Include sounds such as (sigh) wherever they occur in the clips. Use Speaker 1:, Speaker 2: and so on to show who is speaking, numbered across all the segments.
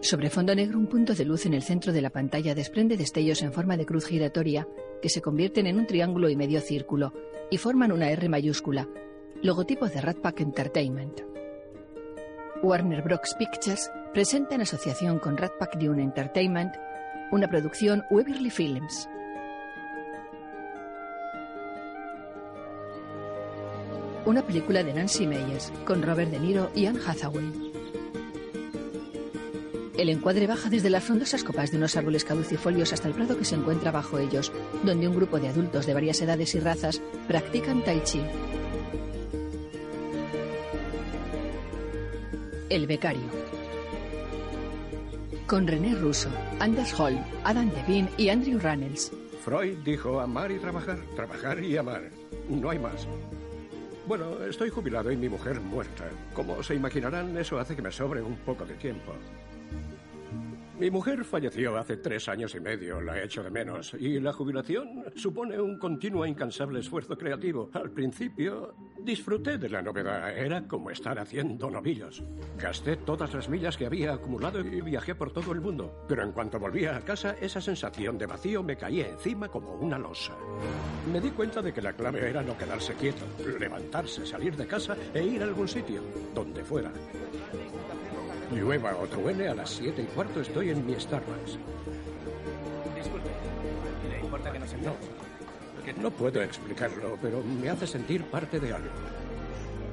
Speaker 1: Sobre fondo negro, un punto de luz en el centro de la pantalla desprende destellos en forma de cruz giratoria que se convierten en un triángulo y medio círculo y forman una R mayúscula, logotipo de Rat Pack Entertainment. Warner Bros. Pictures presenta en asociación con Rat Pack Dune Entertainment una producción Weberly Films. Una película de Nancy Meyers con Robert De Niro y Anne Hathaway. El encuadre baja desde las frondosas copas de unos árboles caducifolios hasta el prado que se encuentra bajo ellos, donde un grupo de adultos de varias edades y razas practican tai chi. El becario. Con René Russo, Anders Holm, Adam Devine y Andrew Rannells.
Speaker 2: Freud dijo amar y trabajar, trabajar y amar. No hay más. Bueno, estoy jubilado y mi mujer muerta. Como se imaginarán, eso hace que me sobre un poco de tiempo. Mi mujer falleció hace tres años y medio, la he hecho de menos, y la jubilación supone un continuo e incansable esfuerzo creativo. Al principio disfruté de la novedad, era como estar haciendo novillos. Gasté todas las millas que había acumulado y viajé por todo el mundo, pero en cuanto volvía a casa esa sensación de vacío me caía encima como una losa. Me di cuenta de que la clave era no quedarse quieto, levantarse, salir de casa e ir a algún sitio, donde fuera. Llueva o truene, a las 7 y cuarto estoy en mi Starbucks.
Speaker 3: Disculpe, ¿le importa que nos sentemos?
Speaker 2: No puedo explicarlo, pero me hace sentir parte de algo.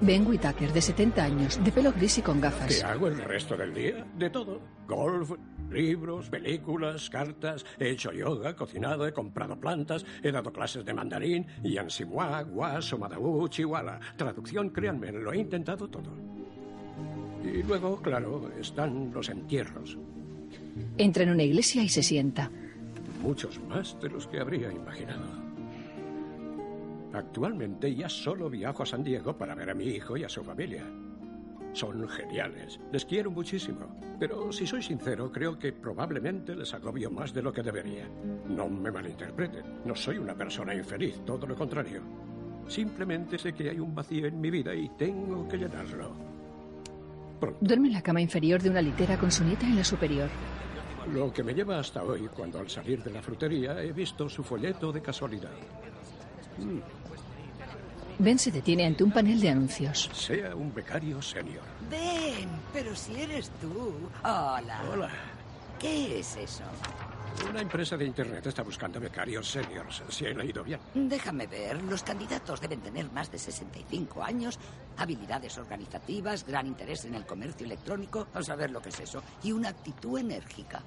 Speaker 1: Ben Whitaker, de 70 años, de pelo gris y con
Speaker 2: ¿Qué
Speaker 1: gafas.
Speaker 2: hago el resto del día? De todo. Golf, libros, películas, cartas. He hecho yoga, cocinado, he comprado plantas, he dado clases de mandarín, Yansimua, Guas, Omadaú, Chihuahua. Traducción, créanme, lo he intentado todo. Y luego, claro, están los entierros.
Speaker 1: Entra en una iglesia y se sienta.
Speaker 2: Muchos más de los que habría imaginado. Actualmente ya solo viajo a San Diego para ver a mi hijo y a su familia. Son geniales, les quiero muchísimo, pero si soy sincero creo que probablemente les agobio más de lo que debería. No me malinterpreten, no soy una persona infeliz, todo lo contrario. Simplemente sé que hay un vacío en mi vida y tengo que llenarlo.
Speaker 1: Duerme en la cama inferior de una litera con su nieta en la superior.
Speaker 2: Lo que me lleva hasta hoy, cuando al salir de la frutería he visto su folleto de casualidad. Mm,
Speaker 1: Ben se detiene ante un panel de anuncios.
Speaker 2: Sea un becario senior.
Speaker 4: Ven, pero si eres tú. Hola.
Speaker 2: Hola.
Speaker 4: ¿Qué es eso?
Speaker 2: Una empresa de internet está buscando becarios seniors, si he leído bien.
Speaker 4: Déjame ver, los candidatos deben tener más de 65 años, habilidades organizativas, gran interés en el comercio electrónico, a saber lo que es eso, y una actitud enérgica.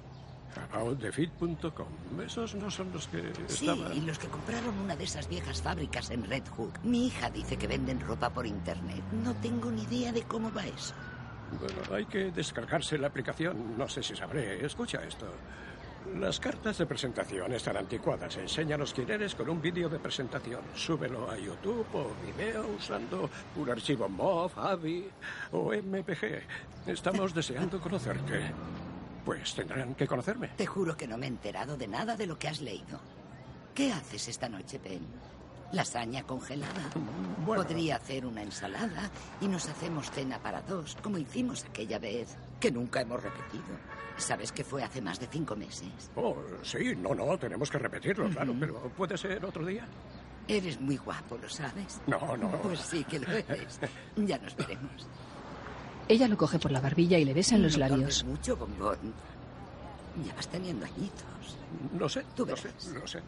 Speaker 2: Aboutthefit.com. Esos no son los que
Speaker 4: Sí,
Speaker 2: estaban.
Speaker 4: y los que compraron una de esas viejas fábricas en Red Hook. Mi hija dice que venden ropa por internet. No tengo ni idea de cómo va eso.
Speaker 2: Bueno, hay que descargarse la aplicación. No sé si sabré. Escucha esto. Las cartas de presentación están anticuadas. Enséñanos quién eres con un vídeo de presentación. Súbelo a YouTube o Vimeo usando un archivo MOV, AVI o MPG. Estamos deseando conocerte. Pues tendrán que conocerme.
Speaker 4: Te juro que no me he enterado de nada de lo que has leído. ¿Qué haces esta noche, Ben? ¿Lasaña congelada?
Speaker 2: Mm, bueno.
Speaker 4: Podría hacer una ensalada y nos hacemos cena para dos, como hicimos aquella vez, que nunca hemos repetido. ¿Sabes que fue hace más de cinco meses?
Speaker 2: Oh, sí, no, no, tenemos que repetirlo, claro, pero ¿puede ser otro día?
Speaker 4: Eres muy guapo, ¿lo sabes?
Speaker 2: No, no.
Speaker 4: Pues sí que lo eres. Ya nos veremos.
Speaker 1: Ella lo coge por la barbilla y le besa en los
Speaker 4: No
Speaker 1: labios.
Speaker 4: tardes mucho, bombón. Ya vas teniendo añitos.
Speaker 2: No sé,
Speaker 4: Tú
Speaker 2: no sé,
Speaker 4: verás.
Speaker 2: no sé.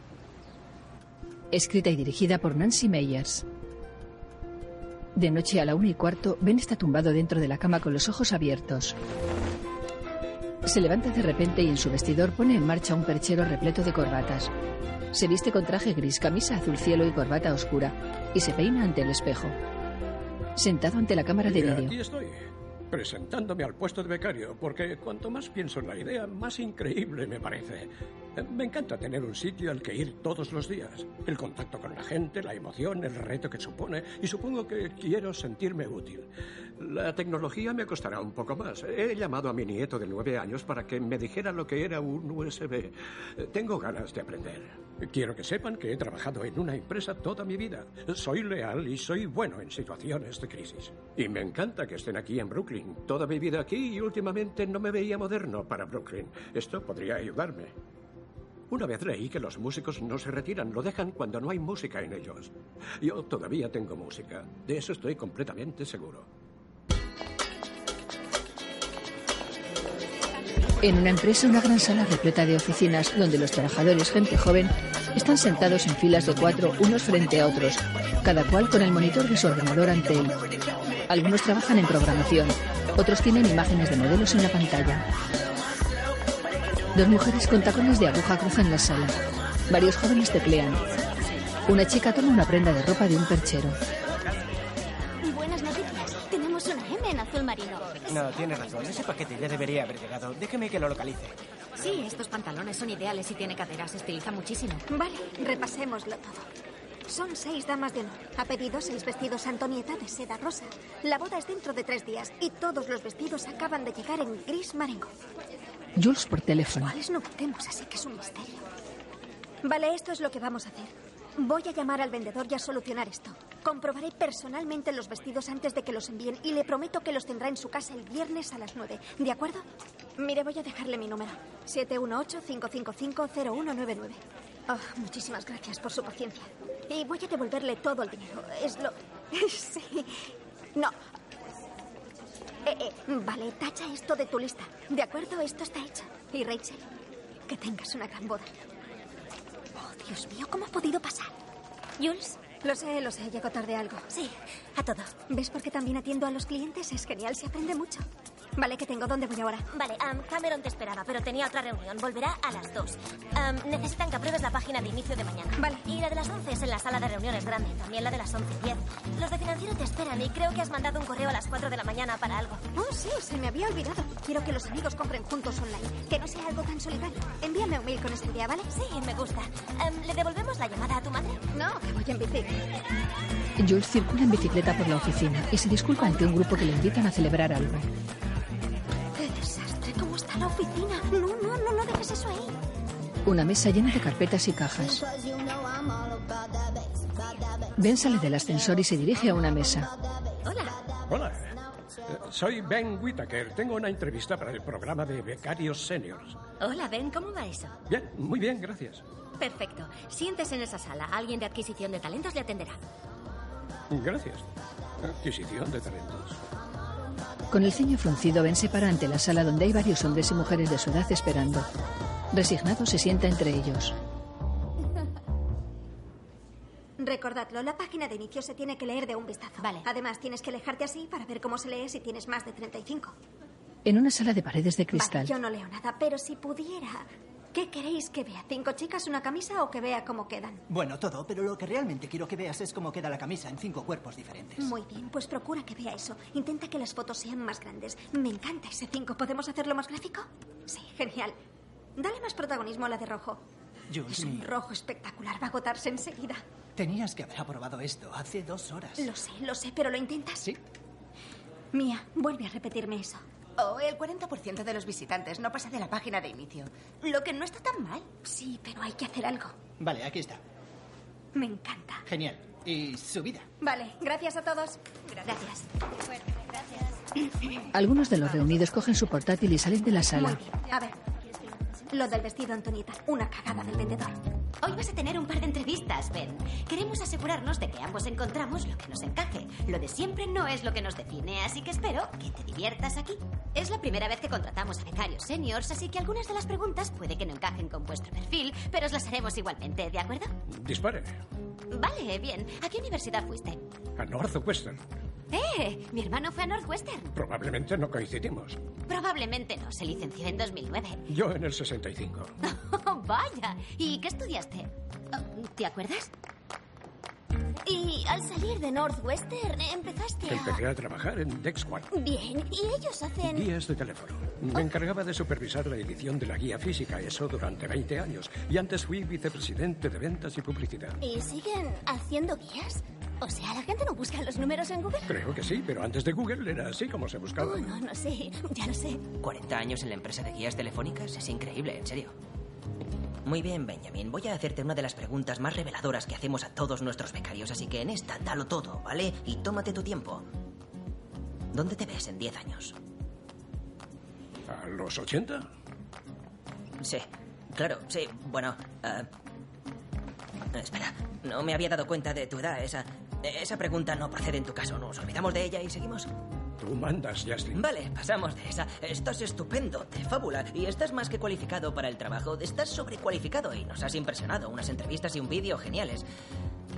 Speaker 1: Escrita y dirigida por Nancy Meyers. De noche a la una y cuarto, Ben está tumbado dentro de la cama con los ojos abiertos. Se levanta de repente y en su vestidor pone en marcha un perchero repleto de corbatas. Se viste con traje gris, camisa azul cielo y corbata oscura, y se peina ante el espejo. Sentado ante la cámara de
Speaker 2: Y
Speaker 1: vídeo.
Speaker 2: aquí estoy, presentándome al puesto de becario, porque cuanto más pienso en la idea, más increíble me parece. Eh, Me encanta tener un sitio al que ir todos los días. El contacto con la gente, la emoción, el reto que supone, y supongo que quiero sentirme útil. La tecnología me costará un poco más. He llamado a mi nieto de nueve años para que me dijera lo que era un USB. Eh, Tengo ganas de aprender. Quiero que sepan que he trabajado en una empresa toda mi vida. Soy leal y soy bueno en situaciones de crisis. Y me encanta que estén aquí en Brooklyn. Toda mi vida aquí y últimamente no me veía moderno para Brooklyn. Esto podría ayudarme. Una vez leí que los músicos no se retiran, lo dejan cuando no hay música en ellos. Yo todavía tengo música, de eso estoy completamente seguro.
Speaker 1: En una empresa, una gran sala repleta de oficinas donde los trabajadores, gente joven, están sentados en filas de cuatro, unos frente a otros, cada cual con el monitor de su ordenador ante él. Algunos trabajan en programación, otros tienen imágenes de modelos en la pantalla. Dos mujeres con tacones de aguja cruzan la sala. Varios jóvenes teclean. Una chica toma una prenda de ropa de un perchero.
Speaker 5: Buenas noticias. Tenemos una M en azul marino.
Speaker 6: No, tienes razón. Ese paquete ya debería haber llegado. Déjeme que lo localice.
Speaker 7: Sí, estos pantalones son ideales y tiene caderas. Estiliza muchísimo.
Speaker 5: Vale, repasémoslo todo. Son seis damas de honor. A pedido, seis vestidos Antonieta de seda rosa. La boda es dentro de tres días y todos los vestidos acaban de llegar en gris marengo.
Speaker 1: Jules por teléfono.
Speaker 5: ¿Cuáles no queremos? Así que es un misterio. Vale, esto es lo que vamos a hacer. Voy a llamar al vendedor y a solucionar esto. Comprobaré personalmente los vestidos antes de que los envíen y le prometo que los tendrá en su casa el viernes a las 9. ¿De acuerdo? Mire, voy a dejarle mi número. 718-555-0199. Oh, muchísimas gracias por su paciencia. Y voy a devolverle todo el dinero. Es lo... (laughs) sí. No. Eh, eh, vale, tacha esto de tu lista. ¿De acuerdo? Esto está hecho. Y Rachel, que tengas una gran boda. Oh, Dios mío, ¿cómo ha podido pasar?
Speaker 7: Jules,
Speaker 5: Lo sé, lo sé, llego tarde a algo.
Speaker 7: sí, a todo.
Speaker 5: ¿Ves por qué también atiendo a los clientes? Es genial, se aprende mucho. Vale, que tengo, ¿dónde voy ahora?
Speaker 7: Vale, am, Cameron te esperaba, pero tenía otra reunión. Volverá a las 2. Am, necesitan que apruebes la página de inicio de mañana.
Speaker 5: Vale.
Speaker 7: Y la de las 11 es en la sala de reuniones grande, también la de las 11.10. Los de financiero te esperan y creo que has mandado un correo a las 4 de la mañana para algo.
Speaker 5: Oh, sí, se me había olvidado. Quiero que los amigos compren juntos online, que no sea algo tan solitario. Envíame un mail con esa idea, ¿vale?
Speaker 7: Sí, me gusta. Am, ¿Le devolvemos la llamada a tu madre?
Speaker 5: No, que voy en bici.
Speaker 1: Jules circula en bicicleta por la oficina y se disculpa ante un grupo que le invitan a celebrar algo.
Speaker 5: ¡Qué desastre! ¿Cómo está la oficina? No, no, no, no dejes eso ahí.
Speaker 1: Una mesa llena de carpetas y cajas. Ben sale del ascensor y se dirige a una mesa.
Speaker 7: Hola.
Speaker 2: Hola, eh, soy Ben Whittaker. Tengo una entrevista para el programa de becarios seniors.
Speaker 7: Hola, Ben, ¿cómo va eso?
Speaker 2: Bien, muy bien, gracias.
Speaker 7: Perfecto. Siéntese en esa sala. Alguien de adquisición de talentos le atenderá.
Speaker 2: Gracias. Adquisición de talentos.
Speaker 1: Con el ceño fruncido, Ben se para ante la sala donde hay varios hombres y mujeres de su edad esperando. Resignado se sienta entre ellos.
Speaker 5: Recordadlo, la página de inicio se tiene que leer de un vistazo.
Speaker 7: Vale.
Speaker 5: Además, tienes que alejarte así para ver cómo se lee si tienes más de 35.
Speaker 1: En una sala de paredes de cristal,
Speaker 5: Vale, yo no leo nada, pero si pudiera... ¿Qué queréis que vea? ¿Cinco chicas, una camisa o que vea cómo quedan?
Speaker 8: Bueno, todo, pero lo que realmente quiero que veas es cómo queda la camisa en cinco cuerpos diferentes.
Speaker 5: Muy bien, pues procura que vea eso. Intenta que las fotos sean más grandes. Me encanta ese 5. ¿Podemos hacerlo más gráfico? Sí, genial. Dale más protagonismo a la de rojo.
Speaker 8: Jules,
Speaker 5: Es un
Speaker 8: mi-
Speaker 5: rojo espectacular, va a agotarse enseguida.
Speaker 8: tenías que haber aprobado esto hace dos horas.
Speaker 5: Lo sé, lo sé, pero lo intentas.
Speaker 8: Sí.
Speaker 5: Mía, vuelve a repetirme eso.
Speaker 9: Oh, el 40% de los visitantes no pasa de la página de inicio. Lo que no está tan mal.
Speaker 5: Sí, pero hay que hacer algo.
Speaker 8: Vale, aquí está.
Speaker 5: Me encanta.
Speaker 8: Genial. Y subida.
Speaker 5: Vale, gracias a todos. Gracias.
Speaker 9: (coughs)
Speaker 1: algunos de los reunidos cogen su portátil y salen de la
Speaker 5: Muy
Speaker 1: sala.
Speaker 5: bien. A ver. Lo del vestido, Antonieta. Una cagada del vendedor.
Speaker 7: Hoy vas a tener un par de entrevistas, Ben. Queremos asegurarnos de que ambos encontramos lo que nos encaje. Lo de siempre no es lo que nos define, así que espero que te diviertas aquí. Es la primera vez que contratamos a becarios seniors, así que algunas de las preguntas puede que no encajen con vuestro perfil, pero os las haremos igualmente, ¿de acuerdo?
Speaker 2: Dispare.
Speaker 7: Vale, bien. ¿A qué universidad fuiste?
Speaker 2: A Northwestern.
Speaker 7: ¡Eh! Mi hermano fue a Northwestern.
Speaker 2: Probablemente no coincidimos.
Speaker 7: Probablemente no, se licenció en 2009.
Speaker 2: Yo en el 65.
Speaker 7: (laughs) ¡Vaya! ¿Y qué estudiaste? Oh, ¿Te acuerdas?
Speaker 5: Y al salir de Northwestern, empezaste
Speaker 2: Empecé a trabajar en Dexquad.
Speaker 5: Bien, y ellos hacen...
Speaker 2: Guías de teléfono. Me encargaba de supervisar la edición de la guía física, eso durante 20 años. Y antes fui vicepresidente de ventas y publicidad.
Speaker 5: ¿Y siguen haciendo guías?
Speaker 10: O sea, la gente no busca los números en Google.
Speaker 2: Creo que sí, pero antes de Google era así como se buscaba.
Speaker 10: Oh, no, no sé, ya lo sé.
Speaker 11: 40 años en la empresa de guías telefónicas es increíble, en serio. Muy bien, Benjamin. Voy a hacerte una de las preguntas más reveladoras que hacemos a todos nuestros becarios, así que en esta dalo todo, ¿vale? Y tómate tu tiempo. ¿Dónde te ves en 10 años?
Speaker 2: ¿A los 80?
Speaker 11: Sí, claro, sí. Bueno, ah, espera, no me había dado cuenta de tu edad. Esa, Eh, esa pregunta no procede en tu caso. Nos olvidamos de ella y seguimos.
Speaker 2: Tú mandas, Justin.
Speaker 11: Vale, pasamos de esa. Estás estupendo, de fábula, y estás más que cualificado para el trabajo. Estás sobrecualificado y nos has impresionado. Unas entrevistas y un vídeo geniales.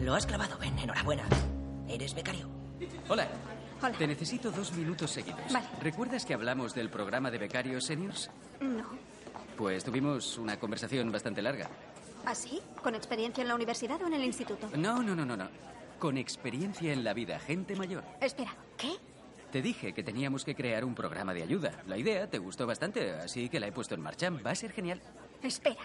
Speaker 11: Lo has clavado, Ben. Enhorabuena. Eres becario.
Speaker 3: Hola.
Speaker 10: Hola.
Speaker 3: Te necesito dos minutos seguidos.
Speaker 10: Vale.
Speaker 3: ¿Recuerdas que hablamos del programa de becarios seniors?
Speaker 10: No.
Speaker 3: Pues tuvimos una conversación bastante larga.
Speaker 10: ¿Así? ¿Con experiencia en la universidad o en el instituto?
Speaker 3: No, no, no, no, no. Con experiencia en la vida, gente mayor.
Speaker 10: Espera, ¿qué?
Speaker 3: Te dije que teníamos que crear un programa de ayuda. La idea te gustó bastante, así que la he puesto en marcha. Va a ser genial.
Speaker 10: Espera.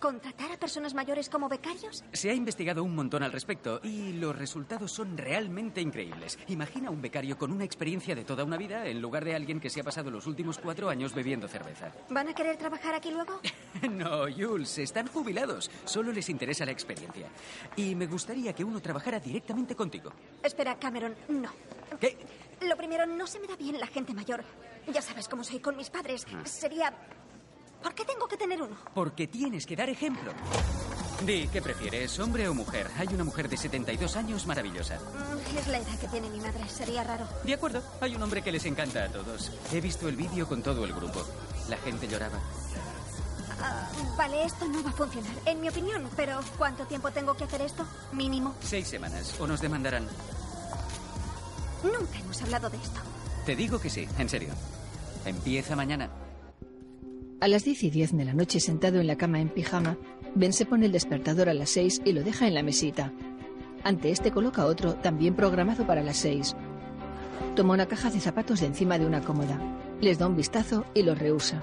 Speaker 10: ¿Contratar a personas mayores como becarios?
Speaker 3: Se ha investigado un montón al respecto y los resultados son realmente increíbles. Imagina un becario con una experiencia de toda una vida en lugar de alguien que se ha pasado los últimos cuatro años bebiendo cerveza.
Speaker 10: ¿Van a querer trabajar aquí luego?
Speaker 3: (laughs) No, Jules, están jubilados. Solo les interesa la experiencia. Y me gustaría que uno trabajara directamente contigo.
Speaker 10: Espera, Cameron, no.
Speaker 3: ¿Qué?
Speaker 10: Lo primero, no se me da bien la gente mayor. Ya sabes cómo soy con mis padres. Sería... ¿Por qué tengo que tener uno?
Speaker 3: Porque tienes que dar ejemplo. Di, ¿qué prefieres, hombre o mujer? Hay una mujer de 72 años maravillosa.
Speaker 10: Mm, Es la edad que tiene mi madre, sería raro.
Speaker 3: De acuerdo, hay un hombre que les encanta a todos. He visto el vídeo con todo el grupo. La gente lloraba.
Speaker 10: Ah, vale, esto no va a funcionar, en mi opinión, pero ¿cuánto tiempo tengo que hacer esto? Mínimo.
Speaker 3: Seis semanas, o nos demandarán.
Speaker 10: Nunca hemos hablado de esto.
Speaker 3: Te digo que sí, en serio. Empieza mañana.
Speaker 1: A las 10 y 10 de la noche, sentado en la cama en pijama, Ben se pone el despertador a las 6 y lo deja en la mesita. Ante este coloca otro, también programado para las 6. Toma una caja de zapatos de encima de una cómoda, les da un vistazo y los rehúsa.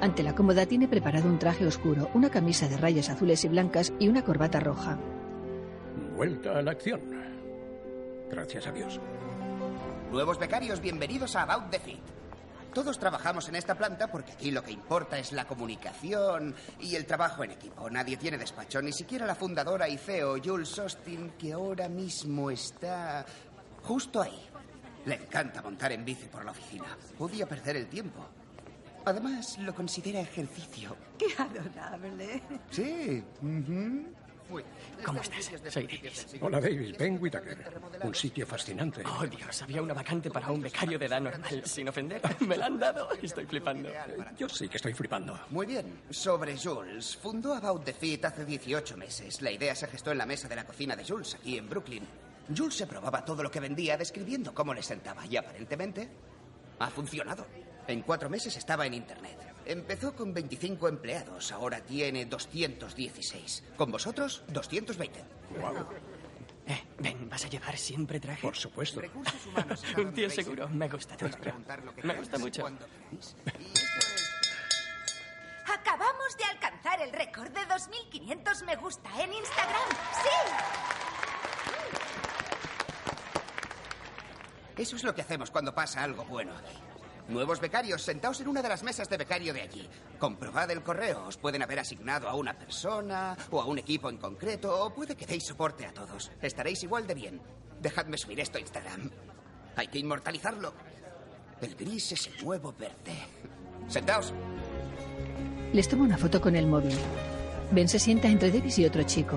Speaker 1: Ante la cómoda tiene preparado un traje oscuro, una camisa de rayas azules y blancas y una corbata roja.
Speaker 2: Vuelta a la acción. Gracias a Dios.
Speaker 12: Nuevos becarios, bienvenidos a About the Fit. Todos trabajamos en esta planta porque aquí lo que importa es la comunicación y el trabajo en equipo. Nadie tiene despacho, ni siquiera la fundadora y CEO Jules Austin, que ahora mismo está justo ahí. Le encanta montar en bici por la oficina. Odia perder el tiempo. Además, lo considera ejercicio.
Speaker 5: ¡Qué adorable!
Speaker 12: Sí. ujú.
Speaker 13: ¿Cómo estás? Soy Davis.
Speaker 2: Hola, David. Ben Whitaker. Un sitio fascinante.
Speaker 13: Oh, Dios, había una vacante para un becario de edad normal. Sin ofender, me la han dado y estoy flipando.
Speaker 2: Yo sí que estoy flipando.
Speaker 12: Muy bien. Sobre Jules. Fundó About the Fit hace 18 meses. La idea se gestó en la mesa de la cocina de Jules, aquí en Brooklyn. Jules se probaba todo lo que vendía describiendo cómo le sentaba y aparentemente ha funcionado. En cuatro meses estaba en Internet. Empezó con 25 empleados, ahora tiene 216. Con vosotros, 220.
Speaker 2: Guau.
Speaker 13: Eh, Ben, ¿vas a llevar siempre traje?
Speaker 2: Por supuesto.
Speaker 12: Recursos humanos
Speaker 13: (laughs)
Speaker 12: está
Speaker 13: Un
Speaker 12: donde
Speaker 13: tío
Speaker 12: veis.
Speaker 13: seguro. Me gusta tu
Speaker 12: Podéis
Speaker 13: nombre.
Speaker 12: preguntar lo que
Speaker 13: Me
Speaker 12: queráis
Speaker 13: gusta mucho.
Speaker 12: cuando queráis. Y esto es-
Speaker 5: Acabamos de alcanzar el récord de 2.500 me gusta en Instagram. ¡Sí!
Speaker 12: Eso es lo que hacemos cuando pasa algo bueno aquí. Nuevos becarios, sentaos en una de las mesas de becario de allí. Comprobad el correo. Os pueden haber asignado a una persona o a un equipo en concreto, o puede que deis soporte a todos. Estaréis igual de bien. Dejadme subir esto a Instagram. Hay que inmortalizarlo. El gris es el nuevo verde. Sentaos.
Speaker 1: Les toma una foto con el móvil. Ben se sienta entre Davis y otro chico.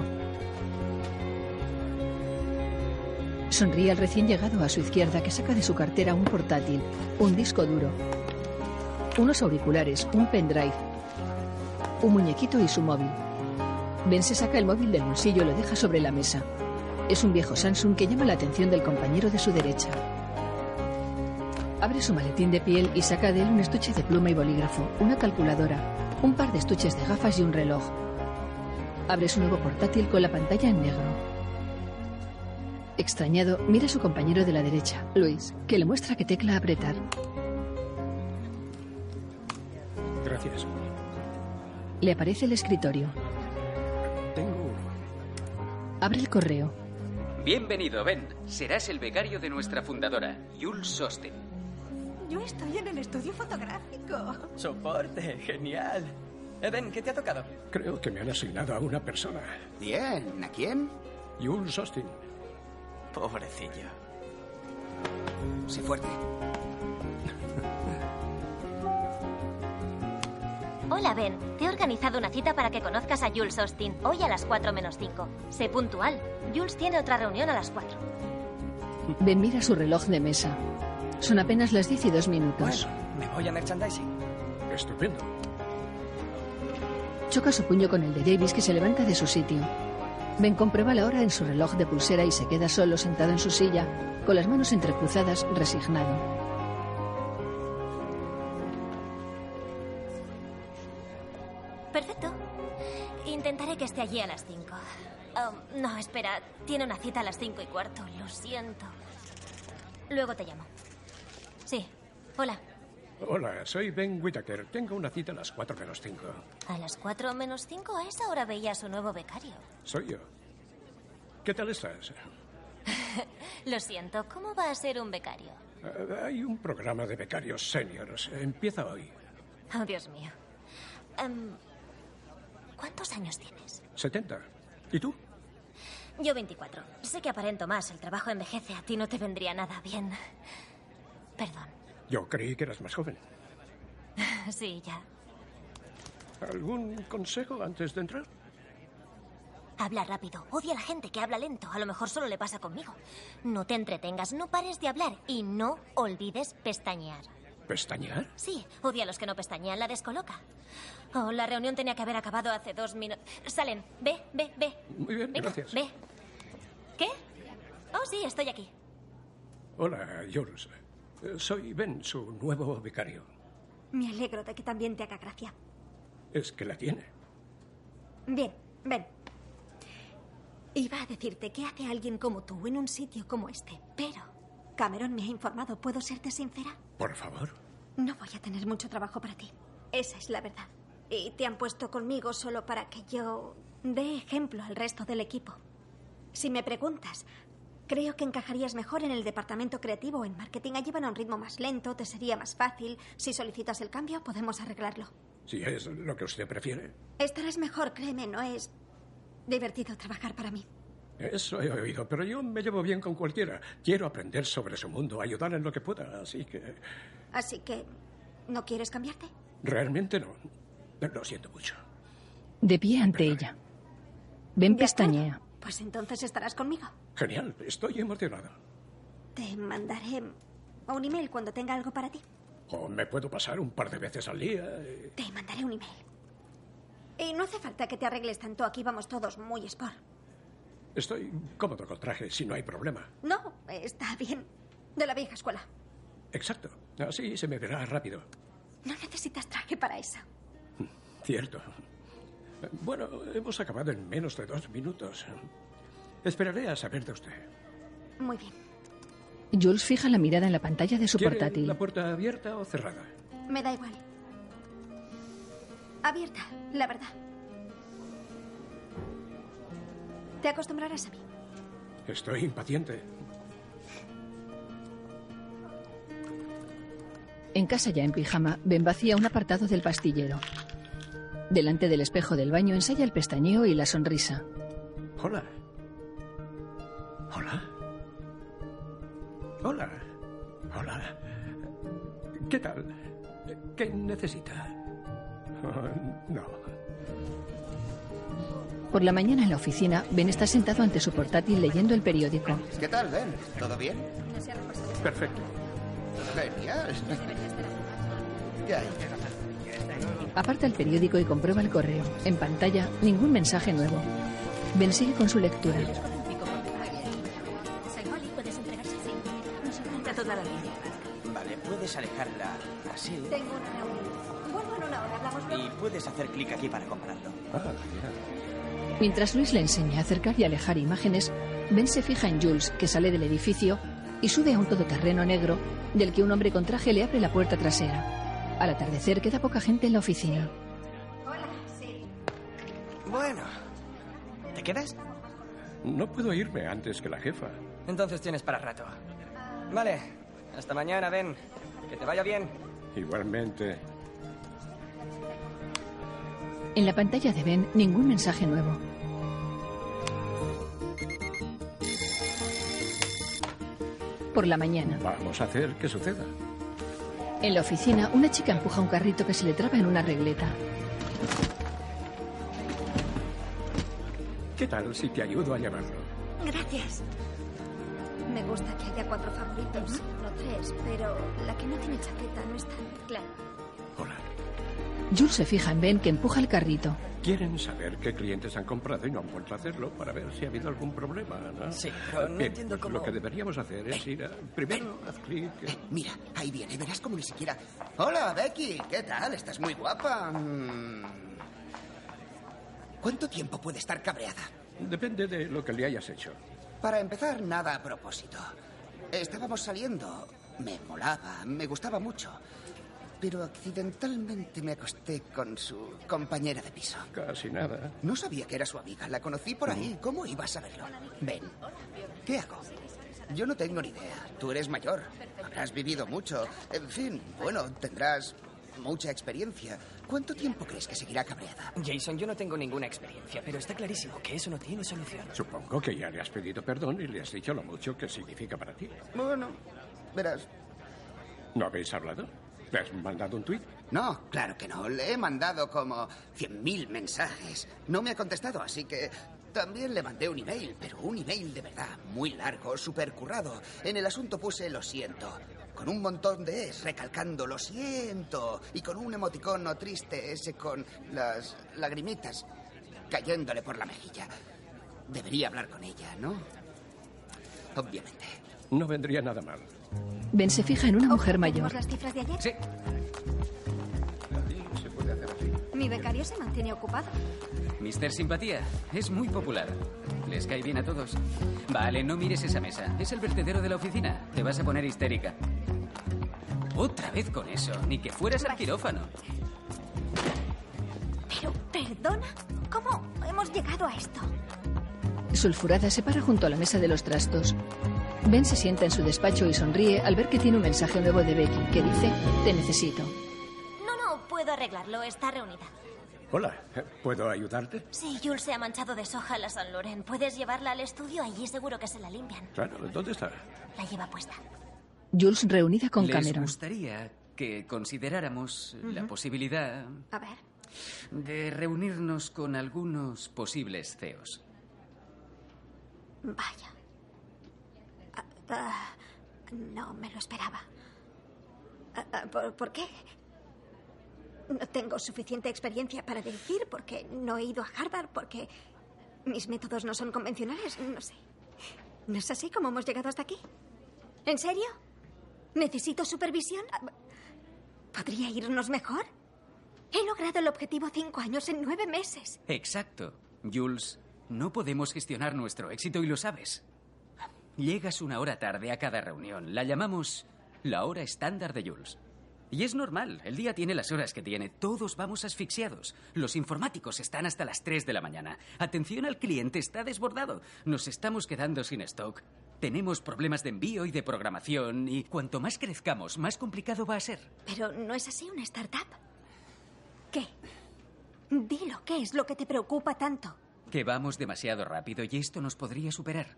Speaker 1: Sonríe al recién llegado a su izquierda que saca de su cartera un portátil, un disco duro, unos auriculares, un pendrive, un muñequito y su móvil. Ben se saca el móvil del bolsillo y lo deja sobre la mesa. Es un viejo Samsung que llama la atención del compañero de su derecha. Abre su maletín de piel y saca de él un estuche de pluma y bolígrafo, una calculadora, un par de estuches de gafas y un reloj. Abre su nuevo portátil con la pantalla en negro. Extrañado, mira a su compañero de la derecha, Luis, que le muestra qué tecla apretar.
Speaker 2: Gracias.
Speaker 1: Le aparece el escritorio.
Speaker 2: Tengo uno.
Speaker 1: Abre el correo.
Speaker 3: Bienvenido, Ben. Serás el becario de nuestra fundadora, Yul Sosten.
Speaker 6: Yo estoy en el estudio fotográfico.
Speaker 13: Soporte, genial. Eben, Eh, ¿qué te ha tocado?
Speaker 2: Creo que me han asignado a una persona.
Speaker 12: Bien, ¿a quién?
Speaker 2: Yul Sostin.
Speaker 13: Pobrecillo.
Speaker 12: Sé fuerte.
Speaker 7: Hola Ben, te he organizado una cita para que conozcas a Jules Austin hoy a las 4 menos 5. Sé puntual. Jules tiene otra reunión a las 4.
Speaker 1: Ben mira su reloj de mesa. Son apenas las 10 y 2 minutos.
Speaker 13: Me voy a merchandising.
Speaker 2: Estupendo.
Speaker 1: Choca su puño con el de Davis que se levanta de su sitio. Ben comprueba la hora en su reloj de pulsera y se queda solo sentado en su silla, con las manos entrecruzadas, resignado.
Speaker 7: Perfecto. Intentaré que esté allí a las 5. Um, no, espera, tiene una cita a las 5 y cuarto, lo siento. Luego te llamo. Sí, hola.
Speaker 2: Hola, soy Ben Whitaker. Tengo una cita a las 4 menos 5.
Speaker 7: A las 4 menos 5 a esa hora veía a su nuevo becario.
Speaker 2: Soy yo. ¿Qué tal estás?
Speaker 7: Lo siento, ¿cómo va a ser un becario?
Speaker 2: Eh, hay un programa de becarios seniors. Empieza hoy.
Speaker 7: Oh, Dios mío. Em, ¿Cuántos años tienes?
Speaker 2: 70. ¿Y tú?
Speaker 7: Yo 24. Sé que aparento más, el trabajo envejece, a ti no te vendría nada bien. Perdón. (laughs)
Speaker 2: Yo creí que eras más joven.
Speaker 7: Sí, ya.
Speaker 2: ¿Algún consejo antes de entrar?
Speaker 7: Habla rápido. Odia a la gente que habla lento. A lo mejor solo le pasa conmigo. No te entretengas, no pares de hablar y no olvides pestañear.
Speaker 2: ¿Pestañear?
Speaker 7: Sí, odia a los que no pestañean, la descoloca. Oh, la reunión tenía que haber acabado hace dos minutos. Salen, ve, ve, ve.
Speaker 2: Muy bien,
Speaker 7: Venga,
Speaker 2: gracias.
Speaker 7: ve. ¿Qué? Oh, sí, estoy aquí.
Speaker 2: Hola, Jules. Eh, Soy Ben, su nuevo becario.
Speaker 5: Me alegro de que también te haga gracia.
Speaker 2: Es que la tiene.
Speaker 5: Bien, ven. Iba a decirte qué hace alguien como tú en un sitio como este, pero Cameron me ha informado. ¿Puedo serte sincera?
Speaker 2: Por favor.
Speaker 5: No voy a tener mucho trabajo para ti. Esa es la verdad. Y te han puesto conmigo solo para que yo dé ejemplo al resto del equipo. Si me preguntas, creo que encajarías mejor en el departamento creativo o en marketing. Allí van a un ritmo más lento, te sería más fácil. Si solicitas el cambio, podemos arreglarlo.
Speaker 2: Si es lo que usted prefiere.
Speaker 5: Estarás mejor, créeme, no es divertido trabajar para mí.
Speaker 2: Eso he oído, pero yo me llevo bien con cualquiera. Quiero aprender sobre su mundo, ayudar en lo que pueda, así que
Speaker 5: Así que, ¿no quieres cambiarte?
Speaker 2: realmente no. Lo siento mucho.
Speaker 1: De pie ante ella. Ben pestañea.
Speaker 5: Pues entonces estarás conmigo.
Speaker 2: Genial, estoy emocionado.
Speaker 5: Te mandaré un email cuando tenga algo para ti.
Speaker 2: O me puedo pasar un par de veces al día. eh,
Speaker 5: Te mandaré un email. Y no hace falta que te arregles tanto, aquí vamos todos muy sport.
Speaker 2: Estoy cómodo con traje, si no hay problema.
Speaker 5: No, está bien. De la vieja escuela.
Speaker 2: Exacto. Así se me verá rápido.
Speaker 5: No necesitas traje para eso.
Speaker 2: Cierto. Eh, Bueno, hemos acabado en menos de dos minutos. Esperaré a saber de usted.
Speaker 5: Muy bien.
Speaker 1: Jules fija la mirada en la pantalla de su
Speaker 2: ¿Quiere
Speaker 1: portátil.
Speaker 2: ¿La puerta abierta o cerrada?
Speaker 5: Me da igual. Abierta, la verdad. Te acostumbrarás a mí.
Speaker 2: Estoy impaciente.
Speaker 1: En casa ya en pijama, Ben vacía un apartado del pastillero. Delante del espejo del baño ensaya el pestañeo y la sonrisa.
Speaker 2: Hola. Hola. Hola. Hola. ¿Qué tal? ¿Qué necesita? Oh, no.
Speaker 1: Por la mañana en la oficina, Ben está sentado ante su portátil leyendo el periódico.
Speaker 12: ¿Qué tal, Ben? ¿Todo bien?
Speaker 2: Perfecto.
Speaker 12: Genial. ¿Qué hay?
Speaker 1: Aparta el periódico y comprueba el correo. En pantalla, ningún mensaje nuevo. Ben sigue con su lectura.
Speaker 14: Soy Molly, puedes entregarse así.
Speaker 5: toda la línea.
Speaker 13: Vale, puedes alejarla así.
Speaker 5: Tengo una reunión. Vuelvo en una hora, hablamos luego.
Speaker 13: Y puedes hacer clic aquí para comprarlo.
Speaker 2: Ah,
Speaker 1: Mientras Luis le enseña a acercar y alejar imágenes, Ben se fija en Jules, que sale del edificio y sube a un todoterreno negro del que un hombre con traje le abre la puerta trasera. Al atardecer queda poca gente en la oficina.
Speaker 5: Hola, sí.
Speaker 13: Bueno, ¿te quedas?
Speaker 2: No puedo irme antes que la jefa.
Speaker 13: Entonces tienes para rato. Vale. Hasta mañana, Ben. Que te vaya bien.
Speaker 2: Igualmente.
Speaker 1: En la pantalla de Ben, ningún mensaje nuevo. Por la mañana.
Speaker 2: Vamos a hacer que suceda.
Speaker 1: En la oficina, una chica empuja un carrito que se le traba en una regleta.
Speaker 2: ¿Qué tal si te ayudo a llevarlo?
Speaker 5: Gracias. Me gusta que haya cuatro favoritos, no tres, pero la que no tiene chaqueta no está. Claro.
Speaker 1: Jules se fija en Ben que empuja el carrito.
Speaker 2: Quieren saber qué clientes han comprado y no han vuelto a hacerlo para ver si ha habido algún problema, ¿no?
Speaker 13: Sí, pero no
Speaker 2: Bien,
Speaker 13: entiendo
Speaker 2: pues
Speaker 13: cómo-
Speaker 2: Lo que deberíamos hacer es ir a... Primero, haz clic...
Speaker 12: Eh, Mira, ahí viene, verás como ni siquiera... Hola, Becky, ¿qué tal? Estás muy guapa. Mm. ¿Cuánto tiempo puede estar cabreada?
Speaker 2: Depende de lo que le hayas hecho.
Speaker 12: Para empezar, nada a propósito. Estábamos saliendo. Me molaba, me gustaba mucho. Pero accidentalmente me acosté con su compañera de piso.
Speaker 2: Casi nada.
Speaker 12: No sabía que era su amiga. La conocí por ahí. ¿Cómo iba a saberlo? Ven. ¿Qué hago? Yo no tengo ni idea. Tú eres mayor. Habrás vivido mucho. En fin, bueno, tendrás mucha experiencia. ¿Cuánto tiempo crees que seguirá cabreada?
Speaker 13: Jason, yo no tengo ninguna experiencia, pero está clarísimo que eso no tiene solución.
Speaker 2: Supongo que ya le has pedido perdón y le has dicho lo mucho que significa para ti.
Speaker 12: Bueno, verás.
Speaker 2: ¿No habéis hablado? ¿Le has mandado un tuit?
Speaker 12: No, claro que no. Le he mandado como 100.000 mensajes. No me ha contestado, así que también le mandé un email, pero un email de verdad, muy largo, supercurrado. En el asunto puse lo siento, con un montón de es, recalcando lo siento, y con un emoticono triste ese con las lagrimitas cayéndole por la mejilla. Debería hablar con ella, ¿no? Obviamente.
Speaker 2: No vendría nada mal.
Speaker 1: Ben se fija en una mujer mayor.
Speaker 5: ¿Tenemos Oh, las cifras de ayer?
Speaker 2: Sí.
Speaker 12: Se puede hacer así.
Speaker 5: Mi becario se mantiene ocupado.
Speaker 3: Mister Simpatía es muy popular. Les cae bien a todos. Vale, no mires esa mesa. Es el vertedero de la oficina. Te vas a poner histérica. Otra vez con eso. Ni que fueras al quirófano.
Speaker 5: Pero, perdona, ¿cómo hemos llegado a esto?
Speaker 1: Sulfurada se para junto a la mesa de los trastos. Ben se sienta en su despacho y sonríe al ver que tiene un mensaje nuevo de Becky que dice, te necesito.
Speaker 7: No, no, puedo arreglarlo. Está reunida.
Speaker 2: Hola, eh, ¿puedo ayudarte?
Speaker 7: Sí, Jules se ha manchado de soja la San Loren. Puedes llevarla al estudio. Allí seguro que se la limpian.
Speaker 2: Claro, ¿dónde está?
Speaker 7: La lleva puesta.
Speaker 1: Jules reunida con
Speaker 3: Les
Speaker 1: Cameron.
Speaker 3: gustaría que consideráramos la
Speaker 7: Ujú.
Speaker 3: posibilidad
Speaker 5: A ver.
Speaker 3: de reunirnos con algunos posibles E CEOs.
Speaker 5: Vaya. Ah, ah, no me lo esperaba. Ah, ah, ¿por, por qué? No tengo suficiente experiencia para dirigir porque no he ido a Harvard, porque mis métodos no son convencionales, no sé. ¿No es así como hemos llegado hasta aquí? ¿En serio? ¿Necesito supervisión? Ah, ¿Podría irnos mejor? He logrado el objetivo cinco años en nueve meses.
Speaker 3: Exacto. Jules, no podemos gestionar nuestro éxito y lo sabes. Llegas una hora tarde a cada reunión. La llamamos la hora estándar de Jules. Y es normal, el día tiene las horas que tiene. Todos vamos asfixiados. Los informáticos están hasta las 3 de la mañana. Atención al cliente está desbordado. Nos estamos quedando sin stock. Tenemos problemas de envío y de programación y cuanto más crezcamos, más complicado va a ser.
Speaker 5: Pero ¿no es así una startup? ¿Qué? Dilo, ¿qué es lo que te preocupa tanto?
Speaker 3: que vamos demasiado rápido y esto nos podría superar.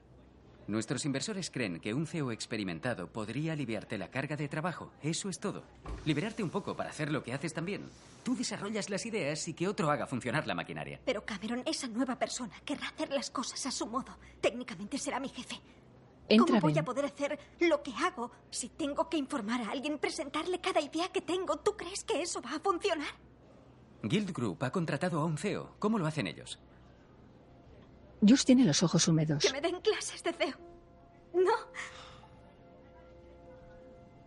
Speaker 3: Nuestros inversores creen que un CEO experimentado podría aliviarte la carga de trabajo. Eso es todo. Liberarte un poco para hacer lo que haces también. Tú desarrollas las ideas y que otro haga funcionar la maquinaria.
Speaker 5: Pero Cameron, esa nueva persona querrá hacer las cosas a su modo. Técnicamente será mi jefe.
Speaker 1: Entra
Speaker 5: ¿Cómo voy
Speaker 1: Ben.
Speaker 5: a poder hacer lo que hago si tengo que informar a alguien, presentarle cada idea que tengo? ¿Tú crees que eso va a funcionar?
Speaker 3: Guild Group ha contratado a un CEO. ¿Cómo lo hacen ellos?
Speaker 1: Jules tiene los ojos húmedos.
Speaker 5: Que me den clases de CEO. No,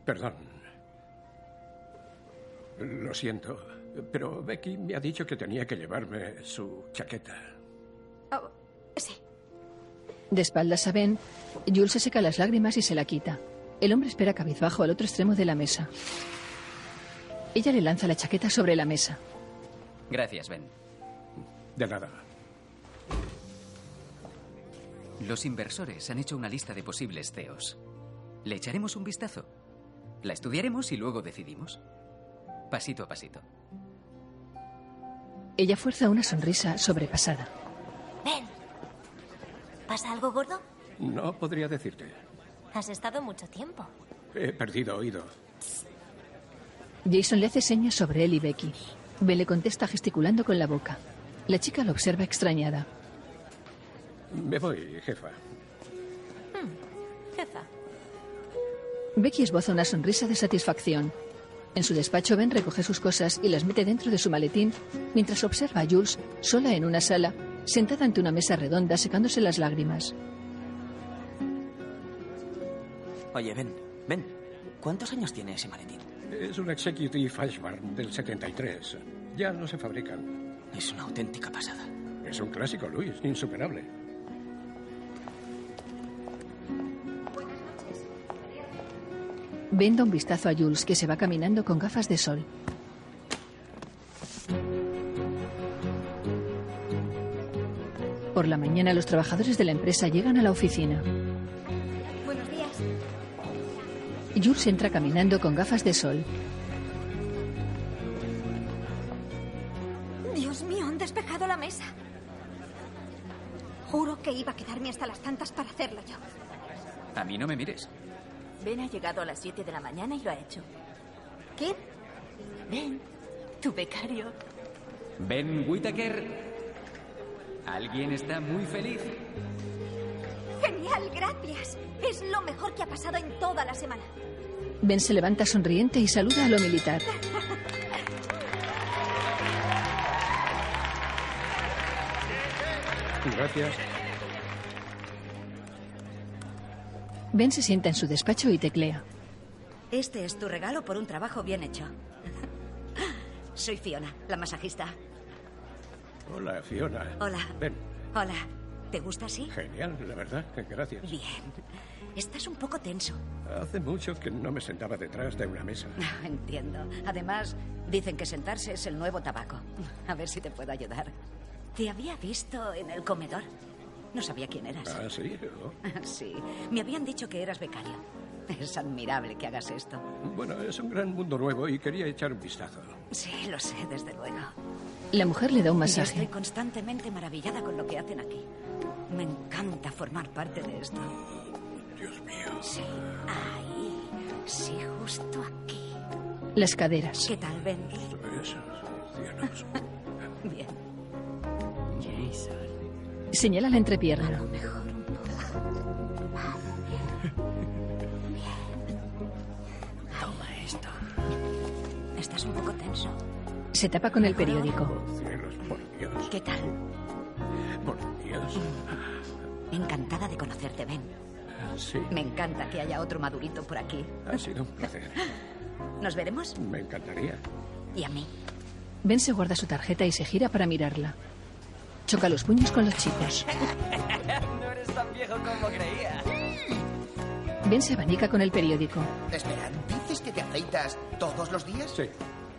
Speaker 2: Perdón. Lo siento, pero Becky me ha dicho que tenía que llevarme su chaqueta.
Speaker 1: De espaldas a Ben, Jules se seca las lágrimas y se la quita. El hombre espera cabizbajo al otro extremo de la mesa. Ella le lanza la chaqueta sobre la mesa.
Speaker 3: Gracias, Ben.
Speaker 2: De nada.
Speaker 3: Los inversores han hecho una lista de posibles CEOs. Le echaremos un vistazo. La estudiaremos y luego decidimos. Pasito a pasito.
Speaker 1: Ella fuerza una sonrisa sobrepasada.
Speaker 15: Ven. ¿Pasa algo gordo?
Speaker 2: No podría decirte.
Speaker 15: Has estado mucho tiempo.
Speaker 2: He perdido oído.
Speaker 1: Jason le hace señas sobre él y Becky. Ben le contesta gesticulando con la boca. La chica lo observa extrañada.
Speaker 2: Me voy, jefa.
Speaker 15: Jefa.
Speaker 1: Becky esboza una sonrisa de satisfacción. En su despacho, Ben recoge sus cosas y las mete dentro de su maletín mientras observa a Jules sola en una sala, sentada ante una mesa redonda secándose las lágrimas.
Speaker 13: Oye, ven, ven. ¿Cuántos años tiene ese maletín?
Speaker 2: Es un Executive Ashburn del 73. Ya no se fabrican.
Speaker 13: Es una auténtica pasada.
Speaker 2: Es un clásico, Luis, insuperable.
Speaker 1: Ben da un vistazo a Jules que se va caminando con gafas de sol. Por la mañana los trabajadores de la empresa llegan a la oficina.
Speaker 10: Buenos días.
Speaker 1: Jules entra caminando con gafas de sol.
Speaker 10: Dios mío, han despejado la mesa. Juro que iba a quedarme hasta las tantas para hacerlo yo.
Speaker 3: A mí no me mires.
Speaker 16: Ben ha llegado a las 7 de la mañana y lo ha hecho. ¿Quién? Ben, tu becario.
Speaker 3: Ben Whittaker. Alguien está muy feliz.
Speaker 10: Genial, gracias. Es lo mejor que ha pasado en toda la semana.
Speaker 1: Ben se levanta sonriente y saluda a lo militar.
Speaker 2: Gracias.
Speaker 1: Ben se sienta en su despacho y teclea.
Speaker 16: Este es tu regalo por un trabajo bien hecho. (laughs) Soy Fiona, la masajista.
Speaker 2: Hola, Fiona.
Speaker 16: Hola.
Speaker 2: Ven.
Speaker 16: Hola. ¿Te gusta así?
Speaker 2: Genial, la verdad. Gracias.
Speaker 16: Bien. Estás un poco tenso. (laughs)
Speaker 2: Hace mucho que no me sentaba detrás de una mesa.
Speaker 16: Entiendo. Además, dicen que sentarse es el nuevo tabaco. A ver si te puedo ayudar. Te había visto en el comedor. No sabía quién eras. (laughs)
Speaker 2: Ah, sí. ¿no?
Speaker 16: Sí, me habían dicho que eras becario. Es admirable que hagas esto.
Speaker 2: Bueno, es un gran mundo nuevo y quería echar un vistazo.
Speaker 16: Sí, lo sé, desde luego.
Speaker 1: La mujer le da un
Speaker 16: Yo
Speaker 1: masaje.
Speaker 16: estoy constantemente maravillada con lo que hacen aquí. Me encanta formar parte de esto.
Speaker 2: Dios mío.
Speaker 16: Sí, ahí. Sí, justo aquí.
Speaker 1: Las caderas.
Speaker 16: ¿Qué tal, Ben? Bien.
Speaker 1: Señala la entrepierna.
Speaker 16: Toma esto. Estás un poco tenso.
Speaker 1: Se tapa con el periódico.
Speaker 2: Cielos, por Dios.
Speaker 16: ¿Qué tal?
Speaker 2: Por Dios.
Speaker 16: Encantada de conocerte, Ben.
Speaker 2: Sí.
Speaker 16: Me encanta que haya otro madurito por aquí.
Speaker 2: Ha sido un placer.
Speaker 16: ¿Nos veremos?
Speaker 2: Me encantaría.
Speaker 16: ¿Y a mí?
Speaker 1: Ben se guarda su tarjeta y se gira para mirarla. Choca los puños con los chicos.
Speaker 13: (laughs) no eres tan viejo como creía.
Speaker 1: Ben se abanica con el periódico.
Speaker 12: Espera, ¿dices que te afeitas todos los días?
Speaker 2: Sí.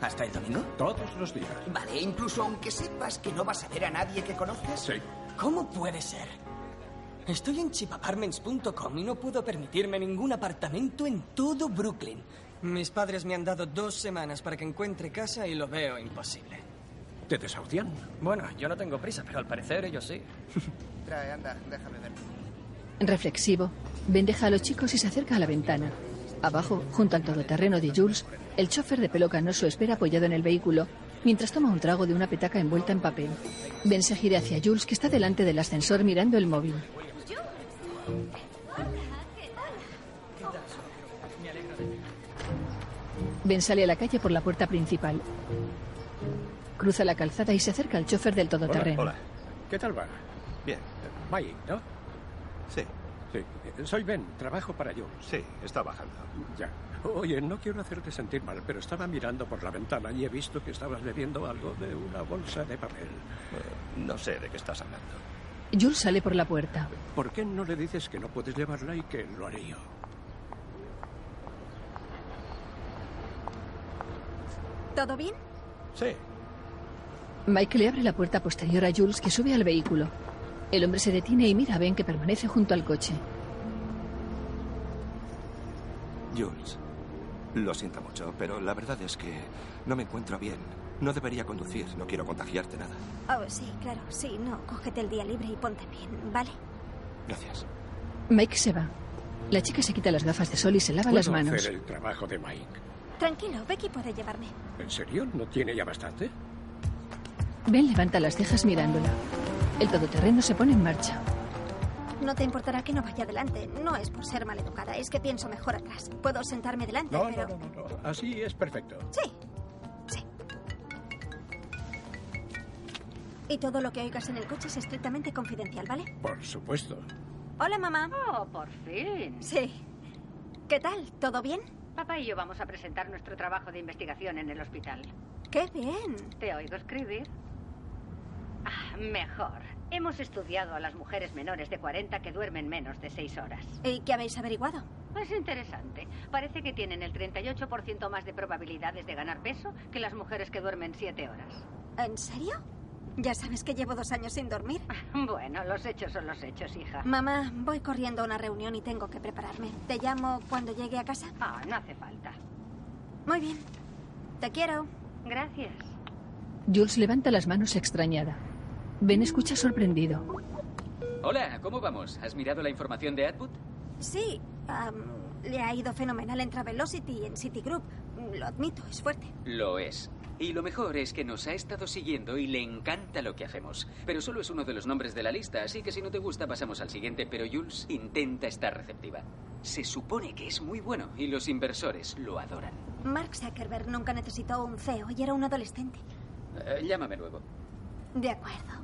Speaker 12: ¿Hasta el domingo?
Speaker 2: Todos los días.
Speaker 12: Vale, incluso aunque sepas que no vas a ver a nadie que conozcas.
Speaker 2: Sí.
Speaker 13: ¿Cómo puede ser? Estoy en chipapartments.com y no puedo permitirme ningún apartamento en todo Brooklyn. Mis padres me han dado dos semanas para que encuentre casa y lo veo imposible.
Speaker 2: ¿Te desahucian?
Speaker 13: Bueno, yo no tengo prisa, pero al parecer ellos sí.
Speaker 12: Trae, anda, déjame ver.
Speaker 1: Reflexivo, Ben deja a los chicos y se acerca a la ventana. Abajo, junto al todoterreno de Jules, el chofer de pelo canoso espera apoyado en el vehículo mientras toma un trago de una petaca envuelta en papel. Ben se gira hacia Jules, que está delante del ascensor mirando el móvil. Ben sale a la calle por la puerta principal. Cruza la calzada y se acerca al chofer del todoterreno.
Speaker 2: Hola, ¿Qué tal va? Bien. Mike, ¿no? Sí. Sí. Eh, Soy Ben, trabajo para Jules. Sí, está bajando. Ya. Oye, no quiero hacerte sentir mal, pero estaba mirando por la ventana y he visto que estabas bebiendo algo de una bolsa de papel. Eh, no sé de qué estás hablando.
Speaker 1: Jules sale por la puerta.
Speaker 2: ¿Por qué no le dices que no puedes llevarla y que lo haré yo?
Speaker 10: ¿Todo bien?
Speaker 2: Sí.
Speaker 1: Mike le abre la puerta posterior a Jules, que sube al vehículo. El hombre se detiene y mira a Ben que permanece junto al coche.
Speaker 17: Jules, lo siento mucho, pero la verdad es que no me encuentro bien. No debería conducir, no quiero contagiarte nada.
Speaker 5: Oh, sí, claro, sí, no. Cógete el día libre y ponte bien, ¿vale?
Speaker 17: Gracias.
Speaker 1: Mike se va. La chica se quita las gafas de sol y se lava las
Speaker 2: ¿Puedo
Speaker 1: manos.
Speaker 2: hacer el trabajo de Mike.
Speaker 5: Tranquilo, Becky puede llevarme.
Speaker 2: ¿En serio? ¿No tiene ya bastante?
Speaker 1: Ben levanta las cejas mirándola. El todoterreno se pone en marcha.
Speaker 5: No te importará que no vaya adelante. No es por ser maleducada, es que pienso mejor atrás. Puedo sentarme delante,
Speaker 2: No, no,
Speaker 5: pero...
Speaker 2: no, no, no. Así es perfecto.
Speaker 5: Sí. Sí. Y todo lo que oigas en el coche es estrictamente confidencial, ¿vale?
Speaker 2: Por supuesto.
Speaker 5: Hola, mamá.
Speaker 16: Oh, por fin.
Speaker 5: Sí. ¿Qué tal? ¿Todo bien?
Speaker 16: Papá y yo vamos a presentar nuestro trabajo de investigación en el hospital.
Speaker 5: ¡Qué bien!
Speaker 16: Te oigo escribir. Ah, mejor. Hemos estudiado a las mujeres menores de 40 que duermen menos de 6 horas.
Speaker 5: ¿Y qué habéis averiguado?
Speaker 16: Es interesante. Parece que tienen el 38% más de probabilidades de ganar peso que las mujeres que duermen 7 horas.
Speaker 5: ¿En serio? Ya sabes que llevo dos años sin dormir.
Speaker 16: (laughs) Bueno, los hechos son los hechos, hija.
Speaker 5: Mamá, voy corriendo a una reunión y tengo que prepararme. ¿Te llamo cuando llegue a casa?
Speaker 16: Ah, no hace falta.
Speaker 5: Muy bien. Te quiero.
Speaker 16: Gracias.
Speaker 1: Jules levanta las manos extrañada. Ben escucha sorprendido.
Speaker 3: Hola, ¿cómo vamos? ¿Has mirado la información de Atwood?
Speaker 5: Sí, am, le ha ido fenomenal en Travelocity y en Citigroup. Lo admito, es fuerte.
Speaker 3: Lo es. Y lo mejor es que nos ha estado siguiendo y le encanta lo que hacemos. Pero solo es uno de los nombres de la lista, así que si no te gusta pasamos al siguiente. Pero Jules intenta estar receptiva. Se supone que es muy bueno y los inversores lo adoran.
Speaker 5: Mark Zuckerberg nunca necesitó un CEO y era un adolescente.
Speaker 3: Eh, llámame luego.
Speaker 5: De acuerdo.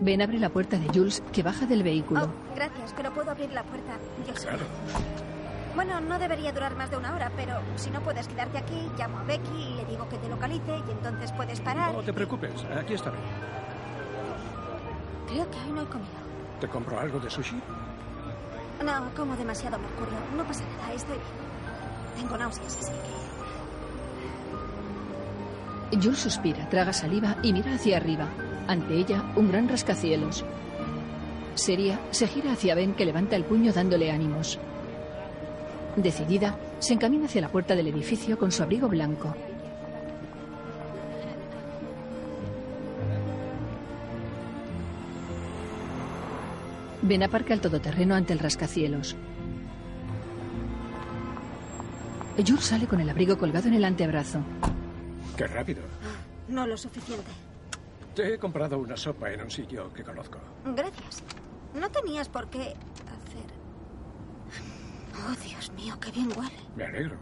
Speaker 1: Ben abre la puerta de Jules que baja del vehículo.
Speaker 5: Gracias, pero puedo abrir la puerta yo sola. Bueno, no debería durar más de una hora, pero si no puedes quedarte aquí, llamo a Becky y le digo que te localice y entonces puedes parar.
Speaker 2: No te preocupes, aquí estaré.
Speaker 5: Creo que hoy no he comido.
Speaker 2: ¿Te compro algo de sushi?
Speaker 5: No, como demasiado mercurio. No pasa nada, estoy bien. Tengo náuseas, así que...
Speaker 1: Jules suspira, traga saliva y mira hacia arriba. Ante ella, un gran rascacielos. Seria se gira hacia Ben que levanta el puño dándole ánimos. Decidida, se encamina hacia la puerta del edificio con su abrigo blanco. Ben aparca el todoterreno ante el rascacielos. Jules sale con el abrigo colgado en el antebrazo.
Speaker 2: Qué rápido.
Speaker 5: No lo suficiente.
Speaker 2: Te he comprado una sopa en un sitio que conozco.
Speaker 5: Gracias. No tenías por qué hacer... Oh, Dios mío, qué bien huele.
Speaker 2: Me alegro.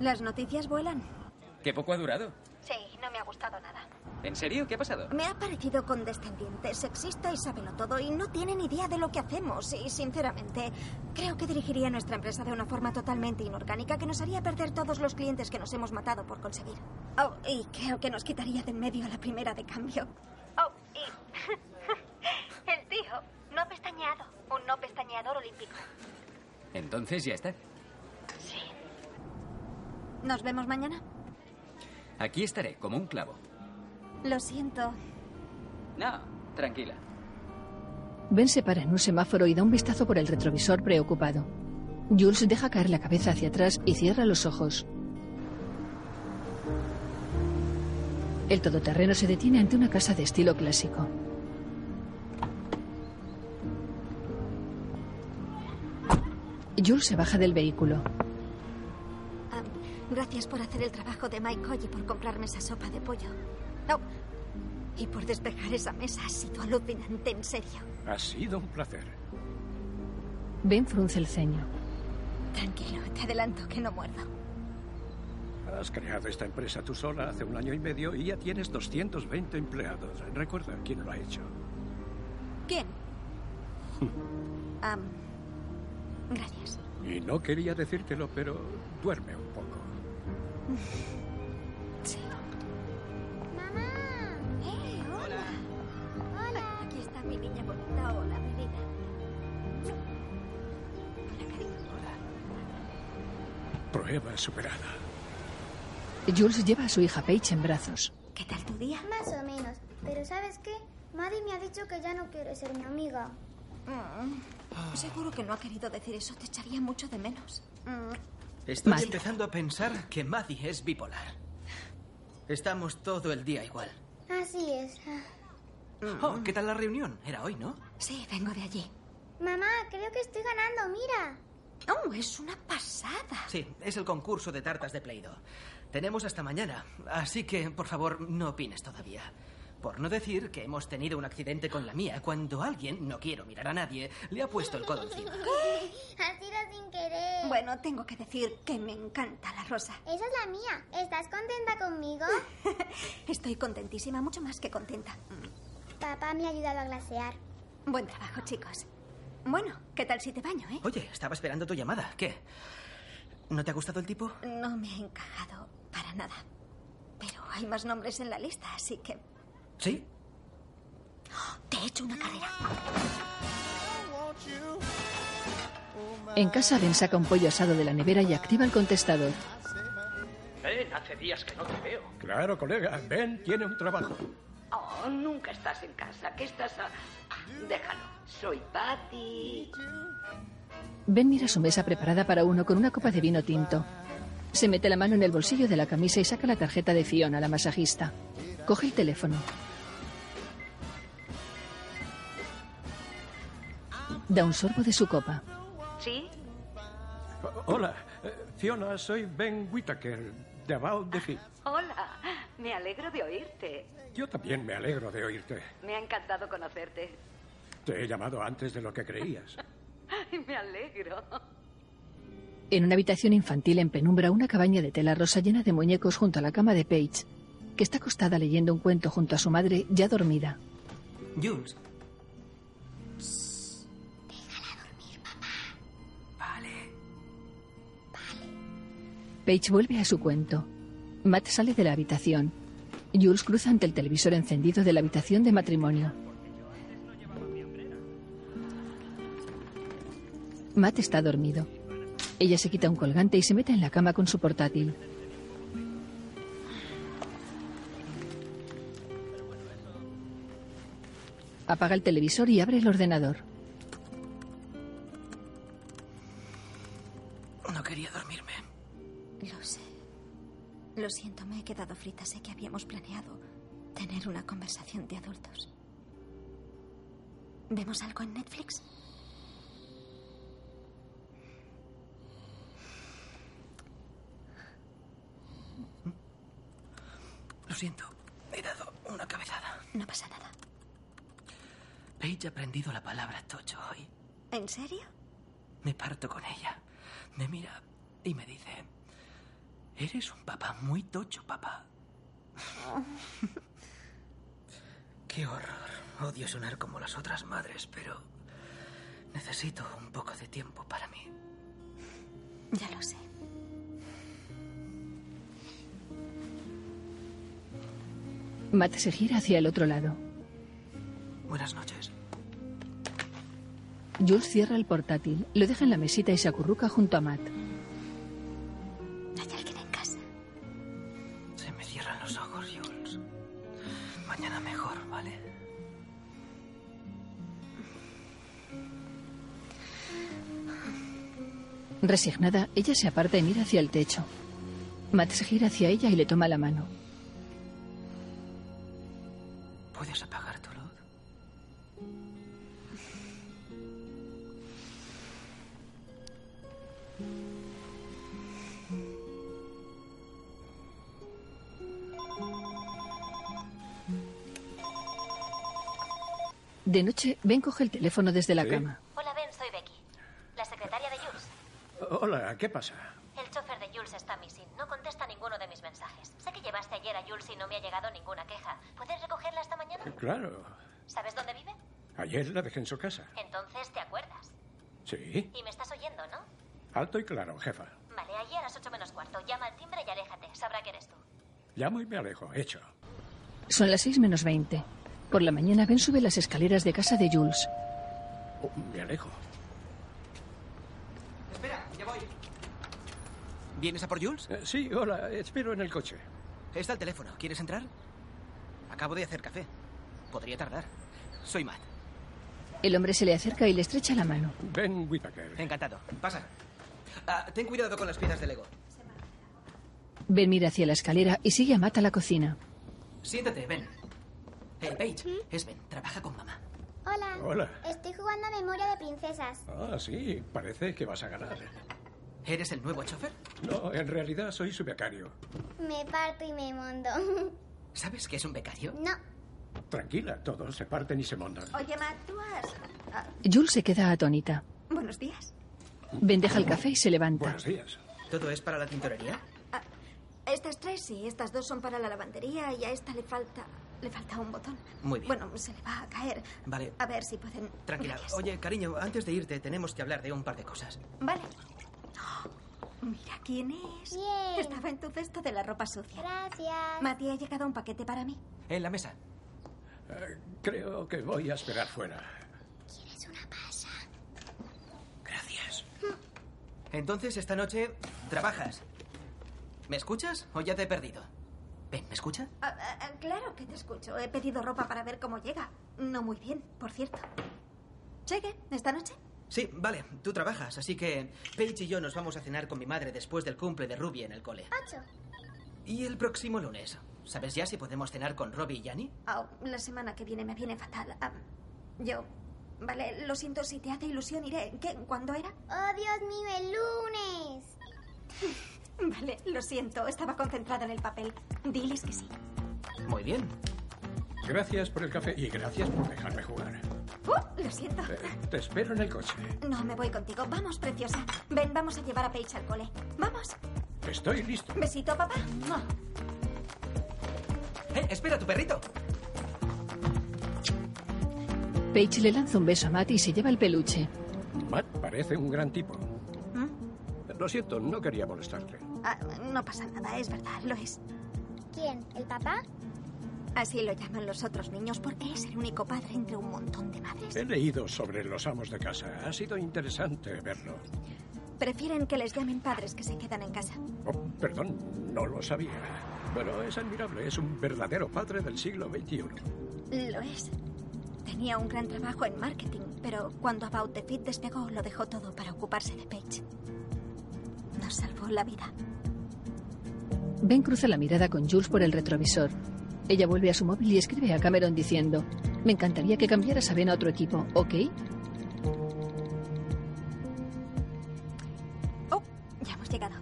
Speaker 5: Las noticias vuelan.
Speaker 3: ¿Qué poco ha durado?
Speaker 5: Sí, no me ha gustado nada.
Speaker 3: ¿En serio? ¿Qué ha pasado?
Speaker 5: Me ha parecido condescendiente, sexista y sábelo todo, y no tienen idea de lo que hacemos. Y, sinceramente, creo que dirigiría nuestra empresa de una forma totalmente inorgánica que nos haría perder todos los clientes que nos hemos matado por conseguir. Oh, y creo que nos quitaría de en medio a la primera de cambio. Oh, y... El tío, no pestañeado. Un no pestañeador olímpico.
Speaker 3: Entonces ya está.
Speaker 5: ¿Nos vemos mañana?
Speaker 3: Aquí estaré, como un clavo.
Speaker 5: Lo siento.
Speaker 3: No, tranquila.
Speaker 1: Ben se para en un semáforo y da un vistazo por el retrovisor preocupado. Jules deja caer la cabeza hacia atrás y cierra los ojos. El todoterreno se detiene ante una casa de estilo clásico. Jules se baja del vehículo.
Speaker 5: Gracias por hacer el trabajo de Mike Hoy y por comprarme esa sopa de pollo. No. Y por despejar esa mesa ha sido alucinante, en serio.
Speaker 2: Ha sido un placer.
Speaker 1: Ben frunce el ceño.
Speaker 5: Tranquilo, te adelanto que no muerdo.
Speaker 2: Has creado esta empresa tú sola hace un año y medio y ya tienes 220 empleados. Recuerda quién lo ha hecho.
Speaker 5: ¿Quién? Am, gracias.
Speaker 2: Y no quería decírtelo, pero duerme un poco.
Speaker 5: Sí. ¡Eh, hola! ¡Hola! Aquí está mi niña bonita. Hola, mi vida.
Speaker 2: Prueba superada.
Speaker 1: Jules lleva a su hija Paige en brazos.
Speaker 18: ¿Qué tal tu día?
Speaker 19: Más o menos. Pero ¿sabes qué? Maddie me ha dicho que ya no quiere ser mi amiga.
Speaker 5: Mm. Seguro que no ha querido decir eso. Te echaría mucho de menos. Mm.
Speaker 8: Estoy
Speaker 5: Más.
Speaker 8: empezando a pensar que Maddie es bipolar. Estamos todo el día igual.
Speaker 19: Así es.
Speaker 5: Mm.
Speaker 8: Oh, ¿qué tal la reunión? Era hoy, ¿no?
Speaker 5: Sí, vengo de allí.
Speaker 19: Mamá, creo que estoy ganando, mira.
Speaker 5: Oh, es una pasada.
Speaker 8: Sí, es el concurso de tartas de Play-Doh. Tenemos hasta mañana, así que por favor no opines todavía. Por no decir que hemos tenido un accidente con la mía cuando alguien, no quiero mirar a nadie, le ha puesto el codo encima.
Speaker 19: Has sido sin querer.
Speaker 5: Bueno, tengo que decir que me encanta la rosa.
Speaker 19: Esa es la mía. ¿Estás contenta conmigo?
Speaker 5: (laughs) Estoy contentísima, mucho más que contenta.
Speaker 19: Papá me ha ayudado a glasear.
Speaker 5: Buen trabajo, chicos. Bueno, ¿qué tal si te baño, eh?
Speaker 8: Oye, estaba esperando tu llamada. ¿Qué? ¿No te ha gustado el tipo?
Speaker 5: No me he encajado para nada. Pero hay más nombres en la lista, así que ¡Ah!
Speaker 8: ¿Sí?
Speaker 5: te he hecho
Speaker 19: Ah.
Speaker 5: una carrera.
Speaker 1: En casa, Ben saca un pollo asado de la nevera y activa el contestador.
Speaker 20: Ven, hace días que no te veo.
Speaker 2: Claro, colega, Ben tiene un trabajo.
Speaker 16: Oh, nunca estás en casa. ¿Qué estás a... Ah, Déjalo. Soy Patty.
Speaker 1: Ben mira su mesa preparada para uno con una copa de vino tinto. Se mete la mano en el bolsillo de la camisa y saca la tarjeta de Fiona, la masajista. Coge el teléfono. Da un sorbo de su copa.
Speaker 16: ¿Sí?
Speaker 2: O- Hola, eh, Fiona, soy Ben Whittaker, de About the Hit.
Speaker 16: Hola. Me alegro de oírte.
Speaker 2: Yo también me alegro de oírte.
Speaker 16: Me ha encantado conocerte.
Speaker 2: Te he llamado antes de lo
Speaker 20: (laughs)
Speaker 2: que creías.
Speaker 16: Ay, Me alegro.
Speaker 1: En una habitación infantil en penumbra, una cabaña de tela rosa llena de muñecos junto a la cama de Paige, que está acostada leyendo un cuento junto a su madre, ya dormida.
Speaker 8: Jules.
Speaker 1: Paige vuelve a su cuento. Matt sale de la habitación. Jules cruza ante el televisor encendido de la habitación de matrimonio. Matt está dormido. Ella se quita un colgante y se mete en la cama con su portátil. Apaga el televisor y abre el ordenador.
Speaker 8: No quería dormirme.
Speaker 5: Lo sé. Lo siento, me he quedado frita. Sé que habíamos planeado tener una conversación de adultos. ¿Vemos algo en Netflix?
Speaker 8: Lo siento, he dado una cabezada.
Speaker 5: No pasa nada.
Speaker 8: Paige ha aprendido la palabra tocho hoy.
Speaker 5: ¿En serio?
Speaker 8: Me parto con ella. Me mira y me dice, eres un papá muy tocho, papá. (laughs) Qué horror. Odio sonar como las otras madres, pero necesito un poco de tiempo para mí.
Speaker 5: Ya lo sé.
Speaker 1: Matt se gira hacia el otro lado.
Speaker 8: Buenas noches.
Speaker 1: Jules cierra el portátil, lo deja en la mesita y se acurruca junto a Matt.
Speaker 5: Hay alguien en casa.
Speaker 8: Se me cierran los ojos, Jules. Mañana mejor, ¿vale?
Speaker 1: Resignada, ella se aparta y mira hacia el techo. Matt se gira hacia ella y le toma la mano.
Speaker 8: ¿Puedes apagar tu luz?
Speaker 1: De noche, Ben coge el teléfono desde la
Speaker 2: ¿Sí?
Speaker 1: cama.
Speaker 7: Hola, Ben, soy Becky. La secretaria de Jules.
Speaker 2: Hola, ¿qué pasa?
Speaker 7: El chofer de Jules está missing. No contesta ninguno de mis mensajes. Sé que llevaste ayer a Jules y no me ha llegado ninguna queja. ¿Puedes recogerla esta mañana?
Speaker 2: Eh, Claro,
Speaker 7: ¿Sabes dónde vive?
Speaker 2: ayer la dejé en su casa.
Speaker 7: Entonces te acuerdas.
Speaker 2: Sí,
Speaker 7: Y me estás oyendo, ¿no?
Speaker 2: alto y claro, jefa.
Speaker 7: Vale, ayer a las 8 menos cuarto. Llama al timbre y aléjate. Sabrá que eres tú.
Speaker 2: Llamo y me alejo, hecho.
Speaker 1: Son las 6 menos 20. Por la mañana, Ben sube las escaleras de casa de Jules.
Speaker 2: Oh, me alejo.
Speaker 8: Espera, ya voy. ¿Vienes a por Jules?
Speaker 2: Eh, sí, hola, espero en el coche.
Speaker 8: Está el teléfono. ¿Quieres entrar?
Speaker 11: Acabo de hacer café. Podría tardar. Soy Matt.
Speaker 1: El hombre se le acerca y le estrecha la mano.
Speaker 2: Ben Whitaker.
Speaker 11: Encantado. Pasa. Ah, ten cuidado con las piezas de Lego.
Speaker 1: Ben mira hacia la escalera y sigue a Matt a la cocina.
Speaker 11: Siéntate, Ben. Hey, Paige. Es Ben. Trabaja con mamá.
Speaker 19: Hola.
Speaker 2: Hola.
Speaker 19: Estoy jugando a memoria de princesas.
Speaker 2: Ah, sí, parece que vas a ganar.
Speaker 11: ¿Eres el nuevo chofer?
Speaker 2: No, en realidad soy su becario.
Speaker 19: Me parto y me mondo. (laughs)
Speaker 11: ¿Sabes qué es un becario?
Speaker 19: No.
Speaker 2: Tranquila, todos se parten y se montan.
Speaker 5: Oye, Matt, tú has... ah,
Speaker 1: Jules se queda atónita.
Speaker 5: buenos días.
Speaker 1: Ben deja el café y se levanta.
Speaker 2: días.
Speaker 11: ¿Todo es para la tintorería?
Speaker 5: Estas tres sí, estas dos son para la lavandería y a esta le falta... Le falta un botón.
Speaker 11: Muy bien.
Speaker 5: Bueno, se le va a caer.
Speaker 11: Vale.
Speaker 5: A ver si pueden...
Speaker 11: Tranquila.
Speaker 5: Gracias.
Speaker 11: Oye, cariño, antes de irte tenemos que hablar de un par de cosas.
Speaker 5: Vale. Oh, Mira quién es. Estaba en tu cesto de la ropa sucia.
Speaker 19: Gracias.
Speaker 5: Mati, ha llegado un paquete para mí.
Speaker 11: En la mesa.
Speaker 2: Eh, creo que voy a esperar fuera.
Speaker 19: ¿Quieres una pasa?
Speaker 11: Gracias. Entonces esta noche trabajas. ¿Me escuchas o ya te he perdido? Ben, ¿me escucha?
Speaker 5: Ah, ah, ah, claro que te escucho. He pedido ropa para ver cómo llega. No muy bien, por cierto. ¿Llegue esta noche?
Speaker 11: Sí, vale, tú trabajas, así que Paige y yo nos vamos a cenar con mi madre después del cumple de Ruby en el cole.
Speaker 19: Ocho.
Speaker 11: Y el próximo lunes. ¿Sabes ya si podemos cenar con Robbie y Annie?
Speaker 5: Au, Ah, la semana que viene me viene fatal. Am, yo... Vale, lo siento, si te hace ilusión iré. ¿Qué? ¿Cuándo era?
Speaker 19: ¡Oh, Dios mío, el lunes!
Speaker 5: (laughs) Vale, lo siento, estaba concentrada en el papel. Diles que sí.
Speaker 11: Muy bien.
Speaker 2: Gracias por el café y gracias por dejarme jugar. Eh,
Speaker 5: Uh, lo siento.
Speaker 2: Te espero en el coche.
Speaker 5: No, me voy contigo. Vamos, preciosa. Ven, vamos a llevar a Paige al cole. Vamos.
Speaker 2: Estoy listo.
Speaker 5: Besito, papá. Mua.
Speaker 11: ¡Eh, espera, tu perrito!
Speaker 1: Paige le lanza un beso a Matt y se lleva el peluche.
Speaker 2: Matt parece un gran tipo.
Speaker 11: ¿Mm?
Speaker 2: Lo siento, no quería molestarte.
Speaker 5: Ah, no pasa nada, es verdad, lo es.
Speaker 19: ¿Quién? ¿El papá?
Speaker 5: Así lo llaman los otros niños porque es el único padre entre un montón de madres.
Speaker 2: He leído sobre los amos de casa. Ha sido interesante verlo.
Speaker 5: Prefieren que les llamen padres que se quedan en casa.
Speaker 2: Oh, perdón, no lo sabía. Bueno, es admirable. Es un verdadero padre del siglo XXI.
Speaker 5: Lo es. Tenía un gran trabajo en marketing, pero cuando About the Fit despegó, lo dejó todo para ocuparse de Paige. Nos salvó la vida.
Speaker 1: Ben cruza la mirada con Jules por el retrovisor. Ella vuelve a su móvil y escribe a Cameron diciendo, me encantaría que cambiaras a Ben a otro equipo, ¿ok?
Speaker 5: Oh, ya hemos llegado.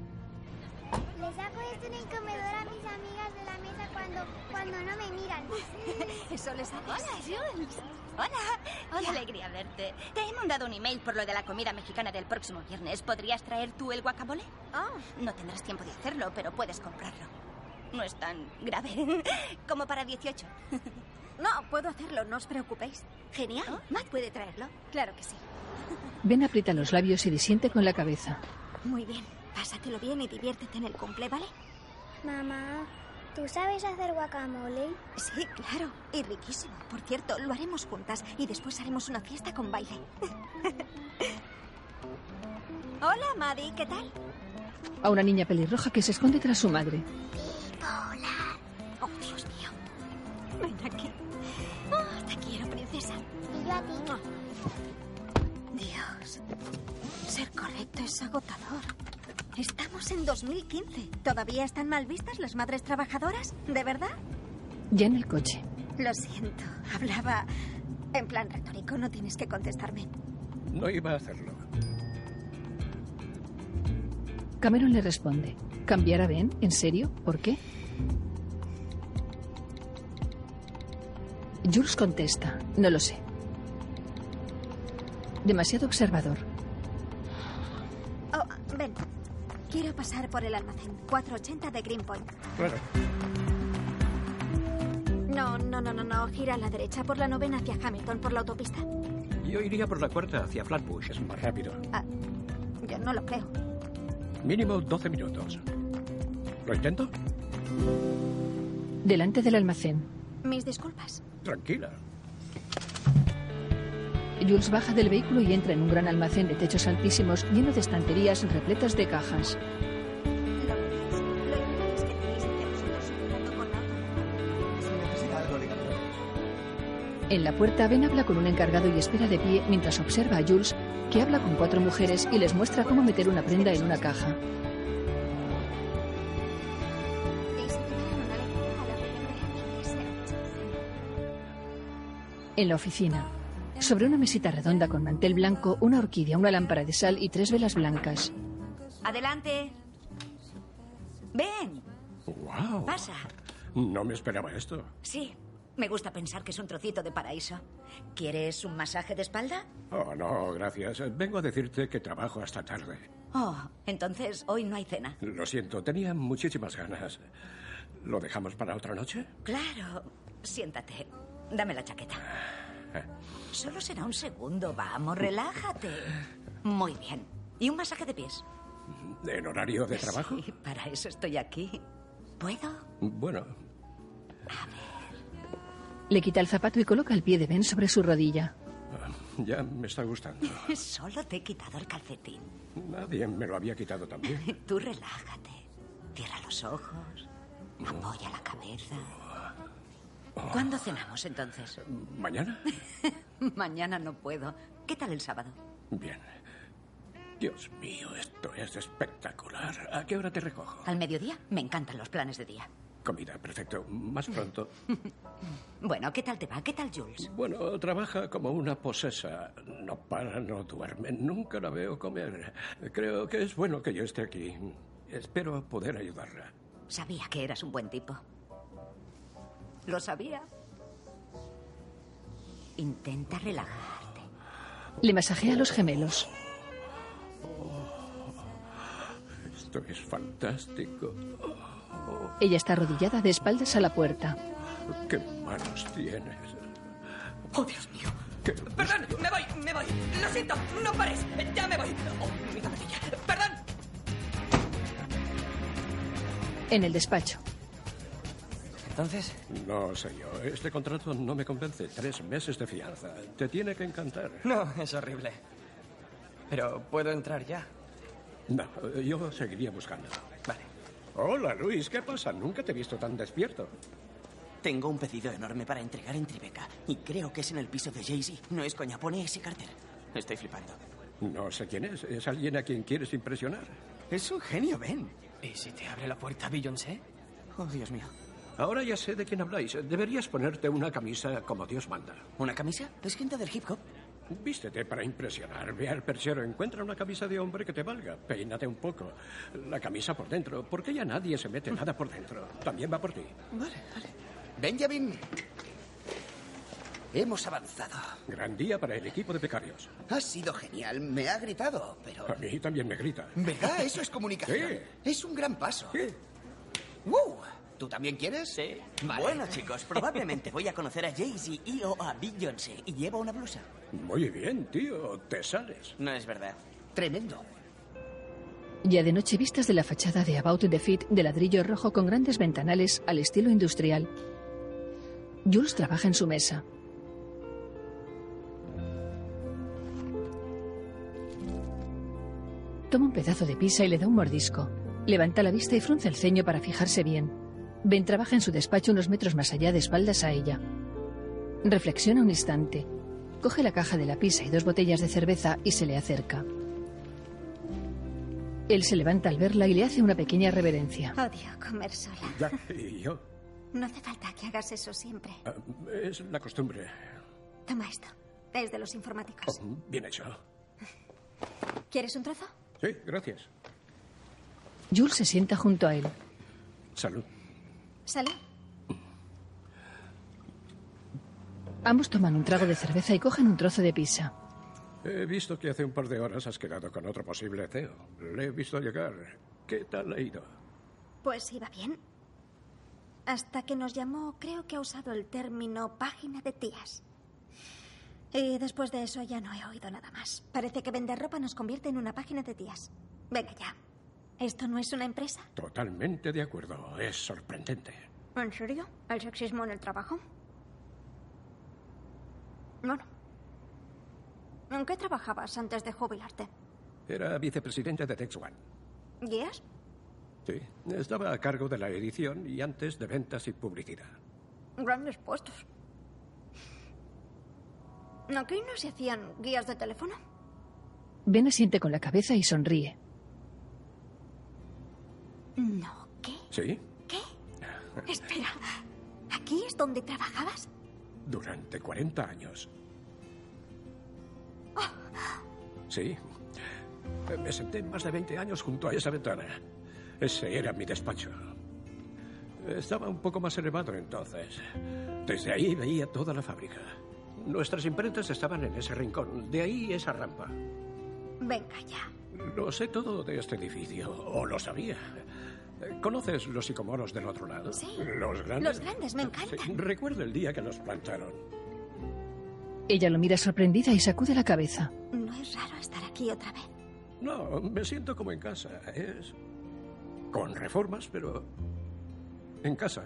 Speaker 19: Les hago esto en el comedor a mis amigas de la mesa cuando, cuando no me miran.
Speaker 5: (laughs) Eso les hago.
Speaker 7: Hola, Jules. Hola. Qué alegría verte. Te he mandado un email por lo de la comida mexicana del próximo viernes. ¿Podrías traer tú el guacamole?
Speaker 15: Oh.
Speaker 7: No tendrás tiempo de hacerlo, pero puedes comprarlo. No es tan
Speaker 5: (laughs)
Speaker 7: grave como para 18.
Speaker 5: No, puedo hacerlo, no os preocupéis. Genial. Matt puede traerlo. Claro que sí.
Speaker 1: Ben aprieta los labios y disiente con la cabeza.
Speaker 5: Muy bien. Pásatelo bien y diviértete en el cumple, ¿vale?
Speaker 19: Mamá, ¿tú sabes hacer guacamole?
Speaker 5: Sí, claro. Y riquísimo. Por cierto, lo haremos juntas y después haremos una fiesta con baile. (laughs) Hola, Maddie, ¿qué tal?
Speaker 1: A una niña pelirroja que se esconde tras su madre.
Speaker 5: Hola. Oh, Dios mío. Ven aquí. Oh, te quiero, princesa. Ah.
Speaker 19: Y yo a ti.
Speaker 5: Dios. Ser correcto es agotador. Estamos en 2015. ¿Todavía están mal vistas las madres trabajadoras? ¿De verdad?
Speaker 1: Ya en el coche.
Speaker 5: Lo siento. Hablaba en plan retórico. No tienes que contestarme.
Speaker 2: No iba a hacerlo.
Speaker 1: Cameron le responde, ¿cambiar a Ben? ¿En serio? ¿Por qué? Jules contesta, no lo sé. Demasiado observador.
Speaker 5: Oh, ven. Quiero pasar por el almacén 480 de Greenpoint.
Speaker 2: Claro.
Speaker 5: No, no, no, no, no. Gira a la derecha por la novena hacia Hamilton, por la autopista.
Speaker 2: Yo iría por la cuarta hacia Flatbush. Es más rápido.
Speaker 5: Yo no lo creo.
Speaker 2: Mínimo 12 minutos. ¿Lo intento?
Speaker 1: Delante del almacén,
Speaker 5: Mis disculpas.
Speaker 2: Tranquila.
Speaker 1: Jules baja del vehículo y entra en un gran almacén de techos altísimos lleno de estanterías repletas de cajas.
Speaker 5: Lo que es que tenéis que hacer vosotros un poco con la-
Speaker 6: Si necesita algo, le
Speaker 1: En la puerta, Ben habla con un encargado y espera de pie mientras observa a Jules, que habla con cuatro mujeres y les muestra cómo meter una prenda en una caja. En la oficina. Sobre una mesita redonda con mantel blanco, una orquídea, una lámpara de sal y tres velas blancas.
Speaker 16: Adelante. Ven.
Speaker 2: ¡Wow!
Speaker 16: Pasa.
Speaker 2: No me esperaba esto.
Speaker 16: Sí. Me gusta pensar que es un trocito de paraíso. ¿Quieres un masaje de espalda?
Speaker 2: Oh, no, gracias. Vengo a decirte que trabajo hasta tarde.
Speaker 16: Oh, entonces hoy no hay cena.
Speaker 2: Lo siento, tenía muchísimas ganas. ¿Lo dejamos para otra noche?
Speaker 16: Claro. Siéntate. Dame la chaqueta. Solo será un segundo. Vamos, relájate. Muy bien. ¿Y un masaje de pies?
Speaker 2: ¿En horario de trabajo?
Speaker 16: Sí, para eso estoy aquí. ¿Puedo?
Speaker 2: Bueno,
Speaker 1: Le quita el zapato y coloca el pie de Ben sobre su rodilla.
Speaker 2: ya me está gustando.
Speaker 16: (laughs) Solo te he quitado el calcetín.
Speaker 2: Nadie me lo había quitado también.
Speaker 16: (laughs) Tú relájate. Cierra los ojos. Apoya la cabeza. ¿Cuándo
Speaker 2: (laughs)
Speaker 16: cenamos entonces?
Speaker 2: ¿Mañana?
Speaker 16: Mañana no puedo. ¿Qué tal el sábado?
Speaker 2: Bien. Dios mío, esto es espectacular. ¿A qué hora te recojo?
Speaker 16: ¿Al mediodía? Me encantan los planes de día.
Speaker 2: Comida, perfecto. Más pronto.
Speaker 16: Bueno, ¿qué tal te va? ¿Qué tal Jules?
Speaker 2: Bueno, trabaja como una posesa. No para, no duerme. Nunca la veo comer. Creo que es bueno que yo esté aquí. Espero poder ayudarla.
Speaker 16: Sabía que eras un buen tipo. Lo sabía. Intenta relajar.
Speaker 1: Le masajea los gemelos.
Speaker 2: Esto es fantástico.
Speaker 1: Ella está arrodillada de espaldas a la puerta.
Speaker 2: ¿Qué manos tienes?
Speaker 1: ¡Oh, Dios mío!
Speaker 2: ¿Qué?
Speaker 21: Perdón, me voy, me voy. Lo siento, no pares. Ya me voy. Oh, mi zapatilla. Perdón.
Speaker 1: En el despacho.
Speaker 2: ¿Entonces? No sé yo. Este contrato no me convence. Tres meses de fianza. Te tiene que encantar.
Speaker 13: No, es horrible. Pero puedo entrar ya.
Speaker 2: No, yo seguiría buscando.
Speaker 13: Vale.
Speaker 2: Hola, Luis. ¿Qué pasa? Nunca te he visto tan despierto.
Speaker 6: Tengo un pedido enorme para entregar en Tribeca. Y creo que es en el piso de Jay-Z. No es coña, pone ese cárter. Estoy flipando.
Speaker 2: No sé quién es. ¿Es alguien a quien quieres impresionar?
Speaker 13: Es un genio, Ben. ¿Y si te abre la puerta Beyoncé? Oh, Dios mío.
Speaker 2: Ahora ya sé de quién habláis. Deberías ponerte una camisa como Dios manda.
Speaker 6: ¿Una camisa? Es gente del hip hop.
Speaker 2: Vístete para impresionar. Ve al perchero, encuentra una camisa de hombre que te valga. Peínate un poco. La camisa por dentro. Porque ya nadie se mete nada por dentro. También va por ti.
Speaker 6: Vale, vale.
Speaker 12: Benjamin. Hemos avanzado.
Speaker 2: Gran día para el equipo de becarios.
Speaker 12: Ha sido genial. Me ha gritado, pero...
Speaker 2: A mí también me grita.
Speaker 12: ¿Verdad? Eso es comunicación.
Speaker 2: (laughs) Sí.
Speaker 12: Es un gran paso.
Speaker 6: ¡Wow!
Speaker 12: ¿Tú también quieres?
Speaker 6: Sí. Bueno, chicos, probablemente voy a conocer a Jay-Z y o a Beyoncé. Y llevo una blusa.
Speaker 2: Muy bien, tío. Te sales.
Speaker 6: No es verdad.
Speaker 12: Tremendo.
Speaker 1: Ya de noche vistas de la fachada de About the Fit de ladrillo rojo con grandes ventanales al estilo industrial. Jules trabaja en su mesa. Toma un pedazo de pizza y le da un mordisco. Levanta la vista y frunce el ceño para fijarse bien. Ben trabaja en su despacho unos metros más allá de espaldas a ella. Reflexiona un instante. Coge la caja de la pizza y dos botellas de cerveza y se le acerca. Él se levanta al verla y le hace una pequeña reverencia.
Speaker 10: Odio comer sola.
Speaker 2: Ya, y yo.
Speaker 10: No hace falta que hagas eso siempre.
Speaker 2: Ah, Es la costumbre.
Speaker 10: Toma esto. Es de los informáticos.
Speaker 2: Oh, bien hecho.
Speaker 10: ¿Quieres un trozo?
Speaker 2: Sí, gracias.
Speaker 1: Jules se sienta junto a él.
Speaker 2: Salud.
Speaker 10: ¿Sale?
Speaker 1: Ambos toman un trago de cerveza y cogen un trozo de pizza.
Speaker 2: He visto que hace un par de horas has quedado con otro posible CEO. Le he visto llegar. ¿Qué tal ha ido?
Speaker 10: Pues iba bien. Hasta que nos llamó, creo que ha usado el término página de tías. Y después de eso ya no he oído nada más. Parece que vender ropa nos convierte en una página de tías. Venga ya. ¿Esto no es una empresa?
Speaker 2: Totalmente de acuerdo. Es sorprendente.
Speaker 10: ¿En serio? ¿El sexismo en el trabajo? No, no. ¿En qué trabajabas antes de jubilarte?
Speaker 2: Era vicepresidente de Tex One.
Speaker 10: ¿Guías?
Speaker 2: Sí. Estaba a cargo de la edición y antes de ventas y publicidad.
Speaker 10: Grandes puestos.
Speaker 5: ¿Aquí no se hacían guías de teléfono?
Speaker 1: Ben asiente con la cabeza y sonríe.
Speaker 5: No.
Speaker 2: ¿Sí?
Speaker 5: Espera. ¿Aquí es donde trabajabas?
Speaker 2: Durante 40 años.
Speaker 5: Oh.
Speaker 2: Sí. Me senté más de 20 años junto a esa ventana. Ese era mi despacho. Estaba un poco más elevado entonces. Desde ahí veía toda la fábrica. Nuestras imprentas estaban en ese rincón. De ahí esa rampa.
Speaker 5: Venga ya.
Speaker 2: Lo sé todo de este edificio, o lo sabía. ¿Conoces los sicomoros del otro lado?
Speaker 5: Sí.
Speaker 2: Los
Speaker 5: Los
Speaker 2: grandes.
Speaker 5: grandes, me encantan.
Speaker 2: Sí, Recuerdo el día que los plantaron.
Speaker 1: Ella lo mira sorprendida y sacude la cabeza.
Speaker 5: No es raro estar aquí otra vez.
Speaker 2: No, me siento como en casa. Es. con reformas, pero. en casa.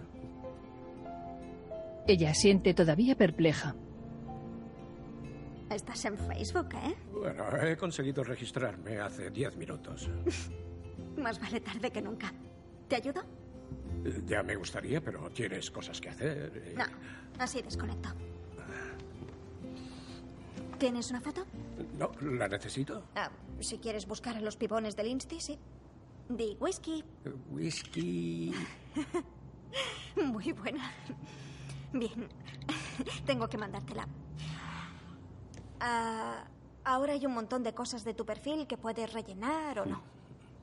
Speaker 1: Ella siente todavía perpleja.
Speaker 5: Estás en Facebook, ¿eh?
Speaker 2: Bueno, he conseguido registrarme hace diez minutos.
Speaker 5: Más vale tarde que nunca. ¿Te ayudo?
Speaker 2: Eh, Ya me gustaría, pero tienes cosas que hacer.
Speaker 5: No, así desconecto. ¿Tienes una foto?
Speaker 2: eh, No, ¿la necesito?
Speaker 5: Ah, si quieres buscar a los pibones del Insti, sí. Di whisky.
Speaker 2: Eh, Whisky.
Speaker 5: Muy buena. Bien. Tengo que mandártela. Ah, ahora hay un montón de cosas de tu perfil que puedes rellenar o no.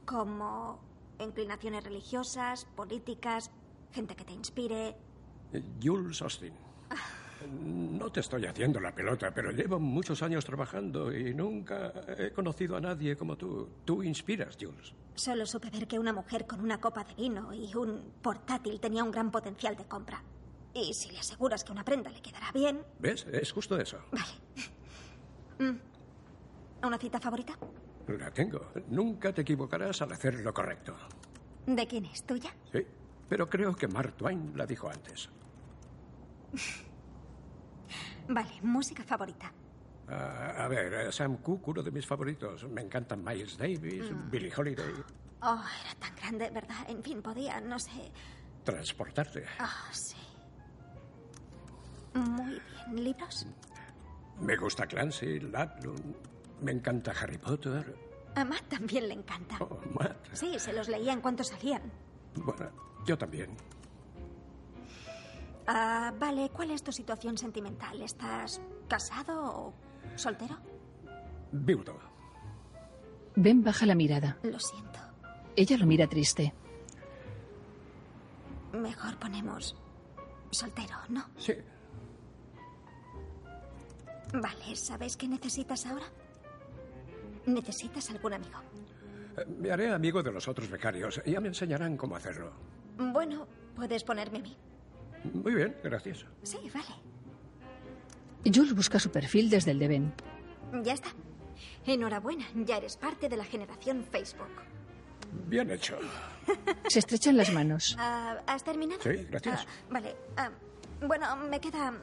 Speaker 5: Como inclinaciones religiosas, políticas, gente que te inspire.
Speaker 2: Eh, Jules Austin. No te estoy haciendo la pelota, pero llevo muchos años trabajando y nunca he conocido a nadie como tú. Tú inspiras, Jules.
Speaker 5: Solo supe ver que una mujer con una copa de vino y un portátil tenía un gran potencial de compra. Y si le aseguras que una prenda le quedará bien.
Speaker 2: ¿Ves? Es justo eso.
Speaker 5: mm, ¿Una cita favorita?
Speaker 2: La tengo. Nunca te equivocarás al hacer lo correcto.
Speaker 5: ¿De quién es? ¿Tuya? (laughs)
Speaker 2: Sí. Pero creo que Mark Twain la dijo antes.
Speaker 5: Vale, música favorita.
Speaker 2: Ah, a ver, eh, Sam Cooke, uno de mis favoritos. Me encantan Miles Davis,
Speaker 5: Mm.
Speaker 2: Billie Holiday.
Speaker 5: Oh, era tan grande, ¿verdad? En fin, podía, no sé.
Speaker 2: Transportarte.
Speaker 5: Ah, sí. Muy bien. ¿Libros?
Speaker 2: Me gusta Clancy, Ludlum. Me encanta Harry Potter. Oh,
Speaker 5: A Matt también le encanta.
Speaker 2: Matt.
Speaker 5: Sí, se los leía en cuanto salían.
Speaker 2: Bueno, yo también.
Speaker 5: Ah, vale, ¿cuál es tu situación sentimental? ¿Estás casado o soltero?
Speaker 2: Viudo.
Speaker 1: Ben baja la mirada.
Speaker 5: Lo siento.
Speaker 1: Ella lo mira triste.
Speaker 5: Mejor ponemos soltero, ¿no?
Speaker 2: Sí.
Speaker 5: Vale, ¿sabes qué necesitas ahora? Necesitas algún amigo.
Speaker 2: Eh, Me haré amigo de los otros becarios. Ya me enseñarán cómo hacerlo.
Speaker 5: Bueno, puedes ponerme a mí.
Speaker 2: Muy bien, gracias.
Speaker 5: Sí, vale.
Speaker 1: Jules busca su perfil desde el de Ben.
Speaker 5: Ya está. Enhorabuena, ya eres parte de la generación Facebook.
Speaker 2: Bien hecho.
Speaker 1: Se estrechan las manos.
Speaker 5: Ah, ¿Has terminado?
Speaker 1: Sí, gracias.
Speaker 5: Ah, vale. Ah, bueno, me queda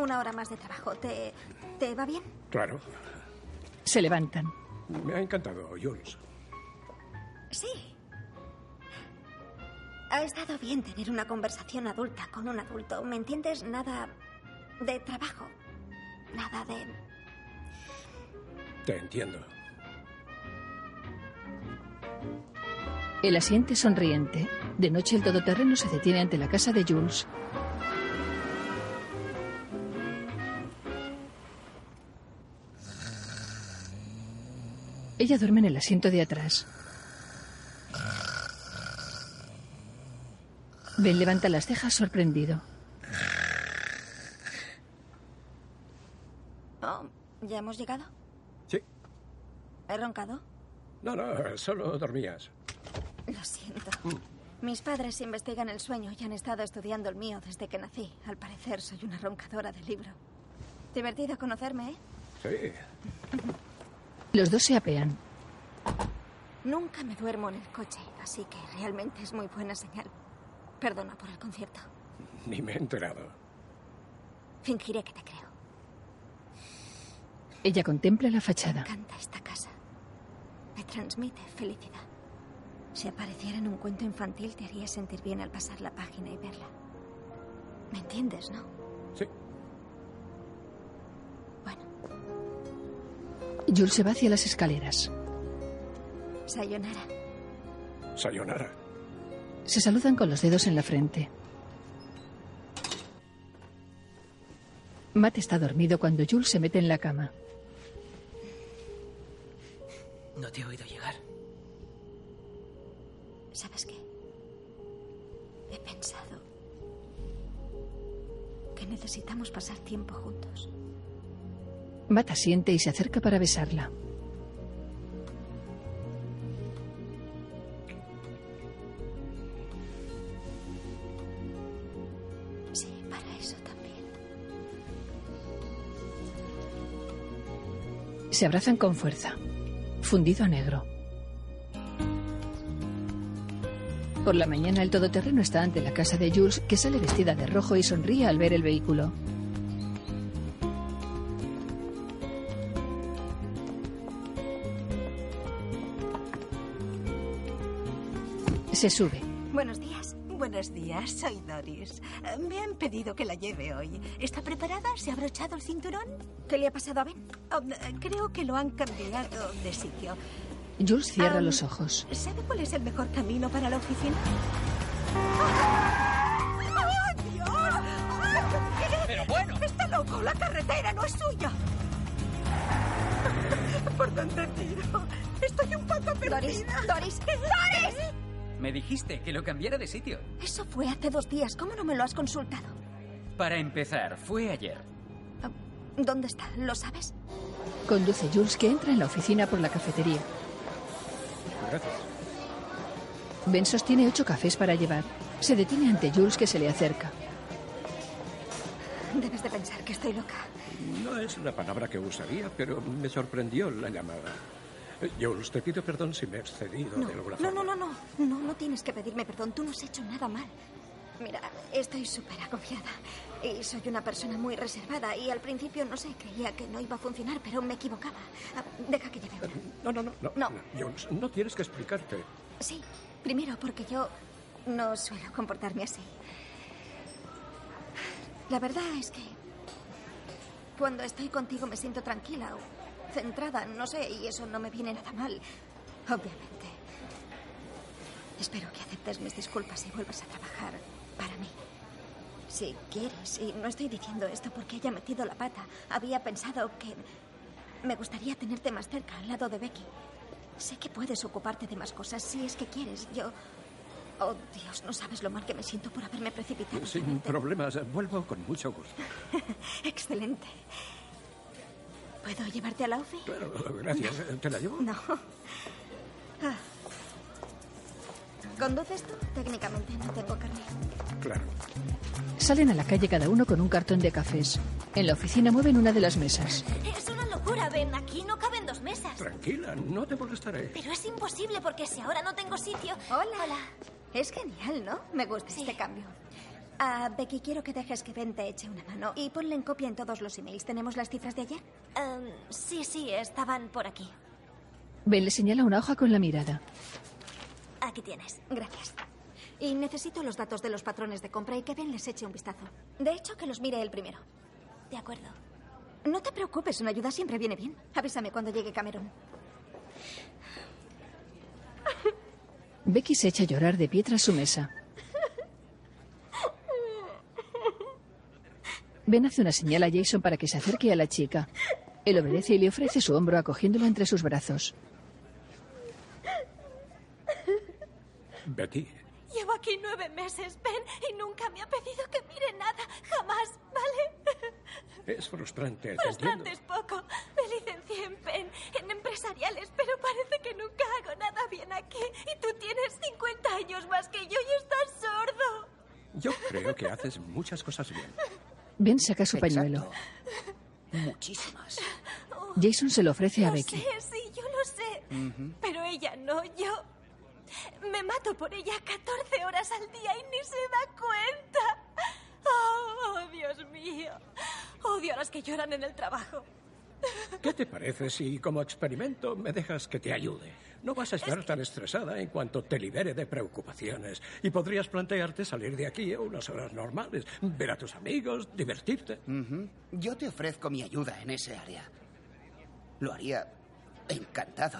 Speaker 5: una hora más de trabajo. ¿Te, te va bien?
Speaker 2: Claro.
Speaker 1: Se levantan.
Speaker 2: Me ha encantado, Jules.
Speaker 5: Sí. Ha estado bien tener una conversación adulta con un adulto. ¿Me entiendes? Nada de trabajo. Nada de...
Speaker 2: Te entiendo.
Speaker 1: Él asiente sonriente. De noche el todoterreno se detiene ante la casa de Jules. Ella duerme en el asiento de atrás. Ben levanta las cejas sorprendido.
Speaker 5: Oh, ¿Ya hemos llegado?
Speaker 2: Sí.
Speaker 5: ¿He roncado?
Speaker 2: No, no, solo dormías.
Speaker 5: Lo siento. Mis padres investigan el sueño y han estado estudiando el mío desde que nací. Al parecer soy una roncadora de libro. Divertido conocerme, ¿eh?
Speaker 2: Sí.
Speaker 1: Los dos se apean.
Speaker 5: Nunca me duermo en el coche, así que realmente es muy buena señal. Perdona por el concierto.
Speaker 2: Ni me he enterado.
Speaker 5: Fingiré que te creo.
Speaker 1: Ella contempla la fachada.
Speaker 5: Canta esta casa. Me transmite felicidad. Si apareciera en un cuento infantil, te haría sentir bien al pasar la página y verla. ¿Me entiendes, no?
Speaker 2: Sí.
Speaker 5: Bueno,
Speaker 1: Jules se va hacia las escaleras.
Speaker 5: Sayonara.
Speaker 2: Sayonara.
Speaker 1: Se saludan con los dedos en la frente. Matt está dormido cuando Jules se mete en la cama.
Speaker 6: No te he oído llegar.
Speaker 5: ¿Sabes qué? He pensado que necesitamos pasar tiempo juntos.
Speaker 1: Matt asiente y se acerca para besarla.
Speaker 5: Sí, para eso también.
Speaker 1: Se abrazan con fuerza, fundido a negro. Por la mañana el todoterreno está ante la casa de Jules, que sale vestida de rojo y sonríe al ver el vehículo. Se sube.
Speaker 22: Buenos días. Buenos días, soy Doris. Eh, Me han pedido que la lleve hoy. ¿Está preparada? ¿Se ha abrochado el cinturón? ¿Qué le ha pasado a Ben? creo que lo han cambiado de sitio.
Speaker 1: Jules cierra
Speaker 22: Ah,
Speaker 1: los ojos.
Speaker 22: ¿Sabe cuál es el mejor camino para la oficina? ¡Oh, Dios! ¡Ah!
Speaker 21: Pero bueno.
Speaker 22: ¡Está loco! ¡La carretera no es suya! ¿Por dónde (laughs) tiro? Estoy un poco perdida.
Speaker 5: Doris, Doris, Doris.
Speaker 3: Me dijiste que lo cambiara de sitio.
Speaker 5: Eso fue hace dos días. ¿Cómo no me lo has consultado?
Speaker 3: Para empezar, fue ayer.
Speaker 5: ¿Dónde está? ¿Lo sabes?
Speaker 1: Conduce Jules que entra en la oficina por la cafetería.
Speaker 2: Gracias.
Speaker 1: Ben sostiene ocho cafés para llevar. Se detiene ante Jules que se le acerca.
Speaker 5: Debes de pensar que estoy loca.
Speaker 2: No es la palabra que usaría, pero me sorprendió la llamada. Eh, Jules, te pido perdón si me he excedido
Speaker 5: No,
Speaker 2: de alguna
Speaker 5: no,
Speaker 2: forma.
Speaker 5: no, no, no. No, no tienes que pedirme perdón. Tú no has hecho nada mal. Mira, estoy súper agobiada. Y soy una persona muy reservada. Y al principio, no sé, creía que no iba a funcionar, pero me equivocaba. Ah, Deja que lleve una.
Speaker 2: No, no, no. No,
Speaker 5: No.
Speaker 2: Jules, no tienes que explicarte.
Speaker 5: Sí, primero porque yo no suelo comportarme así. La verdad es que cuando estoy contigo me siento tranquila o centrada, no sé, y eso no me viene nada mal, obviamente. Espero que aceptes mis disculpas y vuelvas a trabajar para mí. Si quieres, y no estoy diciendo esto porque haya metido la pata, había pensado que me gustaría tenerte más cerca, al lado de Becky. Sé que puedes ocuparte de más cosas si es que quieres. Yo. Oh, Dios, no sabes lo mal que me siento por haberme precipitado.
Speaker 2: Sin problemas, vuelvo con mucho gusto.
Speaker 5: (laughs) Excelente. ¿Puedo llevarte a la ofi?
Speaker 2: Claro, gracias. Eh, ¿Te la llevo?
Speaker 5: No. Ah. ¿Conduces tú? Técnicamente no tengo carnet.
Speaker 2: Claro.
Speaker 1: Salen a la calle cada uno con un cartón de cafés. En la oficina mueven una de las mesas.
Speaker 15: Es una locura, Ben. Aquí no caben dos mesas.
Speaker 2: Tranquila, no te molestaré.
Speaker 15: Pero es imposible porque si ahora no tengo sitio.
Speaker 5: Hola. Es genial, ¿no? Me gusta este cambio. Ah, Becky, quiero que dejes que Ben te eche una mano y ponle en copia en todos los emails. ¿Tenemos las cifras de ayer?
Speaker 15: Em, sí, sí, estaban por aquí.
Speaker 1: Ben le señala una hoja con la mirada.
Speaker 15: Aquí tienes.
Speaker 5: Gracias. Y necesito los datos de los patrones de compra y que Ben les eche un vistazo. De hecho, que los mire él primero.
Speaker 15: De acuerdo.
Speaker 5: No te preocupes, una ayuda siempre viene bien. Avísame cuando llegue Cameron.
Speaker 1: Becky se echa a llorar de pie tras su mesa. Ben hace una señal a Jason para que se acerque a la chica. Él obedece y le ofrece su hombro acogiéndolo entre sus brazos.
Speaker 2: Betty,
Speaker 15: Llevo aquí nueve meses, Ben, y nunca me ha pedido que mire nada. Jamás, ¿vale?
Speaker 2: es frustrante. te entiendo.
Speaker 15: Frustrante es poco. Me licencié en PEN, en empresariales, pero parece que nunca hago nada bien aquí. Y tú tienes 50 años más que yo y estás sordo.
Speaker 2: Yo creo que haces muchas cosas bien.
Speaker 1: Ben saca su pañuelo.
Speaker 12: Muchísimas.
Speaker 1: Jason se lo ofrece a
Speaker 15: Lo
Speaker 1: Becky.
Speaker 15: sé, sí, yo lo sé. Pero ella no, yo. Me mato por ella 14 horas al día y ni se da cuenta. Oh, oh, Dios mío. Odio a las que lloran en el trabajo.
Speaker 2: ¿Qué te parece si como experimento me dejas que te ayude? No vas a estar tan estresada en cuanto te libere de preocupaciones y podrías plantearte salir de aquí a unas horas normales, ver a tus amigos, divertirte.
Speaker 12: Yo te ofrezco mi ayuda en ese área. Lo haría Encantado.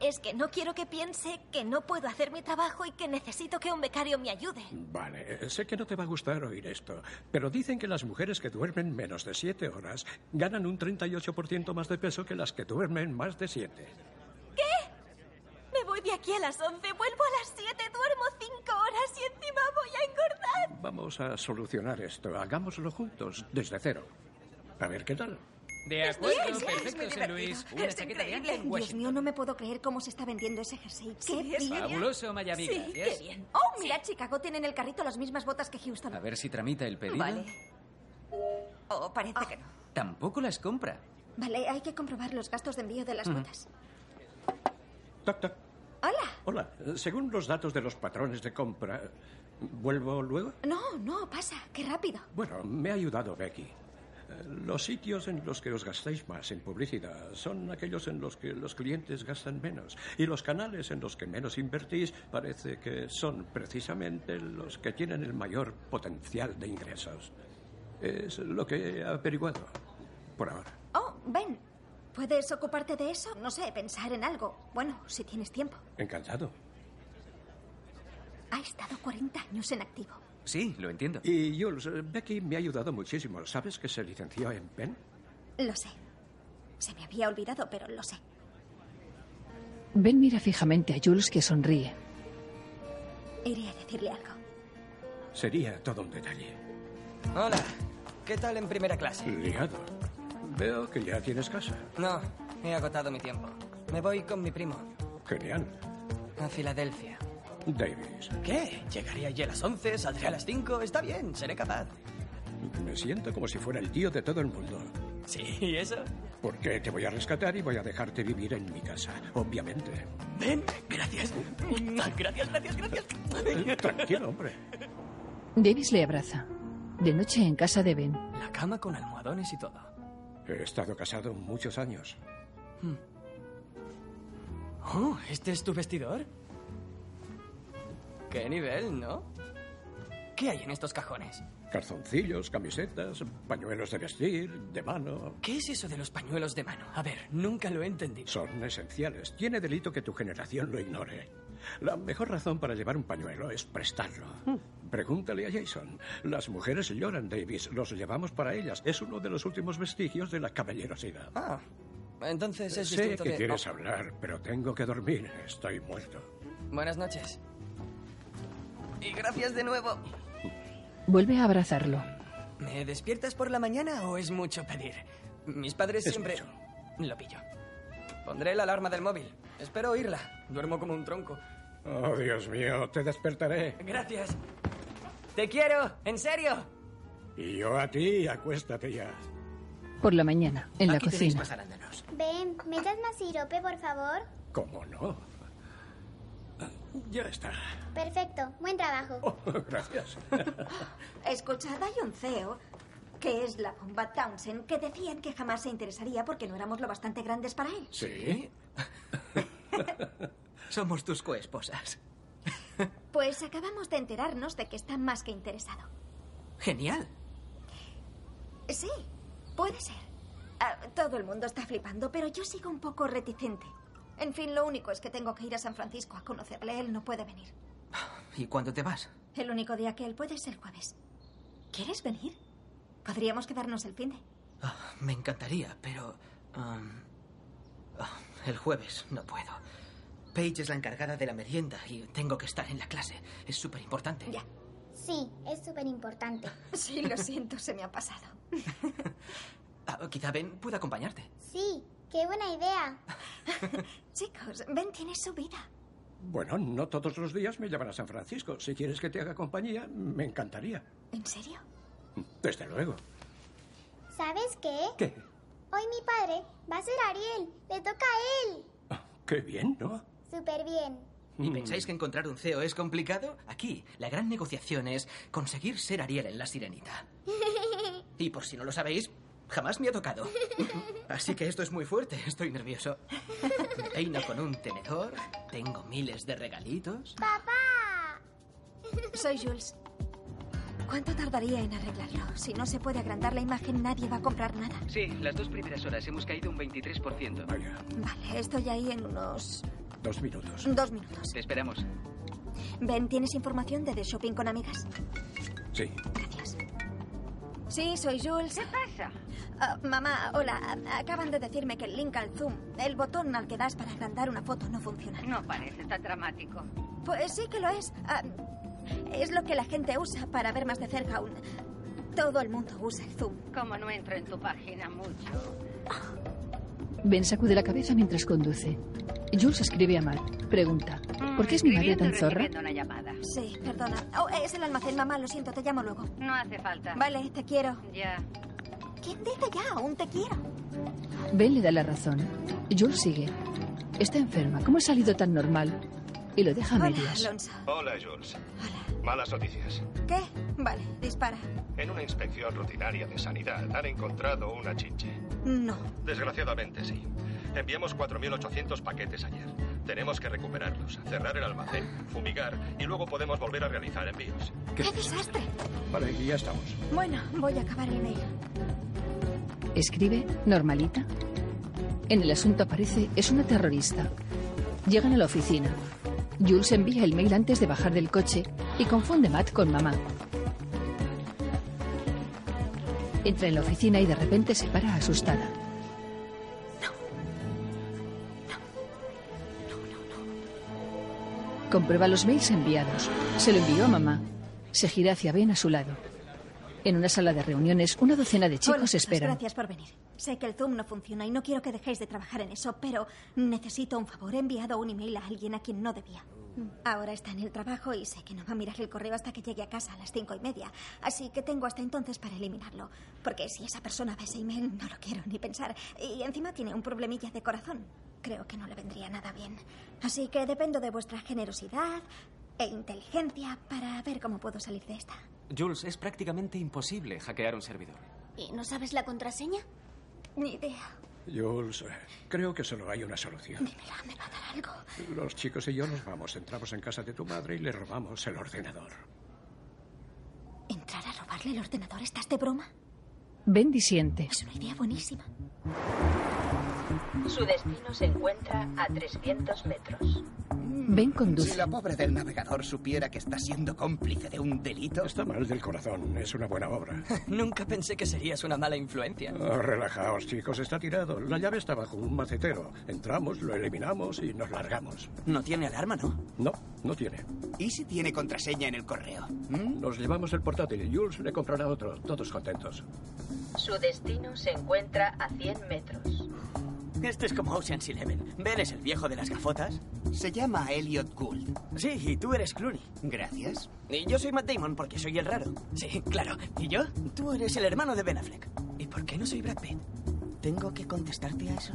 Speaker 15: Es que no quiero que piense que no puedo hacer mi trabajo y que necesito que un becario me ayude.
Speaker 2: Vale, sé que no te va a gustar oír esto, pero dicen que las mujeres que duermen menos de siete horas ganan un 38% más de peso que las que duermen más de siete.
Speaker 15: ¿Qué? Me voy de aquí a las 11, vuelvo a las 7, duermo 5 horas y encima voy a engordar.
Speaker 2: Vamos a solucionar esto. Hagámoslo juntos, desde cero. A ver qué tal.
Speaker 8: De
Speaker 5: Pues
Speaker 8: acuerdo, perfecto,
Speaker 5: muy
Speaker 8: Sir
Speaker 5: divertido.
Speaker 8: Luis. Una
Speaker 5: es
Speaker 8: chaqueta
Speaker 5: increíble.
Speaker 8: blanca en
Speaker 5: Dios
Speaker 8: Washington.
Speaker 5: mío, no me puedo creer cómo se está vendiendo ese jersey. ¡Qué bien!
Speaker 3: Fabuloso, Miami,
Speaker 5: Sí,
Speaker 3: gracias.
Speaker 5: qué bien. Oh, mira, Chicago tiene en el carrito las mismas botas que Houston.
Speaker 3: A ver si tramita el pedido.
Speaker 5: Oh, parece que no.
Speaker 3: Tampoco las compra.
Speaker 5: Vale, hay que comprobar los gastos de envío de las
Speaker 2: Ujú.
Speaker 5: botas.
Speaker 2: Toc, toc.
Speaker 5: Hola.
Speaker 2: Hola, según los datos de los patrones de compra, ¿vuelvo luego?
Speaker 5: No, no, pasa. Qué rápido.
Speaker 2: Bueno, me ha ayudado Becky. Eh, Los sitios en los que os gastáis más en publicidad son aquellos en los que los clientes gastan menos. Y los canales en los que menos invertís parece que son precisamente los que tienen el mayor potencial de ingresos. Es lo que he averiguado por ahora.
Speaker 5: Oh, ven. ¿Puedes ocuparte de eso? No sé, pensar en algo. Bueno, si tienes tiempo.
Speaker 2: Encantado.
Speaker 5: Ha estado 40 años en activo.
Speaker 3: Sí, lo entiendo.
Speaker 2: Y Jules, eh, Becky me ha ayudado muchísimo. ¿Sabes que se licenció en Penn?
Speaker 5: Lo sé. Se me había olvidado, pero lo sé.
Speaker 1: Ben mira fijamente a Jules que sonríe.
Speaker 5: Iré a decirle algo.
Speaker 2: Sería todo un detalle.
Speaker 13: Hola, ¿qué tal en primera clase?
Speaker 2: Liado. Veo que ya tienes casa.
Speaker 13: No, he agotado mi tiempo. Me voy con mi primo
Speaker 2: Genial.
Speaker 13: a Filadelfia.
Speaker 2: Davis,
Speaker 13: ¿Qué? Llegaré allí a las 11, saldré a las 5. Está bien, seré capaz.
Speaker 2: me siento como si fuera el tío de todo el mundo.
Speaker 13: Sí, ¿y eso?
Speaker 2: Porque te voy a rescatar y voy a dejarte vivir en mi casa, obviamente.
Speaker 13: Ven, gracias. (laughs) Gracias, gracias, gracias.
Speaker 2: Eh, (laughs) Tranquilo, hombre.
Speaker 1: Davis le abraza. De noche en casa de Ben.
Speaker 13: La cama con almohadones y todo.
Speaker 2: He estado casado muchos años.
Speaker 13: Oh, ¿este es tu vestidor? Qué nivel, ¿no? ¿Qué hay en estos cajones?
Speaker 2: Calzoncillos, camisetas, pañuelos de vestir, de mano.
Speaker 13: ¿Qué es eso de los pañuelos de mano? A ver, nunca lo he entendido.
Speaker 2: Son esenciales. Tiene delito que tu generación lo ignore. La mejor razón para llevar un pañuelo es prestarlo. Pregúntale a Jason. Las mujeres lloran, Davis. Los llevamos para ellas. Es uno de los últimos vestigios de la caballerosidad.
Speaker 13: Ah, entonces es
Speaker 2: sé
Speaker 13: distinto
Speaker 2: que
Speaker 13: de-
Speaker 2: quieres
Speaker 13: Oh,
Speaker 2: hablar, pero tengo que dormir. Estoy muerto.
Speaker 13: Buenas noches. Y gracias de nuevo.
Speaker 1: Vuelve a abrazarlo.
Speaker 13: ¿Me despiertas por la mañana o es mucho pedir? Mis padres siempre... Lo pillo. Pondré la alarma del móvil. Espero oírla. Duermo como un tronco.
Speaker 2: Oh, Dios mío, te despertaré.
Speaker 13: Gracias. Te quiero, en serio. (laughs)
Speaker 2: Y yo a ti, acuéstate ya.
Speaker 1: Por la mañana, en la cocina.
Speaker 19: Ven, ¿me das más sirope, por favor?
Speaker 2: ¿Cómo no? Ya está. (laughs)
Speaker 19: Perfecto, buen trabajo.
Speaker 2: Gracias.
Speaker 5: Escuchad, hay un CEO que es la bomba Townsend que decían que jamás se interesaría porque no éramos lo bastante grandes para él.
Speaker 2: ¿Sí?
Speaker 11: (laughs) Somos tus coesposas.
Speaker 5: Pues acabamos de enterarnos de que está más que interesado.
Speaker 11: Genial.
Speaker 5: Sí, puede ser. Ah, todo el mundo está flipando, pero yo sigo un poco reticente. En fin, lo único es que tengo que ir a San Francisco a conocerle. Él no puede venir.
Speaker 11: ¿Y cuándo te vas?
Speaker 5: El único día que él puede es el jueves. ¿Quieres venir? Podríamos quedarnos el fin de.
Speaker 11: Ah, me encantaría, pero... am, ah, el jueves no puedo. Paige es la encargada de la merienda y tengo que estar en la clase. Es súper importante.
Speaker 5: Ya.
Speaker 19: Sí, es súper importante.
Speaker 5: (laughs) Sí, lo siento, se me ha pasado.
Speaker 11: Ah, quizá Ben pueda acompañarte.
Speaker 19: Sí, qué buena idea.
Speaker 5: (laughs) Chicos, Ben tiene su vida.
Speaker 2: Bueno, no todos los días me llevan a San Francisco. Si quieres que te haga compañía, me encantaría.
Speaker 5: ¿En serio?
Speaker 2: Desde luego.
Speaker 19: ¿Sabes qué?
Speaker 2: ¿Qué?
Speaker 19: Hoy mi padre va a ser Ariel. Le toca a él.
Speaker 2: Qué bien, ¿no? Mm.
Speaker 19: Súper bien.
Speaker 11: ¿Y pensáis que encontrar un CEO es complicado? Aquí, la gran negociación es conseguir ser Ariel en La Sirenita. Y por si no lo sabéis, jamás me ha tocado. Así que esto es muy fuerte, estoy nervioso. Me peino con un tenedor, tengo miles de regalitos.
Speaker 19: Papá.
Speaker 5: Soy Jules. ¿Cuánto tardaría en arreglarlo? Si no se puede agrandar la imagen, nadie va a comprar nada.
Speaker 8: Sí, las dos primeras horas hemos caído un 23%.
Speaker 2: Vaya.
Speaker 5: Vale, estoy ahí en unos
Speaker 2: Dos minutos.
Speaker 5: dos minutos.
Speaker 8: Te esperamos.
Speaker 5: Ben, ¿tienes información de The Shopping con amigas?
Speaker 2: Sí.
Speaker 5: Sí, soy Jules. ¿Qué pasa? mamá, hola. Acaban de decirme que el link al Zoom, el botón al que das para agrandar una foto, no funciona.
Speaker 23: No parece tan dramático.
Speaker 5: Pues sí que lo es. Ah, es lo que la gente usa para ver más de cerca un... Todo el mundo usa el Zoom.
Speaker 23: Como no entro en tu página mucho.
Speaker 1: Ben sacude la cabeza mientras conduce. Jules escribe a Matt. Pregunta: ¿Por qué es mi
Speaker 23: Escribiendo
Speaker 1: madre
Speaker 23: y
Speaker 1: tan zorra?
Speaker 23: recibiendo una llamada.
Speaker 5: Sí, perdona. Oh, es el almacén, mamá. Lo siento, te llamo luego.
Speaker 23: No hace falta.
Speaker 5: Vale, te quiero.
Speaker 23: Ya.
Speaker 5: ¿Quién dice ya? Aún te quiero.
Speaker 1: Ben le da la razón. Jules sigue. Está enferma. ¿Cómo ha salido tan normal? Y lo deja a
Speaker 5: Hola,
Speaker 1: medias.
Speaker 5: Alonso.
Speaker 17: Hola, Jules. Malas noticias.
Speaker 5: ¿Qué? Vale, dispara.
Speaker 17: En una inspección rutinaria de sanidad han encontrado una chinche.
Speaker 5: No.
Speaker 17: Desgraciadamente, sí. Enviamos 4.800 paquetes ayer. Tenemos que recuperarlos, cerrar el almacén, fumigar y luego podemos volver a realizar envíos.
Speaker 5: ¡Qué, desastre!
Speaker 2: Vale, y ya estamos.
Speaker 5: Bueno, voy a acabar el mail.
Speaker 1: Escribe normalita. En el asunto aparece es una terrorista. Llegan a la oficina. Jules envía el mail antes de bajar del coche y confunde Matt con mamá. Entra en la oficina y de repente se para asustada. Comprueba los mails enviados. Se lo envió a mamá. Se gira hacia Ben a su lado. En una sala de reuniones, una docena de
Speaker 5: Hola,
Speaker 1: chicos
Speaker 5: chicos,
Speaker 1: esperan.
Speaker 5: Gracias por venir. Sé que el Zoom no funciona y no quiero que dejéis de trabajar en eso, pero necesito un favor. He enviado un email a alguien a quien no debía. Ahora está en el trabajo y sé que no va a mirar el correo hasta que llegue a casa a las cinco y media. Así que tengo hasta entonces para eliminarlo. Porque si esa persona ve ese email, no lo quiero ni pensar. Y encima tiene un problemilla de corazón. Creo que no le vendría nada bien. Así que dependo de vuestra generosidad e inteligencia para ver cómo puedo salir de esta.
Speaker 3: Jules, es prácticamente imposible hackear un servidor.
Speaker 5: ¿Y no sabes la contraseña? Ni idea.
Speaker 2: Jules, creo que solo hay una solución.
Speaker 5: Algo.
Speaker 2: Los chicos y yo nos vamos, entramos en casa de tu madre y le robamos el ordenador.
Speaker 5: ¿Entrar a robarle el ordenador? ¿Estás de broma?
Speaker 1: Ben disiente.
Speaker 5: Es una idea buenísima.
Speaker 24: Su destino se encuentra a 300 metros.
Speaker 1: Ben conduce.
Speaker 12: Si la pobre del navegador supiera que está siendo cómplice de un delito.
Speaker 2: Está mal del corazón, es una buena obra.
Speaker 13: Nunca pensé que serías una mala influencia.
Speaker 2: Oh, relajaos, chicos, está tirado. La llave está bajo un macetero. Entramos, lo eliminamos y nos largamos.
Speaker 6: No tiene alarma, ¿no?
Speaker 2: No, no tiene.
Speaker 12: ¿Y si tiene contraseña en el correo?
Speaker 2: Nos llevamos el portátil. Jules le comprará otro. Todos contentos.
Speaker 24: Su destino se encuentra a 100 metros.
Speaker 6: Este es como Ocean's Eleven. Ben es el viejo de las gafotas.
Speaker 12: Se llama Elliot Gould.
Speaker 6: Sí, y tú eres Clooney.
Speaker 12: Gracias.
Speaker 6: Y yo soy Matt Damon porque soy el raro. Sí, claro. ¿Y yo? Tú eres el hermano de Ben Affleck. ¿Y por qué no soy Brad Pitt? ¿Tengo que contestarte a eso?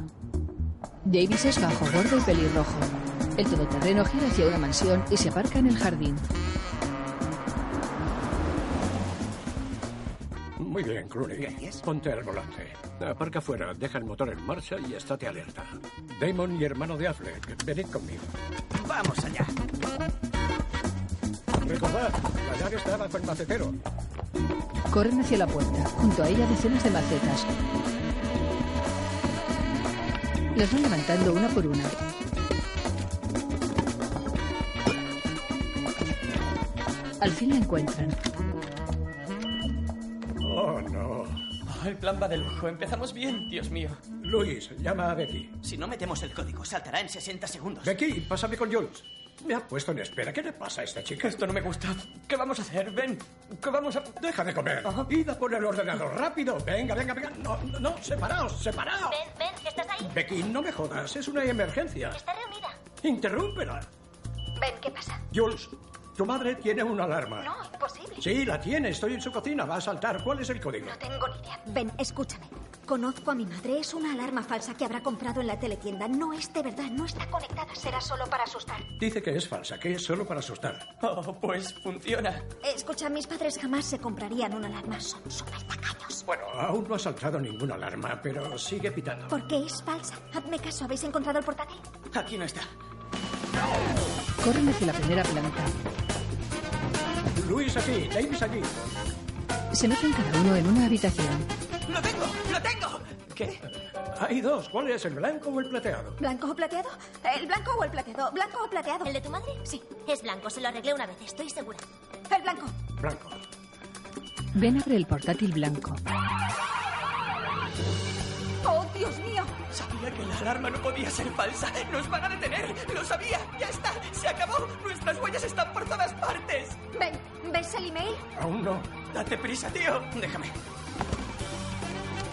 Speaker 1: Davis es bajo, gordo y pelirrojo. El todoterreno gira hacia una mansión y se aparca en el jardín.
Speaker 2: Muy bien, Clooney. Ponte al volante. Aparca fuera, deja el motor en marcha y estate alerta. Damon y hermano de Affleck, venid conmigo.
Speaker 6: ¡Vamos allá!
Speaker 2: Recordad, la llave está bajo el macetero.
Speaker 1: Corren hacia la puerta. Junto a ella decenas de macetas. Las van levantando una por una. Al fin la encuentran.
Speaker 2: Oh, no.
Speaker 6: Oh,
Speaker 13: el plan va de lujo. Empezamos bien, Dios mío.
Speaker 2: Luis, llama a Becky.
Speaker 6: Si no metemos el código, saltará en 60 segundos.
Speaker 2: Becky, pásame con Jules. Me ha puesto en espera. ¿Qué le pasa a esta chica?
Speaker 13: Esto no me gusta. ¿Qué vamos a hacer? Ven. ¿Qué vamos a...?
Speaker 2: Deja de comer. Id a por el ordenador. Rápido. Venga, venga, venga. No, no, no. Separaos, separaos.
Speaker 24: Ben, Ben, ¿estás ahí?
Speaker 2: Becky, no me jodas. Es una emergencia.
Speaker 24: Está reunida.
Speaker 2: Interrúmpela.
Speaker 24: Ben, ¿qué pasa?
Speaker 2: Jules, tu madre tiene una alarma.
Speaker 10: No, imposible.
Speaker 2: Sí, la tiene. Estoy en su cocina. Va a saltar. ¿Cuál es el código?
Speaker 10: Tengo ni idea.
Speaker 5: Ven, escúchame. Conozco a mi madre. Es una alarma falsa que habrá comprado en la teletienda. No es de verdad. No está conectada. Será solo para asustar.
Speaker 2: Dice que es falsa, que es solo para asustar.
Speaker 13: Oh, pues funciona.
Speaker 5: Eh, Escucha, mis padres jamás se comprarían una alarma. Son súper
Speaker 2: Bueno, aún no ha saltado ninguna alarma, pero sigue pitando.
Speaker 5: Porque es falsa. Hazme caso. ¿Habéis encontrado el portátil?
Speaker 6: Aquí no está.
Speaker 1: Corren hacia la primera planta.
Speaker 2: Luis aquí, Davis allí.
Speaker 1: Se meten cada uno en una habitación.
Speaker 6: ¡Lo tengo! ¡Lo tengo!
Speaker 2: ¿Qué? Hay dos. ¿Cuál es, el blanco o el plateado?
Speaker 5: ¿Blanco o plateado? ¿El blanco o el plateado? ¿Blanco o plateado?
Speaker 7: ¿El de tu madre? Sí. Es blanco, se lo arreglé una vez, estoy segura.
Speaker 5: El blanco.
Speaker 2: Blanco.
Speaker 1: Ben abre el portátil blanco.
Speaker 5: ¡Oh, Dios mío!
Speaker 6: Sabía que la alarma no podía ser falsa. ¡Nos van a detener! ¡Lo sabía! ¡Ya está! ¡Se acabó! ¡Nuestras huellas están por todas partes!
Speaker 5: Ben, ¿ves el email?
Speaker 2: Aún no.
Speaker 6: ¡Date prisa, tío!
Speaker 25: Déjame.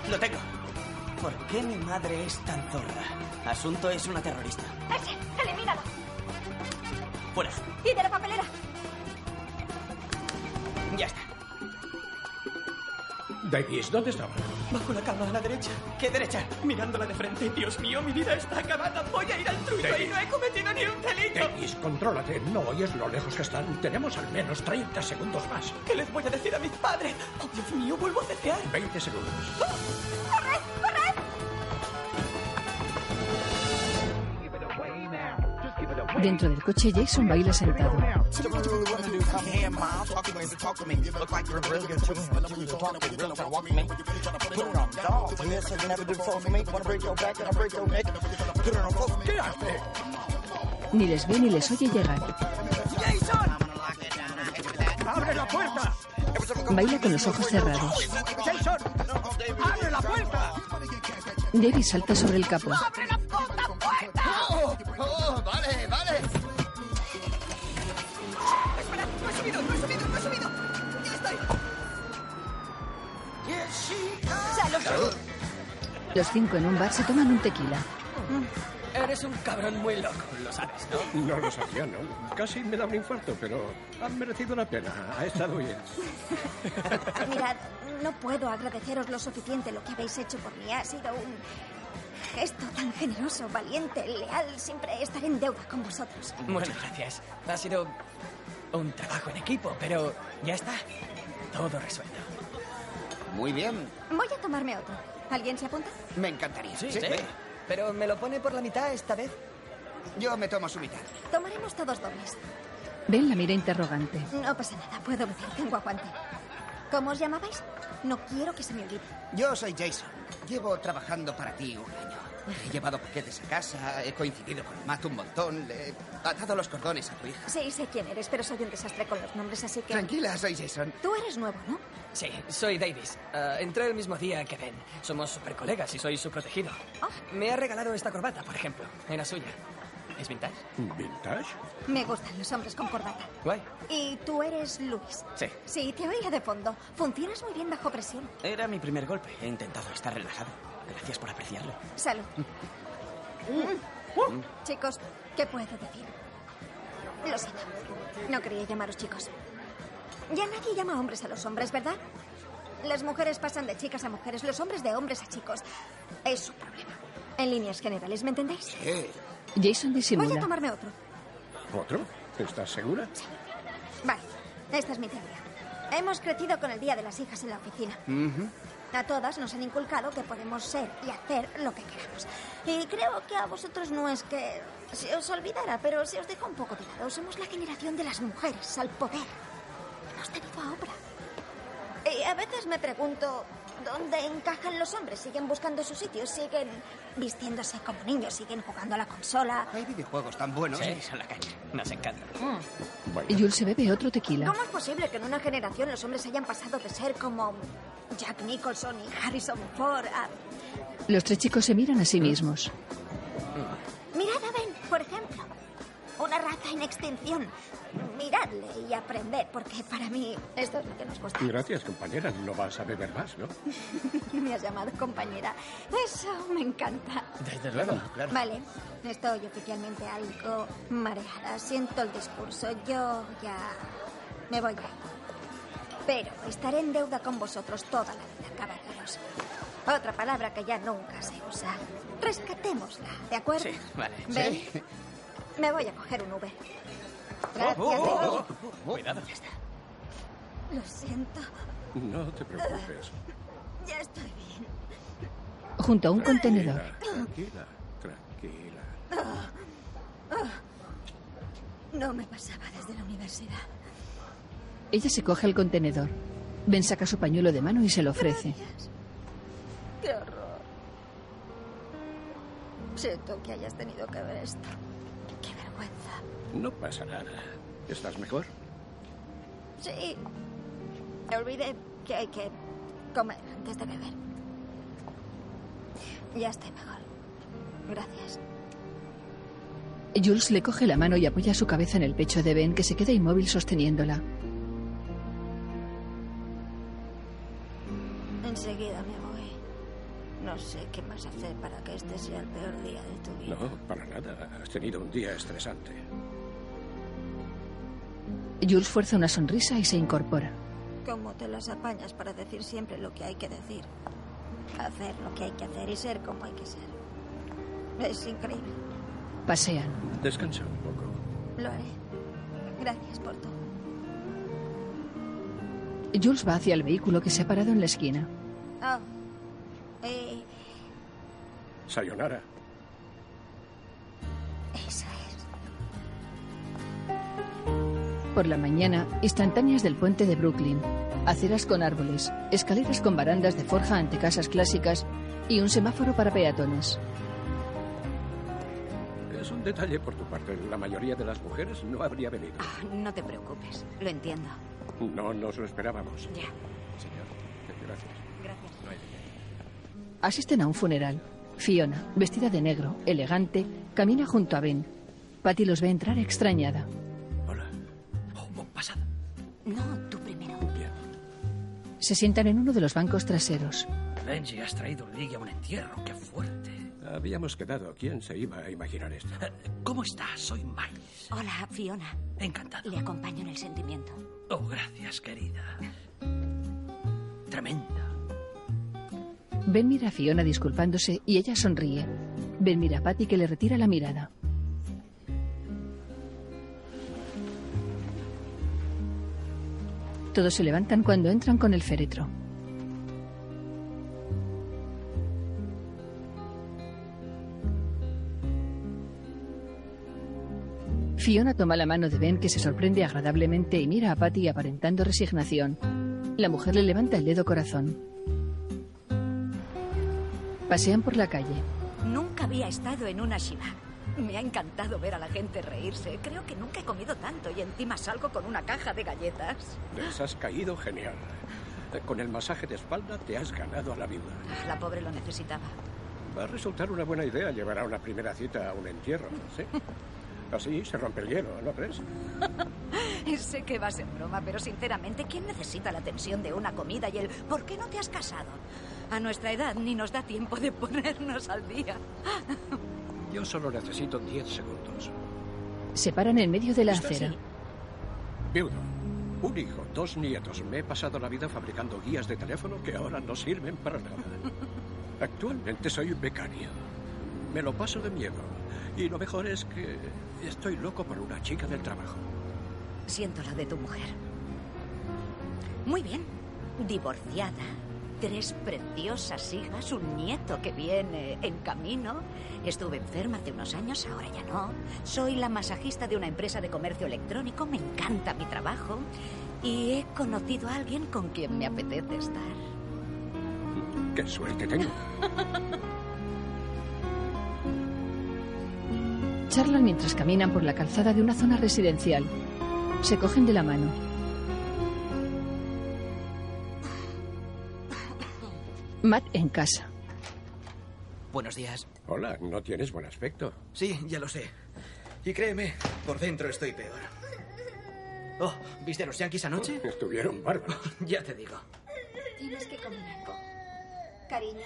Speaker 25: Lo tengo. ¿Por qué mi madre es tan zorra? Asunto es una terrorista.
Speaker 5: ¡Ese! ¡Elimínalo!
Speaker 25: Fuera.
Speaker 5: ¡Y de la papelera!
Speaker 25: Ya está.
Speaker 2: Davis, ¿dónde estaba?
Speaker 6: Bajo la cama a la derecha.
Speaker 25: ¿Qué derecha?
Speaker 6: Mirándola de frente. Dios mío, mi vida está acabada. Voy a ir al truco
Speaker 2: David.
Speaker 6: y no he cometido ni un delito.
Speaker 2: Davis, contrólate. No oyes lo lejos que están. Tenemos al menos 30 segundos más.
Speaker 6: ¿Qué les voy a decir a mis padres? Oh, Dios mío, vuelvo a cetear.
Speaker 2: 20 segundos.
Speaker 5: ¡Corred, corred!
Speaker 1: Dentro del coche, Jason baila sentado.
Speaker 2: ¿Qué hace?
Speaker 1: Ni les ve ni les oye llegar.
Speaker 2: ¡Jason! ¡Abre la puerta!
Speaker 1: Baila con los ojos cerrados.
Speaker 2: ¡Jason! ¡Abre la puerta!
Speaker 1: Debbie salta sobre el capó.
Speaker 6: ¡Abre la puta puerta!
Speaker 12: ¡Oh! ¡Oh! ¡Vale, vale!
Speaker 6: ¡Espera! ¡No he subido, no he subido, no he subido! ¡Ya estoy! ¡Salud!
Speaker 1: Los cinco en un bar se toman un tequila.
Speaker 6: Eres un cabrón muy loco, lo sabes, ¿no?
Speaker 2: No lo sabía, ¿no? Casi me da un infarto, pero ha merecido la pena. Ha estado bien.
Speaker 5: Mirad, no puedo agradeceros lo suficiente lo que habéis hecho por mí. Ha sido un gesto tan generoso, valiente, leal. Siempre estaré en deuda con vosotros.
Speaker 13: Muchas gracias. Ha sido un trabajo en equipo, pero ya está. Todo resuelto.
Speaker 12: Muy bien.
Speaker 5: Voy a tomarme otro. ¿Alguien se apunta?
Speaker 12: Me encantaría.
Speaker 13: Sí, sí. Pero me lo pone por la mitad esta vez.
Speaker 12: Yo me tomo su mitad.
Speaker 5: Tomaremos todos dobles.
Speaker 1: Ben la mira interrogante.
Speaker 5: No pasa nada, puedo beber, tengo aguante. ¿Cómo os llamabais? No quiero que se me olvide.
Speaker 12: Yo soy Jason. Llevo trabajando para ti un año. He llevado paquetes a casa, he coincidido con Matt un montón, le he atado los cordones a tu hija.
Speaker 5: Sí, sé quién eres, pero soy un desastre con los nombres, así que...
Speaker 12: Tranquila, soy Jason.
Speaker 5: Tú eres nuevo, ¿no?
Speaker 13: Sí, soy Davis. Ah, entré el mismo día que Ben. Somos super colegas y soy su protegido.
Speaker 5: Oh.
Speaker 13: Me ha regalado esta corbata, por ejemplo. Era suya. ¿Es vintage?
Speaker 2: ¿Vintage?
Speaker 5: Me gustan los hombres con corbata.
Speaker 13: Guay.
Speaker 5: Y tú eres Luis.
Speaker 13: Sí.
Speaker 5: Sí, te oía de fondo. Funcionas muy bien bajo presión.
Speaker 25: Era mi primer golpe. He intentado estar relajado. Gracias por apreciarlo.
Speaker 5: Salud. Mm. Chicos, ¿qué puedo decir? Lo siento. No quería llamaros chicos. Ya nadie llama hombres a los hombres, ¿verdad? Las mujeres pasan de chicas a mujeres, los hombres de hombres a chicos. Es su problema. En líneas generales, ¿me entendéis?
Speaker 2: Eh,
Speaker 1: Jason
Speaker 5: Voy a
Speaker 1: disimula.
Speaker 5: tomarme otro.
Speaker 2: ¿Otro? ¿Estás segura?
Speaker 5: Vale, esta es mi teoría. Hemos crecido con el Día de las Hijas en la oficina. A todas nos han inculcado que podemos ser y hacer lo que queramos. Y creo que a vosotros no es que se os olvidara, pero se os deja un poco de lado. Somos la generación de las mujeres al poder. Hemos tenido a obra. Y a veces me pregunto dónde encajan los hombres. Siguen buscando su sitio, siguen vistiéndose como niños, siguen jugando a la consola.
Speaker 12: Hay videojuegos tan buenos.
Speaker 13: Sí, son la caña. Nos encanta.
Speaker 1: Jules se bebe otro tequila.
Speaker 5: ¿Cómo es posible que en una generación los hombres hayan pasado de ser como Jack Nicholson y Harrison Ford a...
Speaker 1: Los tres chicos se miran a sí mismos.
Speaker 5: Mirad a Ben, por ejemplo. Una raza en extinción. Miradle y aprender, porque para mí esto es lo que nos gusta.
Speaker 2: Gracias, compañera. No vas a beber más, ¿no?
Speaker 5: (laughs) Me has llamado compañera. Eso me encanta.
Speaker 2: Desde luego,
Speaker 5: Vale, estoy oficialmente algo mareada. Siento el discurso. Yo ya me voy. Pero estaré en deuda con vosotros toda la vida, caballeros. Otra palabra que ya nunca se usa. Rescatémosla, ¿de acuerdo?
Speaker 13: Sí, vale.
Speaker 5: Ven. Me voy a coger un Uber.
Speaker 13: Oh,
Speaker 5: Gracias,
Speaker 13: oh, oh,
Speaker 5: Dios.
Speaker 13: oh, oh. Cuidado.
Speaker 5: Lo siento.
Speaker 2: No te preocupes.
Speaker 5: Ya estoy bien.
Speaker 1: Junto a un contenedor.
Speaker 2: Tranquila, tranquila, tranquila.
Speaker 5: Ah, No me pasaba desde la universidad.
Speaker 1: Ella se coge el contenedor. Ben saca su pañuelo de mano y se lo ofrece.
Speaker 5: ¡Qué horror! Siento que hayas tenido que ver esto. ¡Qué vergüenza!
Speaker 2: No pasa nada. ¿Estás mejor?
Speaker 5: Sí. Me olvidé que hay que comer antes de beber. Ya estoy mejor. Gracias.
Speaker 1: Jules le coge la mano y apoya su cabeza en el pecho de Ben, que se queda inmóvil sosteniéndola.
Speaker 5: Enseguida me voy. No sé qué más hacer para que este sea el peor día de tu vida.
Speaker 2: No, para nada. Has tenido un día estresante.
Speaker 1: Jules fuerza una sonrisa y se incorpora.
Speaker 5: ¿Cómo te las apañas para decir siempre lo que hay que decir? Hacer lo que hay que hacer y ser como hay que ser. Es increíble.
Speaker 1: Pasean.
Speaker 2: Descansa un poco.
Speaker 5: Lo haré. Gracias por todo.
Speaker 1: Jules va hacia el vehículo que se ha parado en la esquina.
Speaker 5: Oh. Eh,
Speaker 2: Sayonara.
Speaker 5: eso es.
Speaker 1: Por la mañana, instantáneas del puente de Brooklyn, aceras con árboles, escaleras con barandas de forja ante casas clásicas y un semáforo para peatones.
Speaker 2: Es un detalle por tu parte. La mayoría de las mujeres no habría venido.
Speaker 16: No te preocupes, lo entiendo.
Speaker 2: No nos lo esperábamos.
Speaker 16: Ya.
Speaker 2: Señor, gracias. Gracias. No hay de qué.
Speaker 1: Asisten a un funeral. Fiona, vestida de negro, elegante, camina junto a Ben. Patty los ve entrar extrañada.
Speaker 21: Pasad.
Speaker 16: No, tú primero.
Speaker 1: Se sientan en uno de los bancos traseros.
Speaker 21: Benji, has traído un ligue a un entierro. ¡Qué fuerte!
Speaker 2: Habíamos quedado. ¿Quién se iba a imaginar esto?
Speaker 21: (laughs) ¿Cómo estás? Soy Miles.
Speaker 16: Hola, Fiona.
Speaker 21: Encantado.
Speaker 16: Le acompaño en el sentimiento.
Speaker 21: Oh, gracias, querida. Tremendo.
Speaker 1: Ben mira a Fiona disculpándose y ella sonríe. Ben mira a Patty que le retira la mirada. Todos se levantan cuando entran con el féretro. Fiona toma la mano de Ben que se sorprende agradablemente y mira a Patty aparentando resignación. La mujer le levanta el dedo corazón. Pasean por la calle.
Speaker 16: Nunca había estado en una Shiva. Me ha encantado ver a la gente reírse. Creo que nunca he comido tanto y encima salgo con una caja de galletas.
Speaker 2: Les has caído genial. Eh, Con el masaje de espalda te has ganado a la viuda.
Speaker 16: Ah, La pobre lo necesitaba.
Speaker 2: Va a resultar una buena idea llevar a una primera cita a un entierro, ¿sí? Así se rompe el hielo, ¿no crees?
Speaker 16: sé que va a ser broma, pero sinceramente, ¿quién necesita la tensión de una comida y el ¿por qué no te has casado? A nuestra edad ni nos da tiempo de (laughs) ponernos al día.
Speaker 2: Yo solo necesito 10 segundos.
Speaker 1: Se paran en medio de la acera.
Speaker 2: Viudo, un hijo, dos nietos. Me he pasado la vida fabricando guías de teléfono que ahora no sirven para nada. Actualmente soy un becario. Me lo paso de miedo. Y lo mejor es que estoy loco por una chica del trabajo.
Speaker 16: Siento lo de tu mujer. Muy bien. Divorciada. Tres preciosas hijas, un nieto que viene en camino. Estuve enferma hace unos años, ahora ya no. Soy la masajista de una empresa de comercio electrónico, me encanta mi trabajo y he conocido a alguien con quien me apetece estar.
Speaker 2: ¡Qué suerte tengo!
Speaker 1: Charlan mientras caminan por la calzada de una zona residencial. Se cogen de la mano. Matt en casa.
Speaker 6: Buenos días.
Speaker 2: Hola, no tienes buen aspecto.
Speaker 6: Sí, ya lo sé. Y créeme, por dentro estoy peor. Oh, ¿viste a los Yankees anoche?
Speaker 2: (laughs) Estuvieron bárbaros.
Speaker 6: (laughs) ya te digo.
Speaker 5: Tienes que comer algo. Cariño,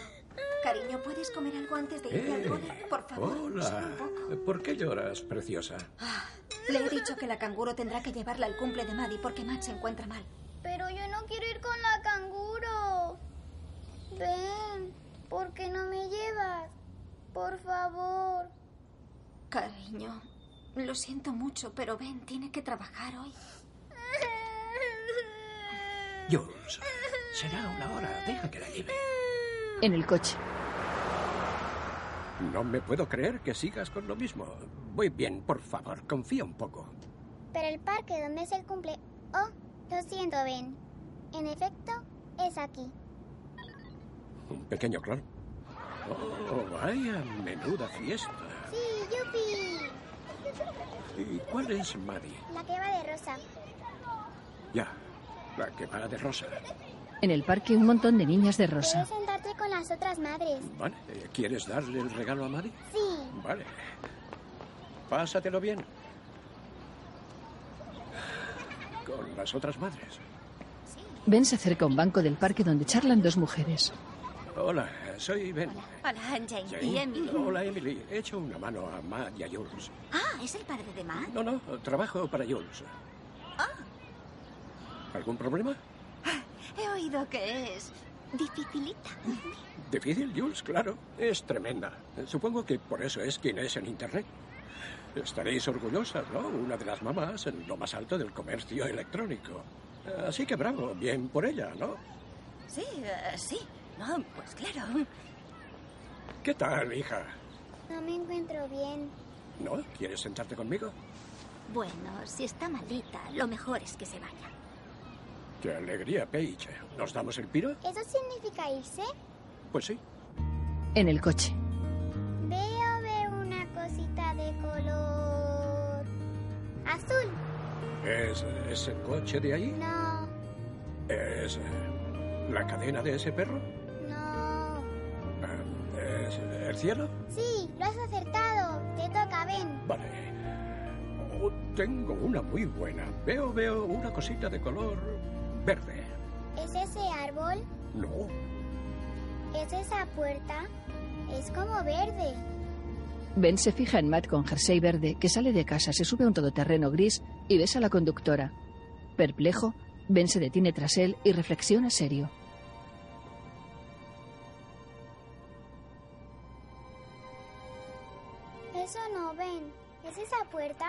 Speaker 5: cariño, ¿puedes comer algo antes de irte al
Speaker 2: Eh,
Speaker 5: cole? Por favor.
Speaker 2: Hola. ¿Por qué lloras, preciosa?
Speaker 5: Le he dicho que la canguro tendrá que llevarla al cumple de Maddie porque Matt se encuentra mal.
Speaker 19: Pero yo no quiero ir con la canguro. Ven, ¿por qué no me llevas? Por favor.
Speaker 5: Cariño, lo siento mucho, pero Ben tiene que trabajar hoy.
Speaker 2: Jules, será una hora. Deja que la lleve.
Speaker 1: En el coche.
Speaker 2: No me puedo creer que sigas con lo mismo. Muy bien, por favor, confía un poco.
Speaker 19: Pero el parque donde es el cumple... Oh, lo siento, Ben. En efecto, es aquí.
Speaker 2: Un pequeño clon. Oh, vaya, menuda fiesta.
Speaker 19: ¡Sí, yupi!
Speaker 2: ¿Y cuál es Maddie?
Speaker 19: La que va de rosa.
Speaker 2: Ya, la que va de rosa.
Speaker 1: En el parque un montón de niñas de rosa.
Speaker 19: Debes sentarte con las otras madres.
Speaker 2: Vale, eh, ¿quieres darle el regalo a Maddie?
Speaker 19: Sí.
Speaker 2: Vale. Pásatelo bien. Con las otras madres.
Speaker 1: Ben se acerca a un banco del parque donde charlan dos mujeres.
Speaker 2: Hola, soy Ben.
Speaker 7: Hola, Jane.
Speaker 2: Jane.
Speaker 7: Y Emily.
Speaker 2: Hola, Emily. He hecho una mano a Matt y a Jules.
Speaker 7: Ah, ¿es el padre de Matt?
Speaker 2: No, no, trabajo para Jules.
Speaker 19: Ah.
Speaker 2: ¿Algún problema?
Speaker 7: He oído que es dificilita.
Speaker 2: Difícil, Jules, claro. Es tremenda. Supongo que por eso es quien es en Internet. Estaréis orgullosas, ¿no? Una de las mamás en lo más alto del comercio electrónico. Así que bravo, bien por ella, ¿no?
Speaker 7: Sí, eh, sí. No, pues claro.
Speaker 2: ¿Qué tal, hija?
Speaker 19: No me encuentro bien.
Speaker 2: ¿No? ¿Quieres sentarte conmigo?
Speaker 7: Bueno, si está malita, lo mejor es que se vaya.
Speaker 2: Qué alegría, Paige. ¿Nos damos el piro?
Speaker 19: ¿Eso significa irse?
Speaker 2: Pues sí.
Speaker 1: En el coche.
Speaker 19: Veo, veo una cosita de color. Azul.
Speaker 2: ¿Es ese coche de ahí?
Speaker 19: No,
Speaker 2: ¿Es eh, la cadena de ese perro?
Speaker 19: no.
Speaker 2: Ah, ¿Es el cielo?
Speaker 19: Sí, lo has acertado. Te toca, Ben.
Speaker 2: Vale. Oh, tengo una muy buena. Veo, veo una cosita de color verde.
Speaker 19: ¿Es ese árbol?
Speaker 2: No,
Speaker 19: ¿Es esa puerta? Es como verde.
Speaker 1: Ben se fija en Matt con jersey verde que sale de casa, se sube a un todoterreno gris y besa a la conductora. Perplejo, Ben se detiene tras él y reflexiona serio.
Speaker 19: Eso no, Ben. ¿Es esa puerta?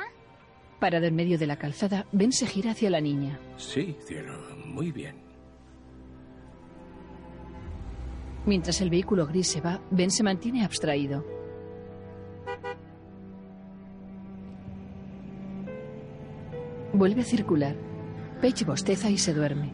Speaker 1: Parado en medio de la calzada, Ben se gira hacia la niña.
Speaker 2: Sí, cielo, muy bien.
Speaker 1: Mientras el vehículo gris se va, Ben se mantiene abstraído. Vuelve a circular. Paige bosteza y se duerme.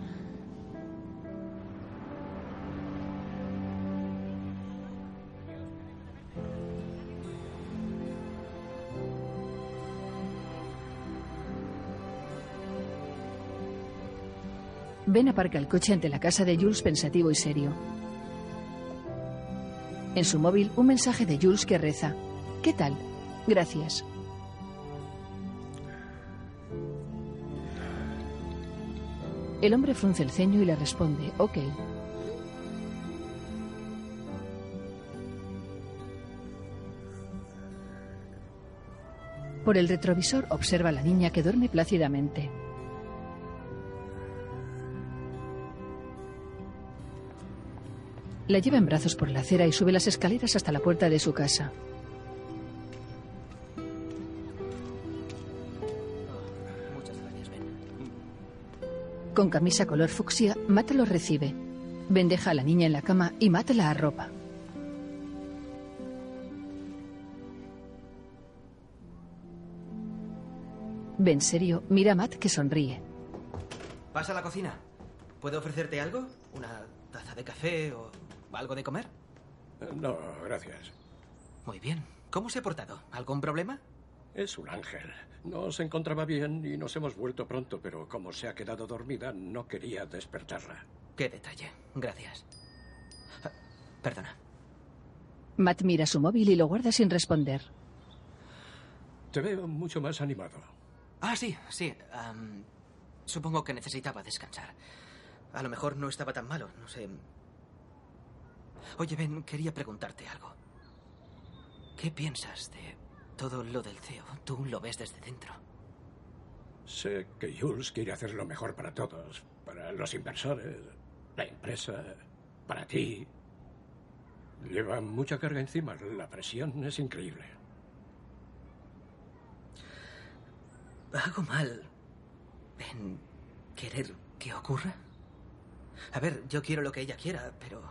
Speaker 1: Ben aparca el coche ante la casa de Jules pensativo y serio. En su móvil, un mensaje de Jules que reza. ¿Qué tal? Gracias. El hombre frunce el ceño y le responde, ok. Por el retrovisor observa a la niña que duerme plácidamente. La lleva en brazos por la acera y sube las escaleras hasta la puerta de su casa.
Speaker 11: Muchas gracias, Ben.
Speaker 1: Con camisa color fucsia, Matt lo recibe. Ben deja a la niña en la cama y Matt la arropa. Ben serio mira a Matt que sonríe.
Speaker 11: ¿Vas a la cocina? ¿Puedo ofrecerte algo? ¿Una taza de café o algo de comer?
Speaker 2: No, gracias.
Speaker 11: Muy bien. ¿Cómo se ha portado? ¿Algún problema?
Speaker 2: Es un ángel. No se encontraba bien y nos hemos vuelto pronto, pero como se ha quedado dormida, no quería despertarla.
Speaker 11: Qué detalle. Gracias. Ah, Perdona.
Speaker 1: Matt mira su móvil y lo guarda sin responder.
Speaker 2: Te veo mucho más animado.
Speaker 11: Ah, sí, sí. am, supongo que necesitaba descansar. A lo mejor no estaba tan malo, no sé. Oye, Ben, quería preguntarte algo. ¿Qué piensas de todo lo del CEO? Tú lo ves desde dentro.
Speaker 2: Sé que Jules quiere hacer lo mejor para todos, para los inversores, la empresa, para ti. Lleva mucha carga encima, la presión es increíble.
Speaker 11: ¿Hago mal en querer que ocurra? A ver, yo quiero lo que ella quiera, pero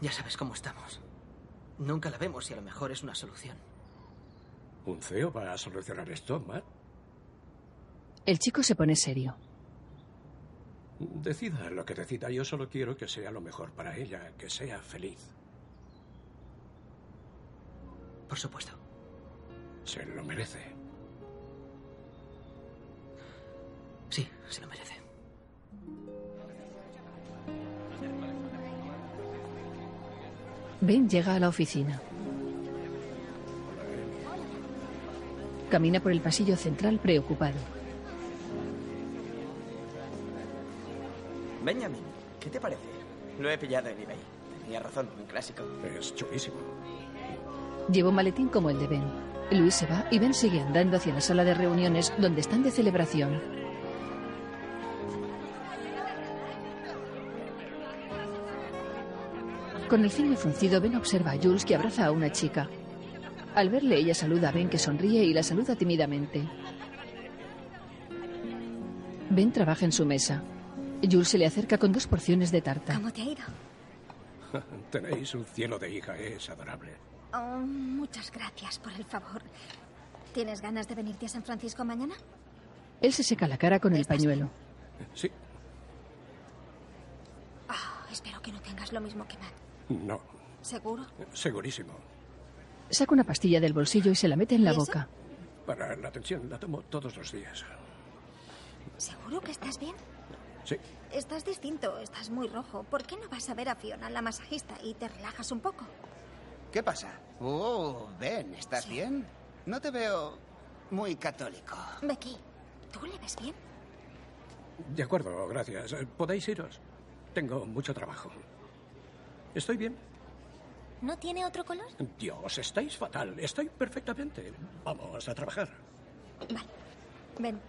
Speaker 11: ya sabes cómo estamos. Nunca la vemos y a lo mejor es una solución.
Speaker 2: ¿Un CEO va a solucionar esto, Matt?
Speaker 1: El chico se pone serio.
Speaker 2: Decida lo que decida. Yo solo quiero que sea lo mejor para ella, que sea feliz.
Speaker 11: Por supuesto.
Speaker 2: Se lo merece. (laughs)
Speaker 11: Sí, se lo merece.
Speaker 1: Ben llega a la oficina. Camina por el pasillo central preocupado.
Speaker 6: Benjamin, ¿qué te parece? Lo he pillado en eBay. Tenía razón, un clásico.
Speaker 2: Es chulísimo.
Speaker 1: Lleva un maletín como el de Ben. Luis se va y Ben sigue andando hacia la sala de reuniones donde están de celebración. Con el ceño fruncido, Ben observa a Jules que abraza a una chica. Al verle, ella saluda a Ben que sonríe y la saluda tímidamente. Ben trabaja en su mesa. Jules se le acerca con dos porciones de tarta.
Speaker 5: ¿Cómo te ha ido?
Speaker 2: Tenéis un cielo de hija, es adorable.
Speaker 5: Oh, muchas gracias por el favor. ¿Tienes ganas de venirte a San Francisco mañana?
Speaker 1: Él se seca la cara con el pañuelo.
Speaker 2: Sí,
Speaker 5: Ah, espero que no tengas lo mismo que Matt.
Speaker 2: no,
Speaker 5: ¿Seguro?
Speaker 2: segurísimo.
Speaker 1: Saca una pastilla del bolsillo y se la mete en la
Speaker 5: ¿Y eso?
Speaker 1: boca.
Speaker 2: Para la atención la tomo todos los días.
Speaker 5: ¿Seguro que estás bien?
Speaker 2: Sí,
Speaker 5: Estás distinto, estás muy rojo. ¿Por qué no vas a ver a Fiona, la masajista, y te relajas un poco?
Speaker 12: ¿Qué pasa? Oh, Ben, ¿estás bien? No te veo muy católico.
Speaker 5: Becky, ¿tú le ves bien?
Speaker 2: de acuerdo, gracias. ¿Podéis iros? Tengo mucho trabajo. ¿Estoy bien?
Speaker 24: ¿No tiene otro color?
Speaker 2: Dios, estáis fatal. Estoy perfectamente. Vamos a trabajar.
Speaker 5: Ven.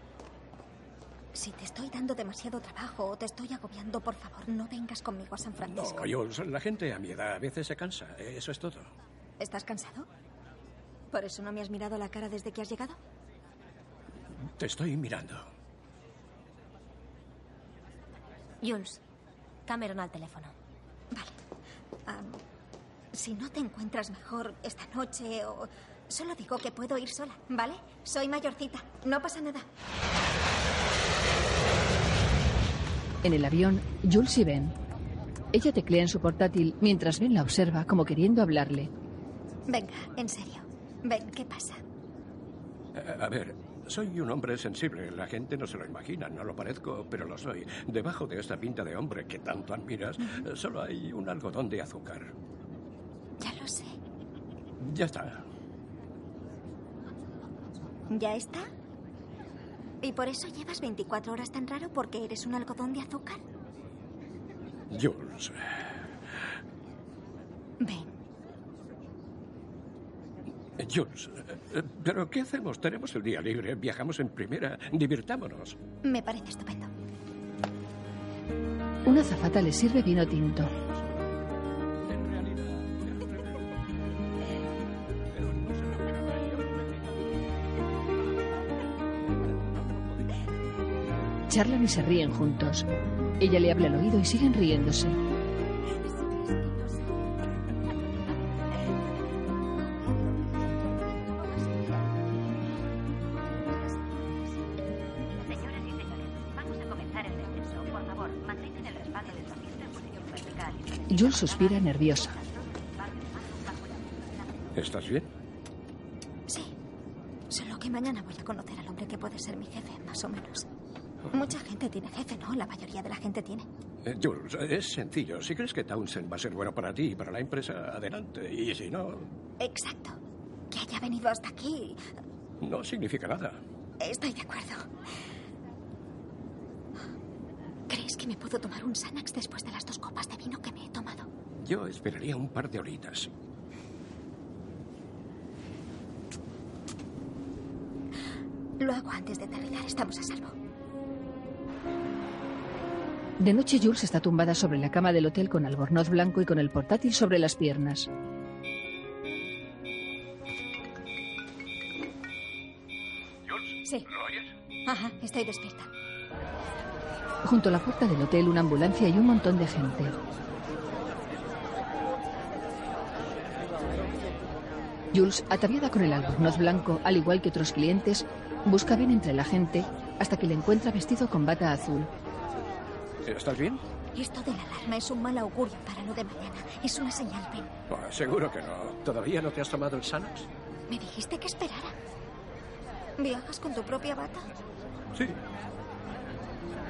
Speaker 5: Si te estoy dando demasiado trabajo o te estoy agobiando, por favor, no vengas conmigo a San
Speaker 2: No,
Speaker 5: Francisco.
Speaker 2: Jules, la gente a mi edad a veces se cansa. Eso es todo.
Speaker 5: ¿Estás cansado? ¿Por eso no me has mirado la cara desde que has llegado?
Speaker 2: Te estoy mirando.
Speaker 24: Jules, Cameron al teléfono.
Speaker 5: Am, si no te encuentras mejor esta noche o... Solo digo que puedo ir sola, ¿vale? Soy mayorcita, no pasa nada.
Speaker 1: En el avión, Jules y Ben. Ella teclea en su portátil mientras Ben la observa como queriendo hablarle.
Speaker 5: Venga, en serio. Ven, ¿qué pasa?
Speaker 2: Eh, A ver, soy un hombre sensible. La gente no se lo imagina, no lo parezco, pero lo soy. Debajo de esta pinta de hombre que tanto admiras, eh, solo hay un algodón de azúcar.
Speaker 5: Ya lo sé.
Speaker 2: Ya está.
Speaker 5: ¿Ya está? ¿Y por eso llevas 24 horas tan raro porque eres un algodón de azúcar?
Speaker 2: Jules.
Speaker 5: Ven,
Speaker 2: eh, Jules. eh, eh, ¿Pero qué hacemos? Tenemos el día libre, viajamos en primera, divirtámonos.
Speaker 5: me parece estupendo.
Speaker 1: Una azafata le sirve vino tinto. Charlan y se ríen juntos. Ella le habla al oído y siguen riéndose.
Speaker 23: Señoras y señores, vamos a comenzar el descenso. Por favor, mantengan el respaldo del asiento en posición vertical.
Speaker 1: Jules suspira nerviosa.
Speaker 2: ¿Estás bien?
Speaker 5: Sí. Solo que mañana voy a conocer al hombre que puede ser mi jefe, más o menos. Mucha gente tiene jefe, ¿no? La mayoría de la gente tiene.
Speaker 2: Eh, Jules, eh, es sencillo. Si crees que Townsend va a ser bueno para ti y para la empresa, adelante. Y si no,
Speaker 5: Exacto. Que haya venido hasta aquí.
Speaker 2: no significa nada.
Speaker 5: Estoy de acuerdo. ¿Crees que me puedo tomar un Xanax después de las dos copas de vino que me he tomado?
Speaker 2: Yo esperaría un par de horitas.
Speaker 5: Lo hago antes de aterrizar. Estamos a salvo.
Speaker 1: De noche Jules está tumbada sobre la cama del hotel con albornoz blanco y con el portátil sobre las piernas.
Speaker 17: Jules,
Speaker 5: Sí.
Speaker 17: ¿lo oyes?
Speaker 5: Ajá, estoy despierta.
Speaker 1: Junto a la puerta del hotel una ambulancia y un montón de gente. Jules, ataviada con el albornoz blanco, al igual que otros clientes, busca bien entre la gente hasta que le encuentra vestido con bata azul.
Speaker 2: ¿Estás bien?
Speaker 5: Esto de la alarma es un mal augurio para lo de mañana. Es una señal, Ben.
Speaker 2: Pues seguro que no. ¿Todavía no te has tomado el Xanax?
Speaker 5: Me dijiste que esperara. ¿Viajas con tu propia bata?
Speaker 2: Sí.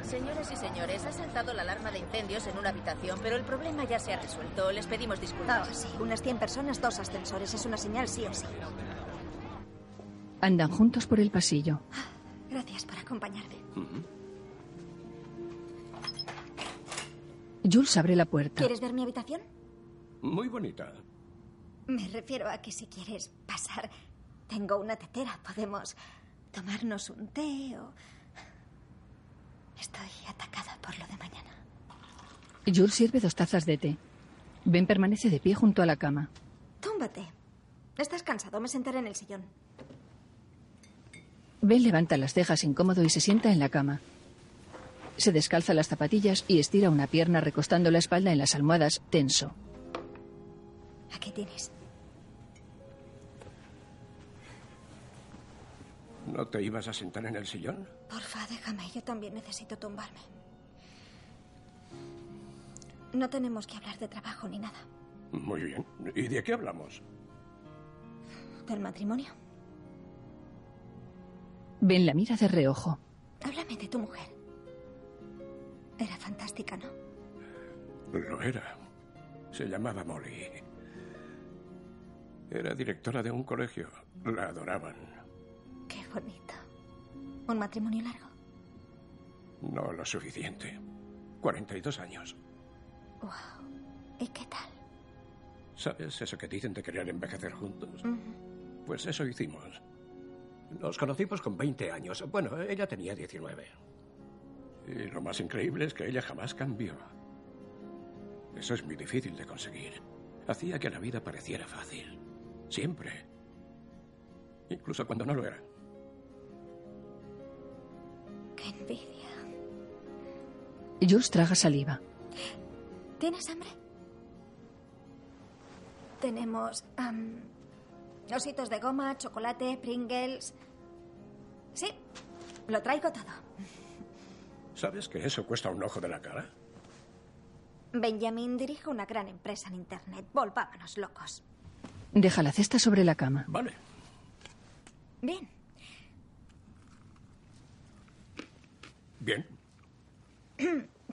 Speaker 24: Señoras y señores, ha saltado la alarma de incendios en una habitación, pero el problema ya se ha resuelto. Les pedimos disculpas.
Speaker 5: Pues Sí, unas 100 personas, dos ascensores. Es una señal sí o sí.
Speaker 1: Andan juntos por el pasillo.
Speaker 5: Gracias por acompañarme.
Speaker 1: Jules abre la puerta.
Speaker 5: ¿Quieres ver mi habitación?
Speaker 2: Muy bonita.
Speaker 5: Me refiero a que si quieres pasar, tengo una tetera. Podemos tomarnos un té o... Estoy atacada por lo de mañana.
Speaker 1: Jules sirve dos tazas de té. Ben permanece de pie junto a la cama.
Speaker 5: Túmbate. Estás cansado, me sentaré en el sillón.
Speaker 1: Ben levanta las cejas incómodo y se sienta en la cama. Se descalza las zapatillas y estira una pierna recostando la espalda en las almohadas, tenso.
Speaker 5: Aquí tienes.
Speaker 2: ¿No te ibas a sentar en el sillón?
Speaker 5: Porfa, déjame, yo también necesito tumbarme. No tenemos que hablar de trabajo ni nada.
Speaker 2: Muy bien. ¿Y de qué hablamos?
Speaker 5: ¿Del matrimonio?
Speaker 1: Ben la mira de reojo.
Speaker 5: Háblame de tu mujer. Era fantástica, ¿no?
Speaker 2: Lo era. Se llamaba Molly. Era directora de un colegio. La adoraban.
Speaker 5: Qué bonito. ¿Un matrimonio largo?
Speaker 2: No lo suficiente. 42 años.
Speaker 5: Wow. ¿Y qué tal?
Speaker 2: ¿Sabes eso que dicen de querer envejecer juntos? Pues eso hicimos. Nos conocimos con 20 años. Bueno, ella tenía 19. Y lo más increíble es que ella jamás cambió. Eso es muy difícil de conseguir. Hacía que la vida pareciera fácil. Siempre. Incluso cuando no lo era.
Speaker 5: Qué envidia.
Speaker 1: Jules traga saliva.
Speaker 5: ¿Tienes hambre? Tenemos am, ositos de goma, chocolate, Pringles. Sí, lo traigo todo.
Speaker 2: ¿Sabes que eso cuesta un ojo de la cara?
Speaker 5: Benjamin dirige una gran empresa en Internet. Volvámonos locos.
Speaker 1: Deja la cesta sobre la cama.
Speaker 2: Vale.
Speaker 5: Bien, (clears throat)
Speaker 2: Bien.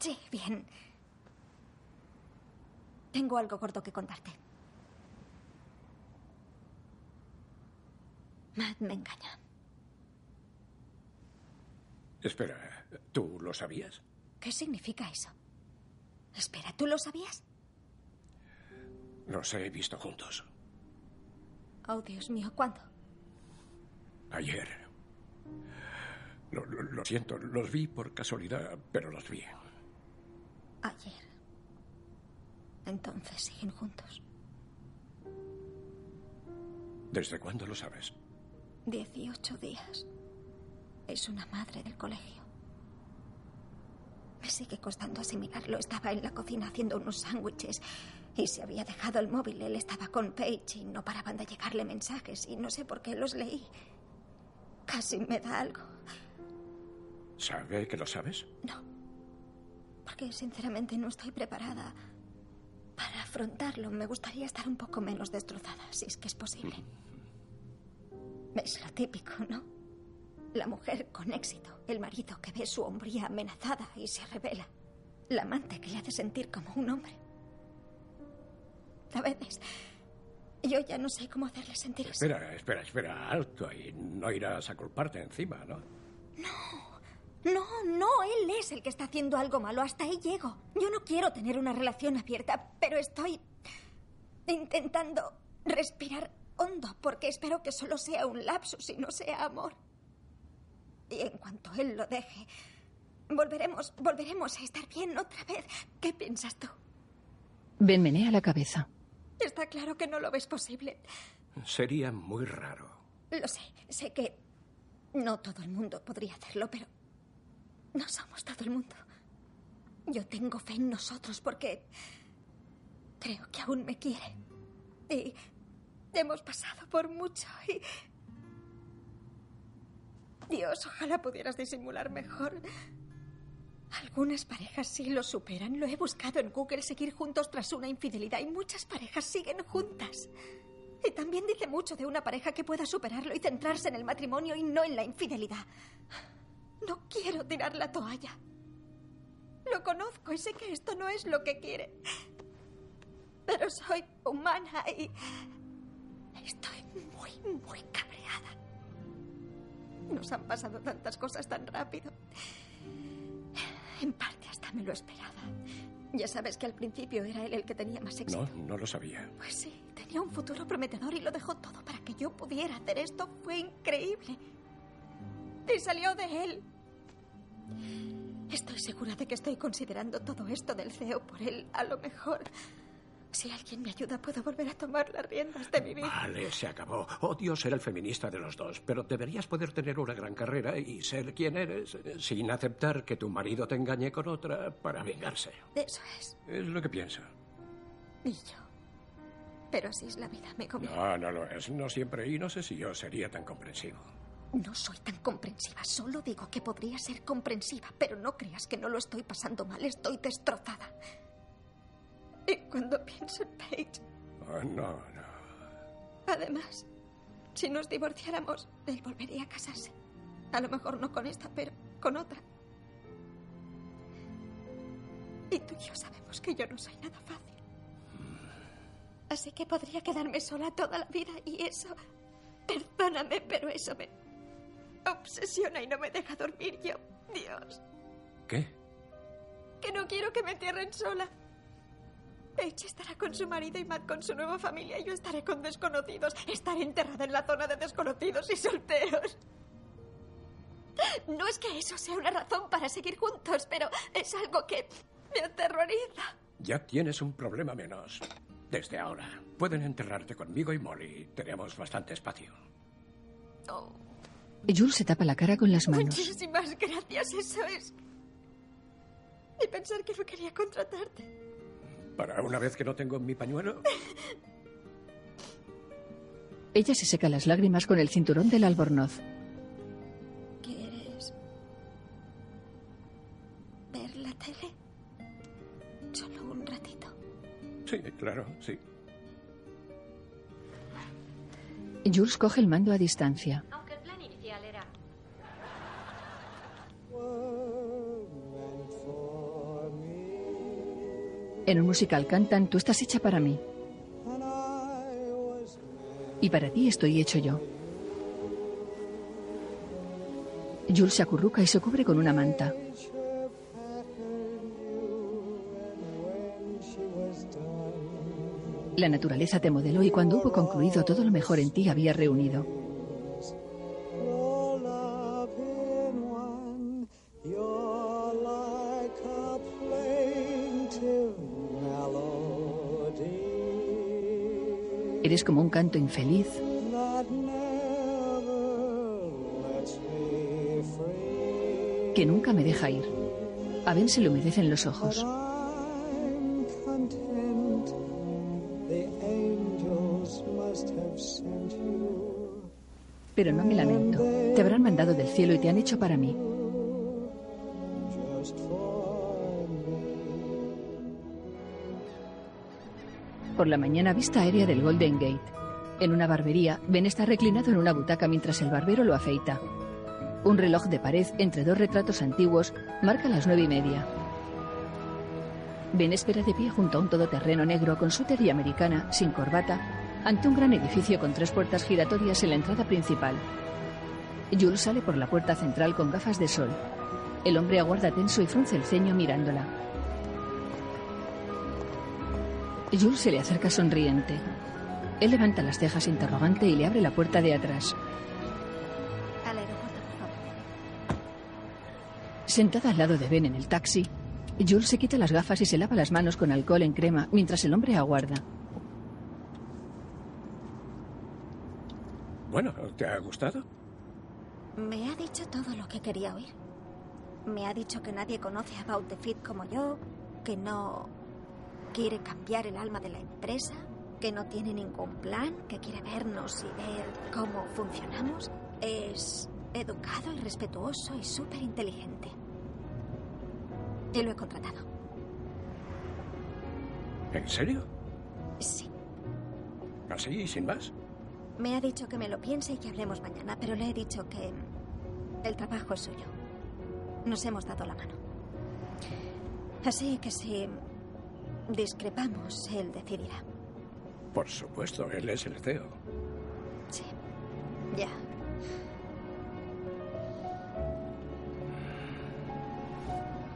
Speaker 5: sí, bien. Tengo algo corto que contarte. Matt me engaña.
Speaker 2: Espera, ¿tú lo sabías?
Speaker 5: ¿Qué significa eso? Espera, ¿tú lo sabías?
Speaker 2: Los he visto juntos.
Speaker 5: Oh, Dios mío, ¿cuándo?
Speaker 2: Ayer. Lo, lo- lo siento, los vi por casualidad, pero los vi.
Speaker 5: Ayer. Entonces siguen juntos.
Speaker 2: ¿Desde cuándo lo sabes?
Speaker 5: Dieciocho días. Es una madre del colegio. Me sigue costando asimilarlo. Estaba en la cocina haciendo unos sándwiches y se había dejado el móvil. Él estaba con Paige y no paraban de llegarle mensajes y no sé por qué los leí. Casi me da algo.
Speaker 2: ¿Sabe que lo sabes?
Speaker 5: No. Porque sinceramente no estoy preparada para afrontarlo. Me gustaría estar un poco menos destrozada, si es que es posible. Es lo típico, ¿no? La mujer con éxito, el marido que ve su hombría amenazada y se revela, la amante que le hace sentir como un hombre. A veces, yo ya no sé cómo hacerle sentir eso.
Speaker 2: Espera, espera, espera, alto ahí. No irás a culparte encima, ¿no?
Speaker 5: No, no, él es el que está haciendo algo malo. Hasta ahí llego. Yo no quiero tener una relación abierta, pero estoy intentando respirar hondo porque espero que solo sea un lapsus y no sea amor. Y en cuanto él lo deje, volveremos, volveremos a estar bien otra vez. ¿Qué piensas tú?
Speaker 1: Ben menea la cabeza.
Speaker 5: Está claro que no lo ves posible.
Speaker 2: Sería muy raro.
Speaker 5: Lo sé, sé que no todo el mundo podría hacerlo, pero no somos todo el mundo. Yo tengo fe en nosotros porque creo que aún me quiere. Y hemos pasado por mucho y... Dios, ojalá pudieras disimular mejor. Algunas parejas sí lo superan. Lo he buscado en Google seguir juntos tras una infidelidad y muchas parejas siguen juntas. Y también dice mucho de una pareja que pueda superarlo y centrarse en el matrimonio y no en la infidelidad. No quiero tirar la toalla. Lo conozco y sé que esto no es lo que quiere. Pero soy humana y estoy muy, muy cabreada. Nos han pasado tantas cosas tan rápido. En parte hasta me lo esperaba. Ya sabes que al principio era él el que tenía más éxito.
Speaker 2: No, no lo sabía.
Speaker 5: Pues sí, tenía un futuro prometedor y lo dejó todo para que yo pudiera hacer esto. Fue increíble. Y salió de él. Estoy segura de que estoy considerando todo esto del CEO por él. A lo mejor, si alguien me ayuda, puedo volver a tomar las riendas de mi vida.
Speaker 2: Vale, se acabó. Odio ser el feminista de los dos, pero deberías poder tener una gran carrera y ser quien eres eh, sin aceptar que tu marido te engañe con otra para vengarse.
Speaker 5: Eso es.
Speaker 2: Es lo que pienso.
Speaker 5: Y yo. Pero así es la vida, me comió.
Speaker 2: No, no lo es. No siempre. Y no sé si yo sería tan comprensivo.
Speaker 5: No soy tan comprensiva, solo digo que podría ser comprensiva, pero no creas que no lo estoy pasando mal, estoy destrozada. Y cuando pienso en Paige,
Speaker 2: Oh, no, no.
Speaker 5: además, si nos divorciáramos, él volvería a casarse. A lo mejor no con esta, pero con otra. Y tú y yo sabemos que yo no soy nada fácil. Así que podría quedarme sola toda la vida y eso... Perdóname, pero eso me obsesiona y no me deja dormir yo. Dios,
Speaker 2: ¿Qué?
Speaker 5: que no quiero que me entierren sola. Paige estará con su marido y Matt con su nueva familia y yo estaré con desconocidos. Estaré enterrada en la zona de desconocidos y solteros. No es que eso sea una razón para seguir juntos, pero es algo que me aterroriza.
Speaker 2: Ya tienes un problema menos. Desde ahora. Pueden enterrarte conmigo y Molly. Tenemos bastante espacio.
Speaker 5: Oh,
Speaker 1: Jules se tapa la cara con las manos.
Speaker 5: muchísimas gracias, eso es. Y pensar que no quería contratarte.
Speaker 2: Para una vez que no tengo mi pañuelo.
Speaker 1: Ella se seca las lágrimas con el cinturón del albornoz.
Speaker 5: ¿Quieres ver la tele? Solo un ratito.
Speaker 2: Sí, claro, sí.
Speaker 1: Jules coge el mando a distancia.
Speaker 23: Aunque el plan inicial era
Speaker 1: En un musical cantan Tú estás hecha para mí. Y para ti estoy hecho yo. Jules se acurruca y se cubre con una manta. La naturaleza te modeló y cuando hubo concluido todo lo mejor en ti había reunido. Eres como un canto infeliz, que nunca me deja ir. A Ben se le humedecen los ojos. Pero no me lamento. Te habrán mandado del cielo y te han hecho para mí. Por la mañana vista aérea del Golden Gate. En una barbería, Ben está reclinado en una butaca mientras el barbero lo afeita. Un reloj de pared entre dos retratos antiguos marca las nueve y media. Ben espera de pie junto a un todoterreno negro con suéter y americana, sin corbata, ante un gran edificio con tres puertas giratorias en la entrada principal. Jules sale por la puerta central con gafas de sol. El hombre aguarda tenso y frunce el ceño mirándola. Jules se le acerca sonriente. Él levanta las cejas interrogante y le abre la puerta de atrás.
Speaker 5: Al aeropuerto, por favor.
Speaker 1: Sentada al lado de Ben en el taxi, Jules se quita las gafas y se lava las manos con alcohol en crema mientras el hombre aguarda.
Speaker 2: Bueno, ¿te ha gustado?
Speaker 5: Me ha dicho todo lo que quería oír. Me ha dicho que nadie conoce a About the Fit como yo, que no quiere cambiar el alma de la empresa, que no tiene ningún plan, que quiere vernos y ver cómo funcionamos. Es educado y respetuoso y súper inteligente. Y lo he contratado.
Speaker 2: ¿En serio?
Speaker 5: Sí.
Speaker 2: ¿Así, sin más?
Speaker 5: Me ha dicho que me lo piense y que hablemos mañana, pero le he dicho que mm, el trabajo es suyo. Nos hemos dado la mano. Así que si discrepamos, él decidirá.
Speaker 2: Por supuesto, él es el CEO.
Speaker 5: Sí. Ya.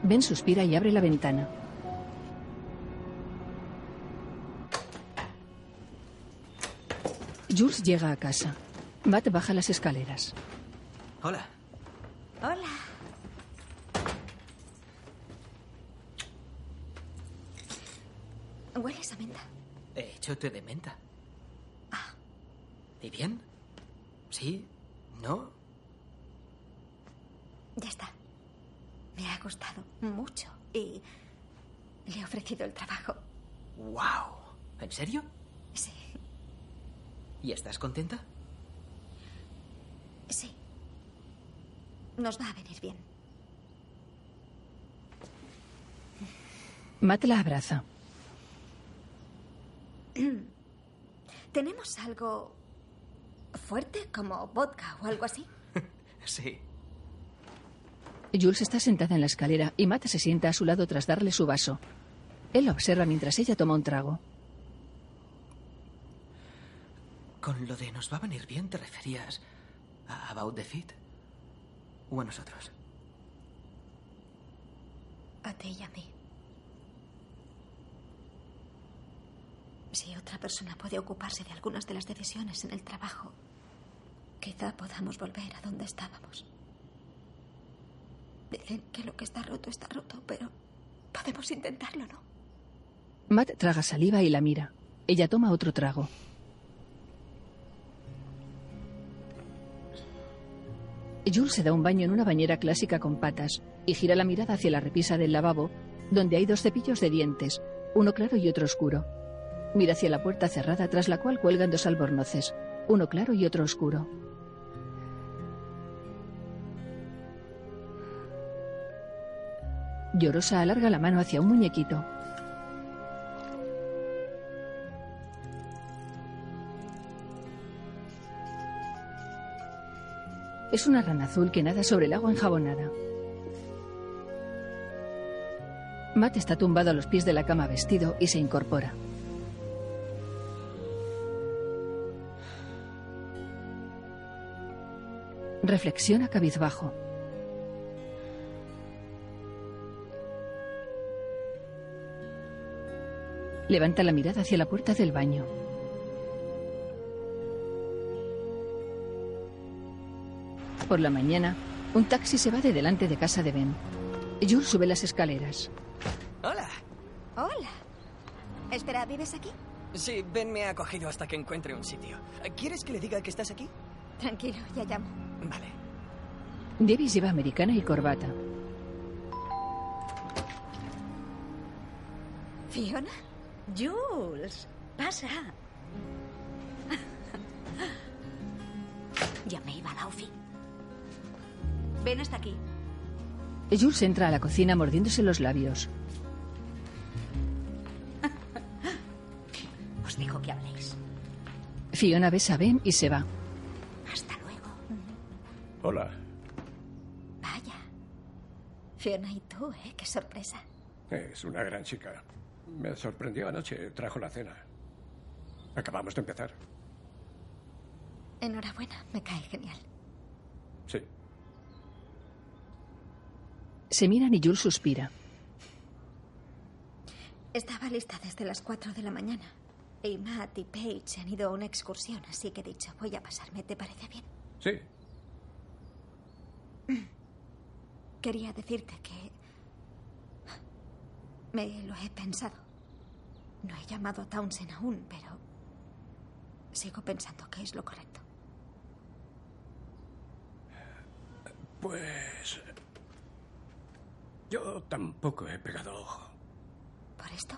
Speaker 1: Ben suspira y abre la ventana. Jules llega a casa. Matt baja las escaleras.
Speaker 8: Hola.
Speaker 5: Hola. Hueles a menta.
Speaker 8: He hecho té de menta. ¿Y bien? ¿Sí? ¿No?
Speaker 5: Ya está. Me ha gustado mucho y le he ofrecido el trabajo.
Speaker 8: ¡Wow! ¿En serio?
Speaker 5: Sí.
Speaker 8: ¿Y estás contenta?
Speaker 5: Sí. Nos va a venir bien.
Speaker 1: Matt la abraza.
Speaker 5: (clears throat) ¿Tenemos algo fuerte como vodka o
Speaker 6: (laughs)
Speaker 5: algo así?
Speaker 8: Sí.
Speaker 1: Jules está sentada en la escalera y Matt se sienta a su lado tras darle su vaso. Él la observa mientras ella toma un trago.
Speaker 8: Con lo de nos va a venir bien, ¿te referías a About the Fit? ¿O a nosotros?
Speaker 5: A ti y a mí. Si otra persona puede ocuparse de algunas de las decisiones en el trabajo, quizá podamos volver a donde estábamos. Dicen que lo que está roto está roto, pero podemos intentarlo, ¿no?
Speaker 1: Matt traga saliva y la mira. Ella toma otro trago. Jules se da un baño en una bañera clásica con patas y gira la mirada hacia la repisa del lavabo, donde hay dos cepillos de dientes, uno claro y otro oscuro. Mira hacia la puerta cerrada tras la cual cuelgan dos albornoces, uno claro y otro oscuro. Llorosa alarga la mano hacia un muñequito. Es una rana azul que nada sobre el agua enjabonada. Matt está tumbado a los pies de la cama vestido y se incorpora. Reflexiona cabizbajo. Levanta la mirada hacia la puerta del baño. Por la mañana, un taxi se va de delante de casa de Ben. Jules sube las escaleras.
Speaker 6: Hola.
Speaker 5: Hola. Espera, ¿vives aquí?
Speaker 6: Sí, Ben me ha acogido hasta que encuentre un sitio. ¿Quieres que le diga que estás aquí?
Speaker 5: Tranquilo, ya llamo.
Speaker 6: Vale.
Speaker 1: Davis lleva americana y corbata.
Speaker 5: ¿Fiona?
Speaker 16: Jules, pasa.
Speaker 24: Ya me iba a Ofi. Ven hasta aquí.
Speaker 1: Jules entra a la cocina mordiéndose los labios.
Speaker 24: Os dejo que habléis.
Speaker 1: Fiona besa a Ben y se va.
Speaker 24: Hasta luego.
Speaker 2: Hola.
Speaker 5: Vaya. Fiona y tú, ¿eh? Qué sorpresa.
Speaker 2: Es una gran chica. Me sorprendió anoche. Trajo la cena. Acabamos de empezar.
Speaker 5: Enhorabuena, me cae genial.
Speaker 2: Sí.
Speaker 1: Se miran y Jules suspira.
Speaker 5: Estaba lista desde las 4 de la mañana. Y Matt y Paige se han ido a una excursión, así que he dicho, voy a pasarme, ¿te parece bien?
Speaker 2: Sí.
Speaker 5: Quería decirte que... Me lo he pensado. No he llamado a Townsend aún, pero... Sigo pensando que es lo correcto.
Speaker 2: Pues... Yo tampoco he pegado ojo.
Speaker 5: ¿Por esto?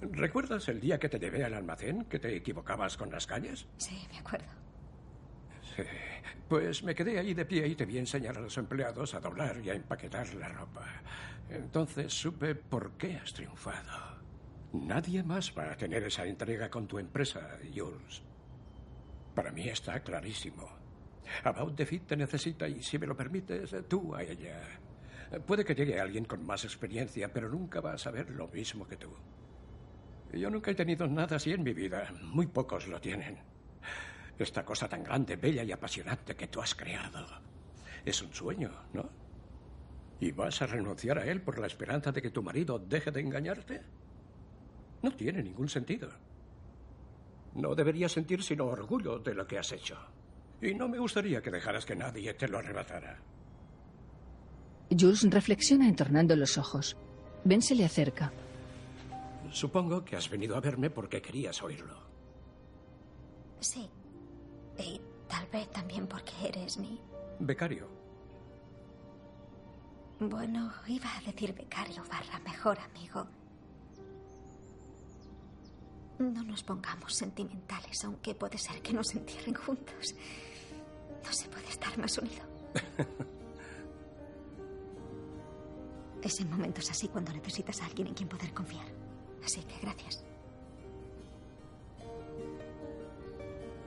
Speaker 2: ¿Recuerdas el día que te llevé al almacén? ¿Que te equivocabas con las calles?
Speaker 5: Sí, me acuerdo.
Speaker 2: Sí. Pues me quedé ahí de pie y debí enseñar a los empleados a doblar y a empaquetar la ropa. Entonces supe por qué has triunfado. Nadie más va a tener esa entrega con tu empresa, Jules. Para mí está clarísimo. About the Fit te necesita y, si me lo permites, tú a ella. Puede que llegue alguien con más experiencia, pero nunca va a saber lo mismo que tú. Yo nunca he tenido nada así en mi vida. Muy pocos lo tienen. Esta cosa tan grande, bella y apasionante que tú has creado. Es un sueño, ¿no? ¿Y vas a renunciar a él por la esperanza de que tu marido deje de engañarte? No tiene ningún sentido. No deberías sentir sino orgullo de lo que has hecho. Y no me gustaría que dejaras que nadie te lo arrebatara.
Speaker 1: Jules reflexiona entornando los ojos. Ben se le acerca.
Speaker 2: Supongo que has venido a verme porque querías oírlo.
Speaker 5: Sí. Y tal vez también porque eres mi...
Speaker 2: Becario,
Speaker 5: Bueno, iba a decir becario barra mejor amigo. No nos pongamos sentimentales, aunque puede ser que nos entierren juntos. No se puede estar más unido. es en momentos así cuando necesitas a alguien en quien poder confiar. Así que gracias.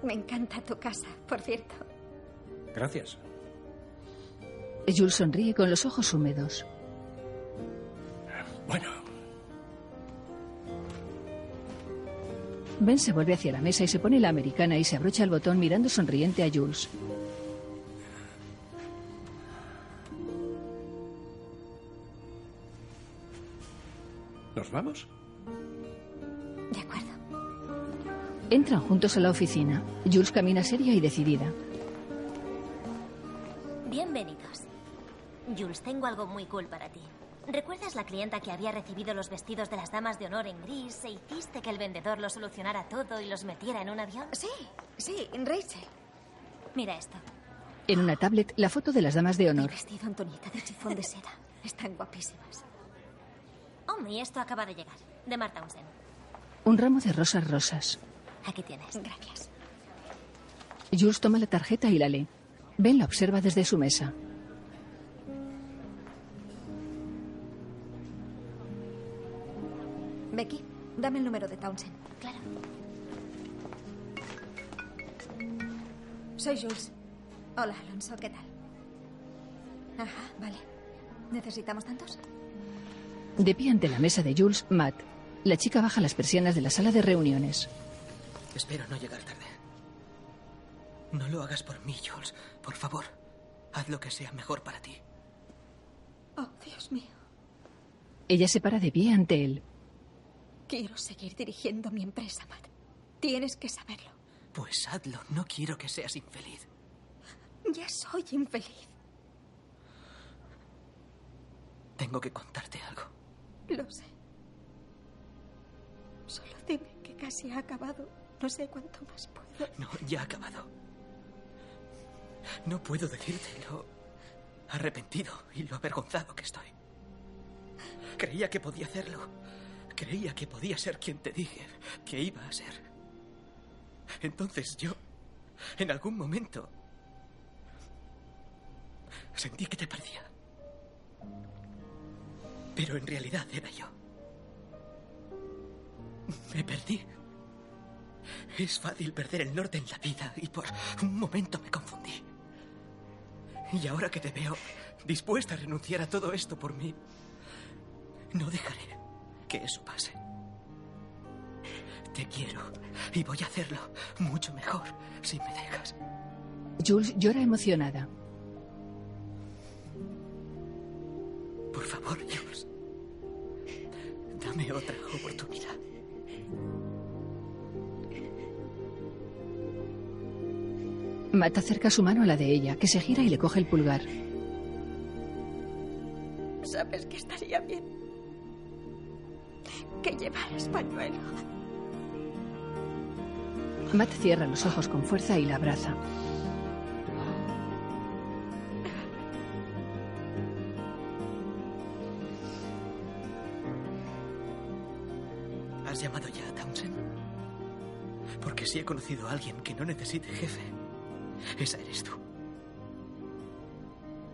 Speaker 5: Me encanta tu casa, por cierto.
Speaker 2: gracias.
Speaker 1: Jules sonríe con los ojos húmedos.
Speaker 2: Bueno.
Speaker 1: Ben se vuelve hacia la mesa y se pone la americana y se abrocha el botón mirando sonriente a Jules.
Speaker 2: ¿Nos vamos?
Speaker 1: Entran juntos a la oficina. Jules camina seria y decidida.
Speaker 26: Bienvenidos. Jules, tengo algo muy cool para ti. ¿Recuerdas la clienta que había recibido los vestidos de las damas de honor en gris e hiciste que el vendedor lo solucionara todo y los metiera en un avión? Sí, sí, Rachel. Mira esto.
Speaker 1: En una tablet, la foto de las damas de honor.
Speaker 5: Vestido Antonieta de chifón
Speaker 26: (laughs)
Speaker 5: de seda. Están guapísimas.
Speaker 26: Oh, y esto acaba de llegar, de Marta Townsend.
Speaker 1: Un ramo de rosas rosas.
Speaker 26: Aquí tienes. Gracias.
Speaker 1: Jules toma la tarjeta y la lee. Ben la observa desde su mesa.
Speaker 5: Becky, dame el número de Townsend. Claro. Soy Jules. Hola, Alonso, ¿qué tal? Ajá, vale. ¿Necesitamos tantos?
Speaker 1: De pie ante la mesa de Jules, Matt. La chica baja las persianas de la sala de reuniones.
Speaker 8: Espero no llegar tarde. No lo hagas por mí, Jules. Por favor, haz lo que sea mejor para ti.
Speaker 5: Oh, Dios mío.
Speaker 1: Ella se para de pie ante él.
Speaker 5: Quiero seguir dirigiendo mi empresa, Matt. Tienes que saberlo.
Speaker 8: Pues hazlo. No quiero que seas infeliz.
Speaker 5: Ya soy infeliz.
Speaker 8: Tengo que contarte algo.
Speaker 5: Lo sé. Solo dime que casi ha acabado. No sé cuánto más puedo.
Speaker 8: No, ya ha acabado. No puedo decirte lo arrepentido y lo avergonzado que estoy. Creía que podía hacerlo. Creía que podía ser quien te dije que iba a ser. Entonces yo, en algún momento, sentí que te perdía. Pero en realidad era yo. Me perdí. Es fácil perder el norte en la vida y por un momento me confundí. Y ahora que te veo dispuesta a renunciar a todo esto por mí, no dejaré que eso pase. Te quiero y voy a hacerlo mucho mejor si me dejas.
Speaker 1: Jules llora emocionada.
Speaker 8: Por favor, Dios, dame otra oportunidad.
Speaker 1: Matt acerca su mano a la de ella, que se gira y le coge el pulgar.
Speaker 5: Sabes que estaría bien que llevaras pañuelo.
Speaker 1: Matt cierra los ojos con fuerza y la abraza.
Speaker 8: ¿Has llamado ya a Townsend? Porque si he conocido a alguien que no necesite jefe, Esa eres tú.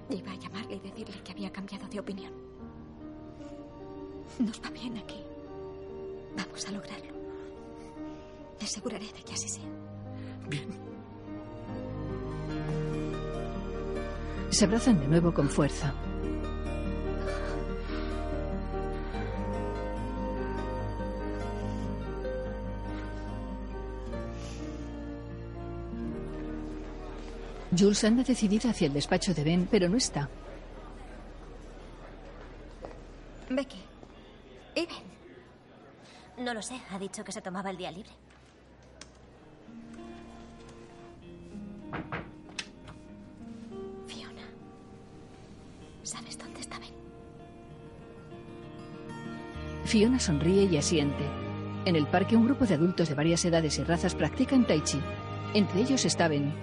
Speaker 5: Iba a llamarle y decirle que había cambiado de opinión. Nos va bien aquí. Vamos a lograrlo. Me aseguraré de que así sea.
Speaker 1: Se abrazan de nuevo con fuerza. Jules anda decidida hacia el despacho de Ben, pero no está.
Speaker 5: Becky.
Speaker 26: ¿Y No lo sé, ha dicho que se tomaba el día libre.
Speaker 5: Fiona. ¿Sabes dónde está Ben?
Speaker 1: Fiona sonríe y asiente. En el parque un grupo de adultos de varias edades y razas practican tai chi. Entre ellos está Ben.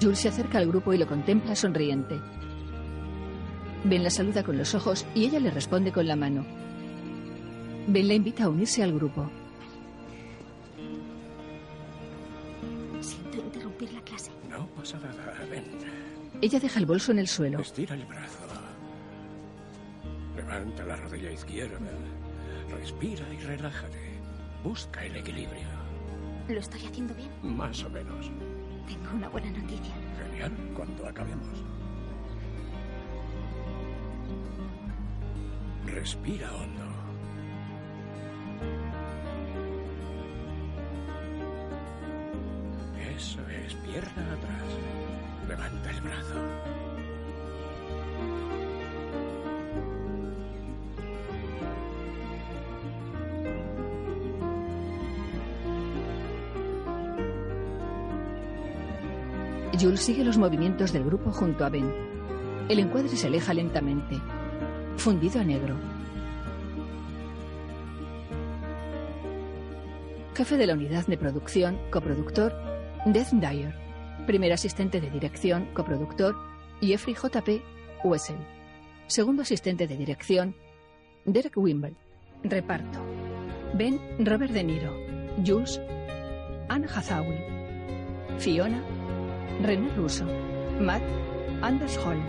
Speaker 1: Jules se acerca al grupo y lo contempla sonriente. Ben la saluda con los ojos y ella le responde con la mano. Ben la invita a unirse al grupo.
Speaker 5: Siento interrumpir la clase.
Speaker 2: No pasa nada, ven.
Speaker 1: Ella deja el bolso en el suelo.
Speaker 2: Estira el brazo. Levanta la rodilla izquierda. Respira y relájate. Busca el equilibrio.
Speaker 5: ¿Lo estoy haciendo bien?
Speaker 2: Más o menos.
Speaker 5: Tengo una buena noticia.
Speaker 2: Genial, cuando acabemos. Respira hondo. Eso es, pierna atrás. Levanta el brazo.
Speaker 1: Jules sigue los movimientos del grupo junto a Ben. El encuadre se aleja lentamente, fundido a negro. Jefe de la unidad de producción, coproductor, Death Dyer. Primer asistente de dirección, coproductor, Jeffrey J.P. Wessel. Segundo asistente de dirección, Derek Wimble. Reparto. Ben, Robert De Niro. Jules, Anne Hathaway. Fiona, René Russo, Matt, Anders Holm,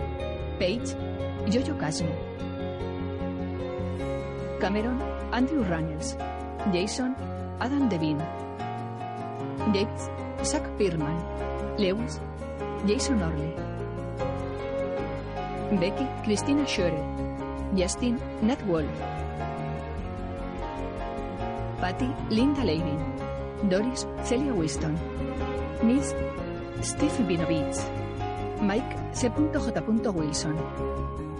Speaker 1: Paige, Jojo Casmo, Cameron, Andrew Runnels, Jason, Adam Devine, Yates, Zach Pierman, Lewis, Jason Orley, Becky, Christina Scherer, Justin, Nat Wolf, Patty, Linda Levin, Doris, Celia Winston, Miss, Steve Vinovich, Mike C. J. Wilson,